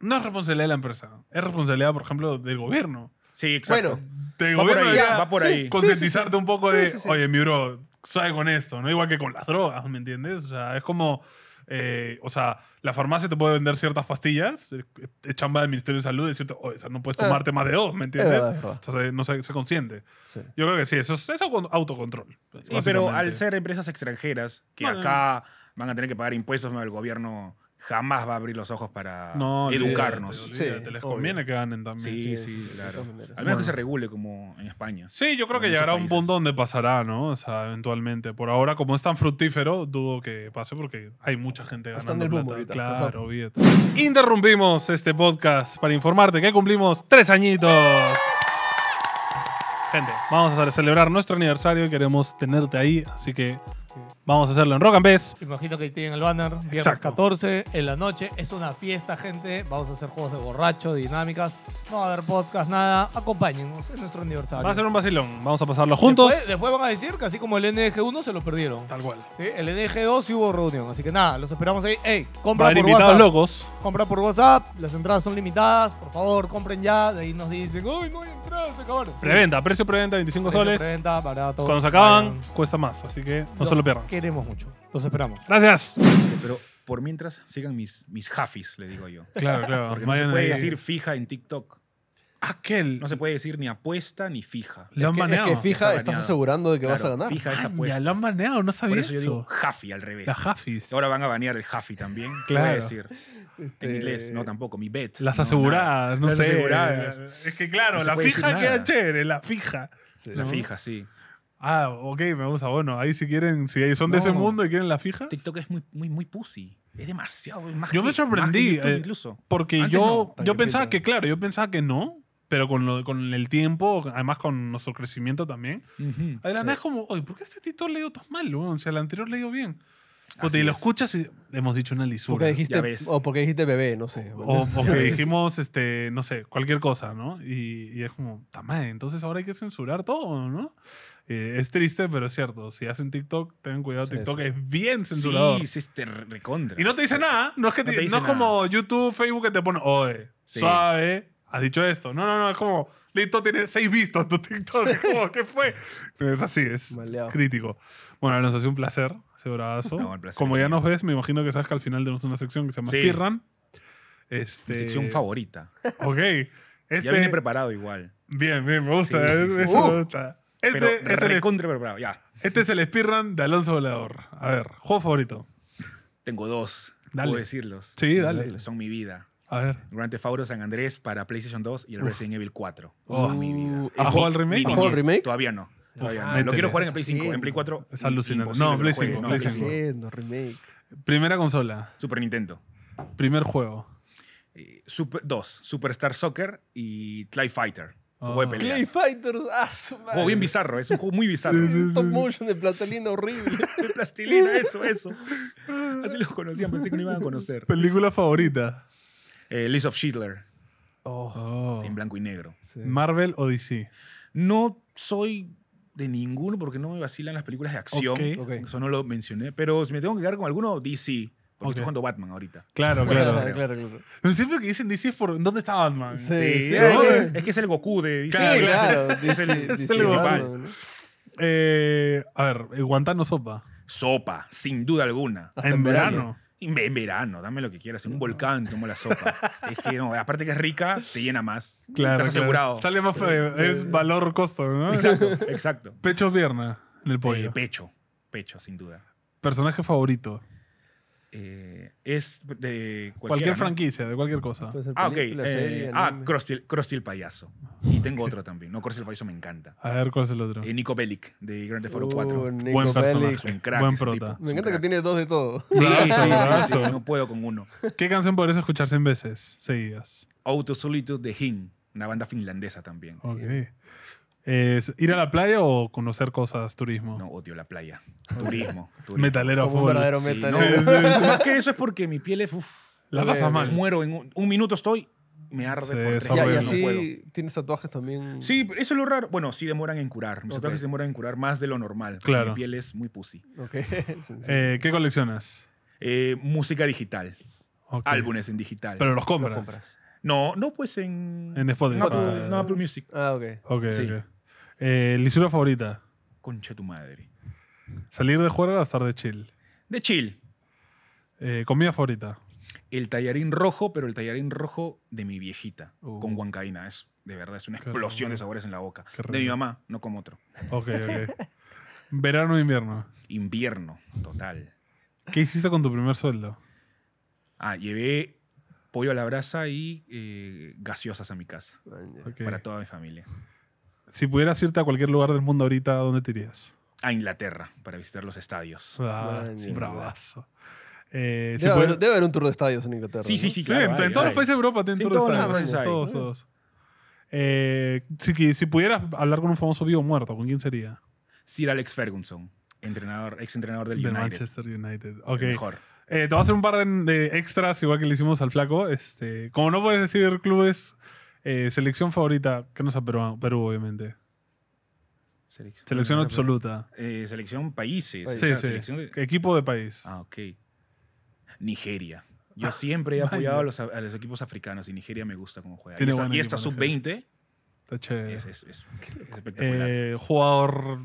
Speaker 1: no es responsabilidad de la empresa. Es responsabilidad, por ejemplo, del gobierno.
Speaker 3: Sí, exacto.
Speaker 2: Bueno,
Speaker 1: Del
Speaker 3: Va por
Speaker 1: gobierno
Speaker 3: ahí,
Speaker 1: debería
Speaker 3: va por
Speaker 2: sí.
Speaker 3: ahí.
Speaker 1: concientizarte un poco
Speaker 2: Sí,
Speaker 1: de,
Speaker 2: sí, sí.
Speaker 1: oye, mi bro, sabe con esto, ¿no? Igual que con las drogas, ¿me entiendes? O sea, es como, eh, o sea, la farmacia te puede vender ciertas pastillas, eh, es chamba del Ministerio de Salud, decirte, oye, o sea, no puedes
Speaker 2: Ah.
Speaker 1: tomarte más de dos, ¿me
Speaker 2: Es
Speaker 1: entiendes?
Speaker 2: verdad, es verdad.
Speaker 1: O sea, se- no se, se consciente.
Speaker 2: Sí.
Speaker 1: Yo creo que sí, eso es, eso con autocontrol.
Speaker 3: Sí, pero al
Speaker 1: básicamente.
Speaker 3: ser empresas extranjeras, que
Speaker 1: Bueno.
Speaker 3: acá van a tener que pagar impuestos, el gobierno jamás va a abrir los ojos para
Speaker 1: No, olvídate,
Speaker 3: educarnos.
Speaker 1: olvídate,
Speaker 2: Sí,
Speaker 1: les
Speaker 2: obvio.
Speaker 1: conviene que ganen también.
Speaker 3: Sí, sí,
Speaker 2: sí, sí, de
Speaker 3: claro.
Speaker 2: todas
Speaker 3: Al
Speaker 2: maneras.
Speaker 3: menos que se regule como en España.
Speaker 1: Sí, yo creo
Speaker 3: O
Speaker 1: que
Speaker 3: en esos
Speaker 1: llegará un
Speaker 3: países.
Speaker 1: punto donde pasará, ¿no? O sea, eventualmente. Por ahora, como es tan fructífero, dudo que pase porque hay mucha gente
Speaker 2: Está en
Speaker 1: ganando
Speaker 2: el boom
Speaker 1: plata.
Speaker 2: ahorita. Ajá.
Speaker 1: Claro, obvio. Interrumpimos este podcast para informarte que cumplimos tres añitos. Gente, vamos a celebrar nuestro aniversario y queremos tenerte ahí, así que vamos a hacerlo en Rock and Pez.
Speaker 5: Imagino que tienen el banner, viernes
Speaker 1: Exacto.
Speaker 5: 14, en la noche. Es una fiesta, gente. Vamos a hacer juegos de borracho, dinámicas. No va a haber podcast, nada. Acompáñennos, es nuestro aniversario.
Speaker 1: Va a ser un vacilón, vamos a pasarlo juntos.
Speaker 5: Después, después van a decir que así como el NG1 se lo perdieron.
Speaker 1: Tal cual.
Speaker 5: Sí, el NG2 sí hubo reunión. Así que nada, los esperamos ahí. Ey,
Speaker 1: Va a
Speaker 5: compra
Speaker 1: haber
Speaker 5: por
Speaker 1: invitados
Speaker 5: WhatsApp.
Speaker 1: locos.
Speaker 5: Compra por WhatsApp. Las entradas son limitadas. Por favor, compren ya. De ahí nos dicen, uy, no hay entradas, se acabaron. Sí.
Speaker 1: Preventa, precio preventa, 25
Speaker 5: Precio
Speaker 1: soles.
Speaker 5: preventa, barato.
Speaker 1: Cuando se acaban,
Speaker 5: Vayan.
Speaker 1: cuesta más, así que no
Speaker 5: Los
Speaker 1: se lo pierdan.
Speaker 5: Queremos mucho. Los esperamos.
Speaker 1: Gracias.
Speaker 3: Pero por mientras, sigan mis, mis jafis, le digo yo.
Speaker 1: Claro, claro.
Speaker 3: Porque no se
Speaker 1: Ah, Vayan
Speaker 3: puede
Speaker 1: ahí.
Speaker 3: decir fija en TikTok.
Speaker 1: Aquel.
Speaker 3: No se puede decir ni apuesta ni fija.
Speaker 1: Lo han
Speaker 2: Es que- es
Speaker 1: baneado.
Speaker 2: que fija,
Speaker 3: Está
Speaker 2: estás
Speaker 3: baneado.
Speaker 2: asegurando de que vas a
Speaker 3: Claro,
Speaker 2: ganar.
Speaker 3: Fija es
Speaker 1: Maña,
Speaker 3: apuesta.
Speaker 1: Ah, lo han baneado, no sabía
Speaker 3: Por eso yo
Speaker 1: eso.
Speaker 3: digo jafi al revés.
Speaker 1: Las jafis.
Speaker 3: Ahora van a banear el jafi también.
Speaker 1: Claro.
Speaker 3: Claro. Voy a decir.
Speaker 2: Este,
Speaker 3: En inglés, no tampoco. Mi bet.
Speaker 1: Las
Speaker 3: No, nada.
Speaker 1: aseguradas, no,
Speaker 3: Las
Speaker 1: sé.
Speaker 3: aseguradas.
Speaker 1: Es que claro,
Speaker 3: No se
Speaker 1: la
Speaker 3: puede decir
Speaker 1: fija queda
Speaker 3: nada.
Speaker 1: chévere, la fija.
Speaker 2: sí.
Speaker 3: La fija, sí.
Speaker 1: Ah, ok, me gusta. Bueno, ahí si quieren, si son de ese
Speaker 3: No.
Speaker 1: mundo y quieren la fija.
Speaker 3: TikTok es muy, muy, muy pussy. Es demasiado. es más
Speaker 1: Yo me
Speaker 3: que- más que
Speaker 1: sorprendí,
Speaker 3: YouTube
Speaker 1: eh,
Speaker 3: incluso.
Speaker 1: Porque
Speaker 3: Antes
Speaker 1: yo,
Speaker 2: no,
Speaker 1: yo
Speaker 2: tan
Speaker 1: pensaba
Speaker 2: difícil.
Speaker 1: que, claro, yo pensaba que no. Pero con, lo, con el tiempo, además con nuestro crecimiento también.
Speaker 3: Ujú.
Speaker 1: Adelante
Speaker 2: Sí.
Speaker 1: es como, oye, ¿por qué este TikTok le dio tan mal? weón? O sea, el anterior le dio bien. Porque
Speaker 3: Así
Speaker 1: y lo
Speaker 3: es.
Speaker 1: escuchas y hemos dicho una lisura.
Speaker 2: Porque dijiste,
Speaker 3: ves.
Speaker 2: o porque dijiste bebé, no sé.
Speaker 1: O, o
Speaker 2: Ya
Speaker 1: que
Speaker 2: ves.
Speaker 1: dijimos, este, no sé, cualquier cosa, ¿no? Y, y es como, tamay, entonces ahora hay que censurar todo, ¿no? Eh, es triste, pero es cierto. Si hacen TikTok, tengan cuidado,
Speaker 2: Sí,
Speaker 1: TikTok
Speaker 2: sí, sí.
Speaker 1: es bien censurador.
Speaker 3: Sí, sí, este re- recontra.
Speaker 1: Y no te dice nada, no es, que
Speaker 3: No
Speaker 1: te-
Speaker 3: te dice
Speaker 1: no es
Speaker 3: nada.
Speaker 1: como YouTube, Facebook que te pone, oye,
Speaker 3: Sí.
Speaker 1: suave, has dicho esto. No, no, no, es como, Listo, tiene seis vistas tu TikTok. ¿Cómo? ¿Qué fue? Es así, es
Speaker 2: Maleado.
Speaker 1: crítico. Bueno, nos hace un placer, ese bravazo.
Speaker 3: No, el placer
Speaker 1: Como ya
Speaker 3: mío.
Speaker 1: nos ves, me imagino que sabes que al final tenemos una sección que se llama
Speaker 3: Sí.
Speaker 1: Speedrun. Este...
Speaker 3: Mi sección favorita.
Speaker 1: Ok. Este...
Speaker 3: Ya viene preparado igual.
Speaker 1: Bien, bien, me gusta.
Speaker 3: Sí, sí, sí.
Speaker 1: eso me
Speaker 2: Uh.
Speaker 1: gusta.
Speaker 3: Pero
Speaker 1: Este, es el,
Speaker 3: recontra preparado. Ya,
Speaker 1: este es el speedrun de Alonso Volador. A ver, juego favorito.
Speaker 3: tengo dos.
Speaker 1: Dale.
Speaker 3: Puedo decirlos.
Speaker 1: Sí, dale.
Speaker 3: Son mi vida.
Speaker 1: A ver.
Speaker 3: Grand Theft Auto San Andrés para PlayStation 2 y el Resident Evil 4.
Speaker 1: Oh.
Speaker 3: Son mi vida.
Speaker 1: ¿Has
Speaker 3: Es
Speaker 1: jugado
Speaker 3: mi-
Speaker 1: al remake?
Speaker 3: mi
Speaker 1: ¿Has
Speaker 2: jugado al
Speaker 3: niñez.
Speaker 2: remake?
Speaker 3: Todavía no. Todavía no. Lo
Speaker 1: métele.
Speaker 3: quiero jugar en el Play 5.
Speaker 2: Sí.
Speaker 3: En Play 4.
Speaker 1: Es alucinante.
Speaker 3: imposible
Speaker 1: No,
Speaker 3: que lo
Speaker 1: Play
Speaker 3: juegue,
Speaker 1: 5,
Speaker 3: no,
Speaker 1: Play
Speaker 2: ¿Qué
Speaker 3: Play
Speaker 1: 5.
Speaker 2: haciendo? Remake.
Speaker 1: Primera consola,
Speaker 3: Super Nintendo.
Speaker 1: primer juego.
Speaker 3: Eh, Super, dos, Superstar Soccer y Clay Fighter. Juego de
Speaker 1: Ah.
Speaker 3: peleas.
Speaker 2: Clay Fighters. Ah, su madre.
Speaker 3: Juego bien bizarro. Es un juego muy bizarro.
Speaker 2: Stop motion de platalina horrible.
Speaker 3: De plastilina, eso, eso. Así lo conocían, pensé que no iban a conocer.
Speaker 1: Película favorita.
Speaker 3: Eh, List of Schindler,
Speaker 1: Oh.
Speaker 3: en blanco y negro.
Speaker 1: Marvel o DC.
Speaker 3: No soy de ninguno porque no me vacilan las películas de acción.
Speaker 1: Ok.
Speaker 2: Ok.
Speaker 3: Eso no lo mencioné. Pero si me tengo que quedar con alguno, DC. Porque
Speaker 1: Ok.
Speaker 3: estoy jugando Batman ahorita.
Speaker 1: Claro,
Speaker 3: Bueno,
Speaker 1: claro.
Speaker 3: claro.
Speaker 2: claro.
Speaker 1: Pero Siempre que dicen DC es por. ¿Dónde está Batman?
Speaker 2: Sí,
Speaker 3: Sí,
Speaker 2: sí,
Speaker 3: es,
Speaker 2: ¿no?
Speaker 3: que- es que es el Goku de DC.
Speaker 2: Sí, claro.
Speaker 3: Es el-
Speaker 2: dice-
Speaker 3: es el
Speaker 2: dice
Speaker 3: principal.
Speaker 2: Batman, ¿no?
Speaker 1: Eh, a ver, eh, Guantánamo Sopa.
Speaker 3: Sopa, sin duda alguna.
Speaker 2: Hasta
Speaker 1: en
Speaker 2: en verano.
Speaker 1: verano.
Speaker 3: En en verano, dame lo que quieras. En un volcán tomo la sopa. es que no, aparte que es rica, te llena más.
Speaker 1: Claro.
Speaker 3: Estás
Speaker 1: claro.
Speaker 3: asegurado.
Speaker 1: Sale más. eh, es valor costo, ¿no?
Speaker 3: Exacto, exacto.
Speaker 1: Pecho o pierna en el
Speaker 3: Eh,
Speaker 1: pollo.
Speaker 3: pecho, pecho, sin duda.
Speaker 1: Personaje favorito.
Speaker 3: Eh, es de
Speaker 1: Cualquier
Speaker 3: cualquiera, ¿no?
Speaker 1: franquicia, de cualquier cosa.
Speaker 2: Puede ser
Speaker 3: Ah, ok.
Speaker 2: película,
Speaker 3: eh,
Speaker 2: serie,
Speaker 3: ah,
Speaker 2: anime.
Speaker 3: Krusty, el- Krusty el payaso. Y tengo otro también. No, Krusty el payaso me encanta.
Speaker 1: A ver, ¿cuál es el otro?
Speaker 3: Eh, Nico Bellic, de Grand Theft Auto
Speaker 2: Uh,
Speaker 3: 4.
Speaker 2: Nico
Speaker 1: Buen personaje.
Speaker 2: Bellic.
Speaker 3: Es un crack.
Speaker 1: Buen
Speaker 3: ese
Speaker 1: prota.
Speaker 3: tipo, es un
Speaker 2: Me encanta que
Speaker 3: crack.
Speaker 2: tiene dos de todo.
Speaker 3: Sí, sí, sí,
Speaker 1: Brazo,
Speaker 3: sí,
Speaker 1: brazo.
Speaker 3: No puedo con uno.
Speaker 1: ¿Qué canción podrías escuchar 100 veces seguidas?
Speaker 3: Auto Solitude de Him, una banda finlandesa también.
Speaker 1: Ok. Es ¿Ir a la playa o conocer cosas, turismo?
Speaker 3: No, odio la playa. Turismo. turismo.
Speaker 1: Metalero
Speaker 2: Como un
Speaker 1: full.
Speaker 2: verdadero
Speaker 3: Sí,
Speaker 2: metal.
Speaker 3: no. Más que eso es porque mi piel es. uf,
Speaker 1: La pasas mal.
Speaker 3: Muero en un, un minuto estoy, me arde
Speaker 1: Sí,
Speaker 3: por
Speaker 1: es
Speaker 3: tres
Speaker 2: Ya, y
Speaker 1: horrible.
Speaker 3: días, no
Speaker 2: así
Speaker 3: puedo.
Speaker 2: tienes tatuajes también.
Speaker 3: Sí, eso es lo raro. Bueno, sí demoran en curar. Mis
Speaker 2: Ok.
Speaker 3: tatuajes demoran en curar más de lo normal. porque
Speaker 1: Claro.
Speaker 3: Mi piel es muy pussy.
Speaker 2: Ok. sí, sí.
Speaker 1: Eh, ¿Qué coleccionas?
Speaker 3: Eh, música digital.
Speaker 1: Ok.
Speaker 3: Álbumes en digital.
Speaker 1: Pero los
Speaker 2: Lo
Speaker 1: compras.
Speaker 2: compras.
Speaker 3: no, no, pues en.
Speaker 1: En Spotify.
Speaker 3: No, Apple, no, Apple Music.
Speaker 2: Ah, ok.
Speaker 1: Ok,
Speaker 3: Sí.
Speaker 1: ok. Eh, ¿Lisura favorita?
Speaker 3: Concha tu madre.
Speaker 1: ¿Salir de juerga o estar de chill?
Speaker 3: De chill.
Speaker 1: Eh, ¿Comida favorita?
Speaker 3: El tallarín rojo, pero el tallarín rojo de mi viejita.
Speaker 2: Uh.
Speaker 3: Con huancaína. Es, de verdad, es una
Speaker 1: Oh. Qué
Speaker 3: explosión
Speaker 1: rico.
Speaker 3: de sabores en la boca.
Speaker 1: Qué
Speaker 3: De mi
Speaker 1: rico.
Speaker 3: mamá, no como otro.
Speaker 1: Ok, ok. ¿Verano o invierno?
Speaker 3: Invierno, total.
Speaker 1: ¿Qué hiciste con tu primer sueldo?
Speaker 3: Ah, llevé pollo a la brasa y eh, gaseosas a mi casa.
Speaker 2: Man, ya.
Speaker 1: Ok.
Speaker 3: Para toda mi familia.
Speaker 1: Si pudieras irte a cualquier lugar del mundo ahorita, ¿a ¿dónde te irías?
Speaker 3: A Inglaterra, para visitar los estadios.
Speaker 1: Ah,
Speaker 2: Maña.
Speaker 1: sin bravazo. Eh, si
Speaker 2: Debe, haber,
Speaker 1: pudieras-
Speaker 2: debe haber un tour de estadios en Inglaterra.
Speaker 3: Sí, sí,
Speaker 2: ¿no?
Speaker 3: sí,
Speaker 1: Sí,
Speaker 3: claro.
Speaker 1: en,
Speaker 3: hay,
Speaker 1: en todos los
Speaker 3: hay.
Speaker 1: países de Europa tienen
Speaker 3: Sí, en
Speaker 1: tour de
Speaker 3: todos
Speaker 1: estadios,
Speaker 3: lados hay.
Speaker 1: todos, todos. Eh, si, qui- si pudieras hablar con un famoso vivo o muerto, ¿con quién sería?
Speaker 3: Sir Alex Ferguson, entrenador, ex entrenador del
Speaker 1: de
Speaker 3: United.
Speaker 1: Manchester United.
Speaker 3: el
Speaker 1: Ok.
Speaker 3: Mejor.
Speaker 1: Eh, te voy a hacer un par de, de extras, igual que le hicimos al flaco. Este, como no puedes decir clubes, eh, selección favorita, que no sea Perú, Perú, obviamente.
Speaker 3: Selección,
Speaker 1: Selección absoluta.
Speaker 3: Eh, selección países.
Speaker 2: Sí,
Speaker 3: o
Speaker 1: Sí,
Speaker 3: sea,
Speaker 1: sí.
Speaker 3: selección de-
Speaker 1: Equipo de país.
Speaker 3: Ah, ok. Nigeria. Yo
Speaker 1: Ah,
Speaker 3: siempre he apoyado a los, a los equipos africanos y Nigeria me gusta cómo juega. Y
Speaker 1: Tiene
Speaker 3: esta,
Speaker 1: buen
Speaker 3: y
Speaker 1: equipo
Speaker 3: esta sub-20
Speaker 1: Está chévere.
Speaker 3: es, es- es- es espectacular.
Speaker 1: Eh, jugador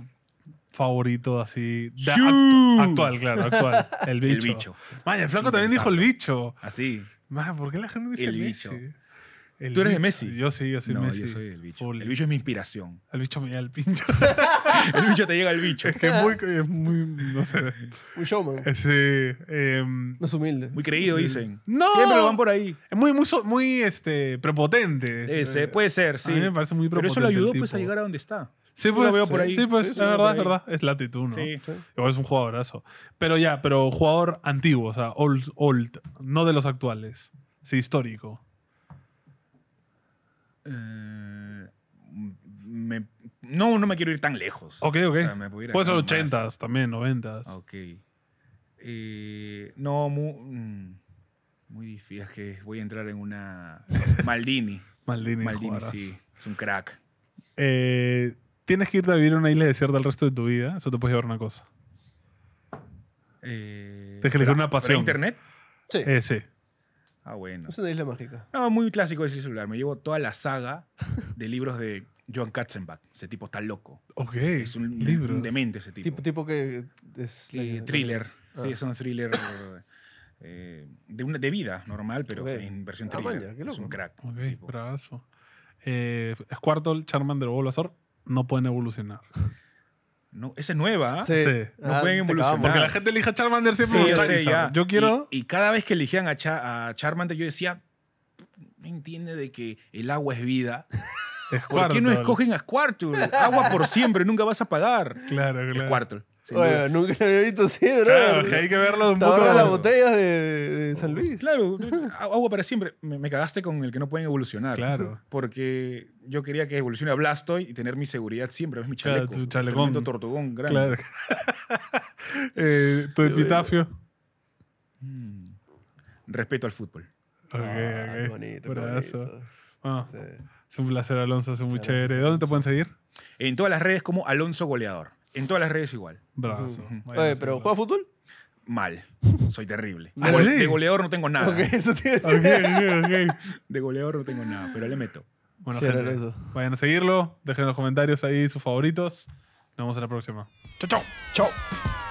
Speaker 1: favorito así. de
Speaker 3: ¡Siu!
Speaker 1: actu- actual, claro, actual. El bicho.
Speaker 3: el bicho. Ah,
Speaker 1: Man, el flaco
Speaker 3: Sin
Speaker 1: también dijo el
Speaker 3: pensarlo.
Speaker 1: bicho.
Speaker 3: Así.
Speaker 1: Man, ¿por qué la gente dice
Speaker 3: El
Speaker 1: el
Speaker 3: bicho.
Speaker 1: Messi? El
Speaker 3: ¿Tú eres de
Speaker 1: bicho.
Speaker 3: Messi?
Speaker 1: Yo sí, yo soy
Speaker 3: no,
Speaker 1: Messi.
Speaker 3: yo soy el bicho.
Speaker 1: Full.
Speaker 3: El bicho es mi inspiración.
Speaker 1: Al bicho me da el pincho.
Speaker 3: El bicho te llega el bicho.
Speaker 1: que es muy, es muy. No sé.
Speaker 2: Un showman.
Speaker 1: Sí. em,
Speaker 2: No es humilde.
Speaker 3: Eh, Muy creído, dicen.
Speaker 1: no.
Speaker 3: Siempre lo van por ahí.
Speaker 1: Es muy, muy, so- muy este, prepotente. Eh,
Speaker 3: Debe ser, puede ser,
Speaker 1: A
Speaker 3: pues, sí.
Speaker 1: mí me parece muy
Speaker 3: Pero
Speaker 1: prepotente.
Speaker 3: eso lo ayudó
Speaker 1: el
Speaker 3: pues, a
Speaker 1: tipo.
Speaker 3: llegar a donde está.
Speaker 1: Sí,
Speaker 3: Yo
Speaker 1: pues,
Speaker 3: lo veo por
Speaker 1: sí,
Speaker 3: ahí.
Speaker 1: Sí, pues,
Speaker 3: Sí, sí,
Speaker 1: la
Speaker 3: lo veo
Speaker 1: verdad, es
Speaker 3: por ahí.
Speaker 1: verdad. Es la actitud, ¿no?
Speaker 3: Sí.
Speaker 1: Igual es un jugadorazo. Pero ya, pero jugador antiguo, o sea, old, old no de los actuales. Sí, histórico.
Speaker 3: Eh, me- no, no me quiero ir tan lejos.
Speaker 1: Ok,
Speaker 3: O sea,
Speaker 1: ok.
Speaker 3: me puedo ir
Speaker 1: Puede
Speaker 3: acá
Speaker 1: ser
Speaker 3: nomás.
Speaker 1: 80s también, 90s.
Speaker 3: Ok. Eh, no, mu- mm, muy difícil. Es que voy a entrar en una. Maldini.
Speaker 1: Maldini.
Speaker 3: Maldini,
Speaker 1: jugadorazo.
Speaker 3: sí. Es un crack.
Speaker 1: Eh, tienes que irte a vivir a una isla desierta el resto de tu vida. Eso te puede llevar a una cosa.
Speaker 3: Eh,
Speaker 1: Tienes que elegir
Speaker 3: pero-
Speaker 1: una
Speaker 3: Eh, pero
Speaker 1: pasión.
Speaker 3: internet?
Speaker 2: Sí.
Speaker 1: Eh, sí.
Speaker 3: Ah, bueno.
Speaker 2: Es una isla mágica.
Speaker 3: No, muy clásico ese celular. Me llevo toda la saga de libros de Joan Katzenbach. Ese tipo está loco.
Speaker 1: Ok.
Speaker 3: Es un,
Speaker 1: libros.
Speaker 3: un demente ese tipo.
Speaker 2: Tipo, tipo que es...
Speaker 3: Sí,
Speaker 2: la-
Speaker 3: thriller.
Speaker 2: Ah.
Speaker 3: Sí, es un thriller eh, de, una, de vida normal, pero
Speaker 2: Ok.
Speaker 3: en versión
Speaker 2: Ah,
Speaker 3: thriller.
Speaker 2: manja, qué
Speaker 3: Es un
Speaker 2: loco.
Speaker 3: crack.
Speaker 1: Ok,
Speaker 3: tipo.
Speaker 1: bravazo. Eh, Squirtle, Charmander o Bulbasaur no pueden evolucionar.
Speaker 3: No, esa es nueva. ¿ah?
Speaker 2: Sí.
Speaker 1: Sí.
Speaker 3: No
Speaker 2: Ah, te
Speaker 3: pueden evolucionar.
Speaker 2: acabamos.
Speaker 1: Porque la gente elija Charmander siempre
Speaker 3: Sí,
Speaker 1: por
Speaker 3: yo sé,
Speaker 1: Charizard.
Speaker 3: ya.
Speaker 1: Yo quiero.
Speaker 3: Y, y cada vez que elegían a, Cha- a Charmander, yo decía, no entiende de que el agua es vida. ¿Por qué no
Speaker 1: Squirtle.
Speaker 3: escogen a Squirtle? Agua por siempre, nunca vas a pagar.
Speaker 1: Claro, claro.
Speaker 3: Squirtle. sin duda.
Speaker 2: Oye, nunca lo había visto así, bro.
Speaker 1: Claro, que hay que verlo de un
Speaker 2: Te
Speaker 1: punto
Speaker 2: ahorras
Speaker 1: de-
Speaker 2: las botellas de, de San Luis.
Speaker 3: Claro, agu- agua para siempre. Me, me cagaste con el que no pueden evolucionar.
Speaker 1: Claro.
Speaker 3: Porque yo quería que evolucione a Blastoise y tener mi seguridad siempre. Es mi
Speaker 1: Claro,
Speaker 3: chaleco.
Speaker 1: tu chalecón.
Speaker 3: Tremendo tortugón grande.
Speaker 1: Claro. Eh, tu epitafio.
Speaker 3: Mm. Respeto al fútbol.
Speaker 1: Ok,
Speaker 2: Ah, qué
Speaker 1: ok.
Speaker 2: bonito, qué
Speaker 1: Brazo.
Speaker 2: bonito.
Speaker 1: Ah,
Speaker 2: Sí.
Speaker 1: es un placer, Alonso. Es muy
Speaker 2: Muchas gracias,
Speaker 1: chévere. ¿Dónde te pueden seguir?
Speaker 3: En todas las redes como Alonso Goleador. En todas las redes igual.
Speaker 1: Brazo.
Speaker 3: Ujú.
Speaker 1: Vayan a
Speaker 2: Oye, pero
Speaker 1: seguirlo.
Speaker 2: ¿juega fútbol?
Speaker 3: Mal. Soy terrible.
Speaker 1: ¿Ah,
Speaker 3: Gole-
Speaker 1: sí?
Speaker 3: De goleador no tengo nada.
Speaker 2: Ok, eso tiene
Speaker 1: Ok, ok, ok.
Speaker 3: De goleador no tengo nada, pero le meto.
Speaker 1: Bueno,
Speaker 2: Chévere
Speaker 1: gente,
Speaker 2: eso.
Speaker 1: vayan a seguirlo. Dejen en los comentarios ahí sus favoritos. Nos vemos en la próxima. Chao, chao.
Speaker 3: Chao.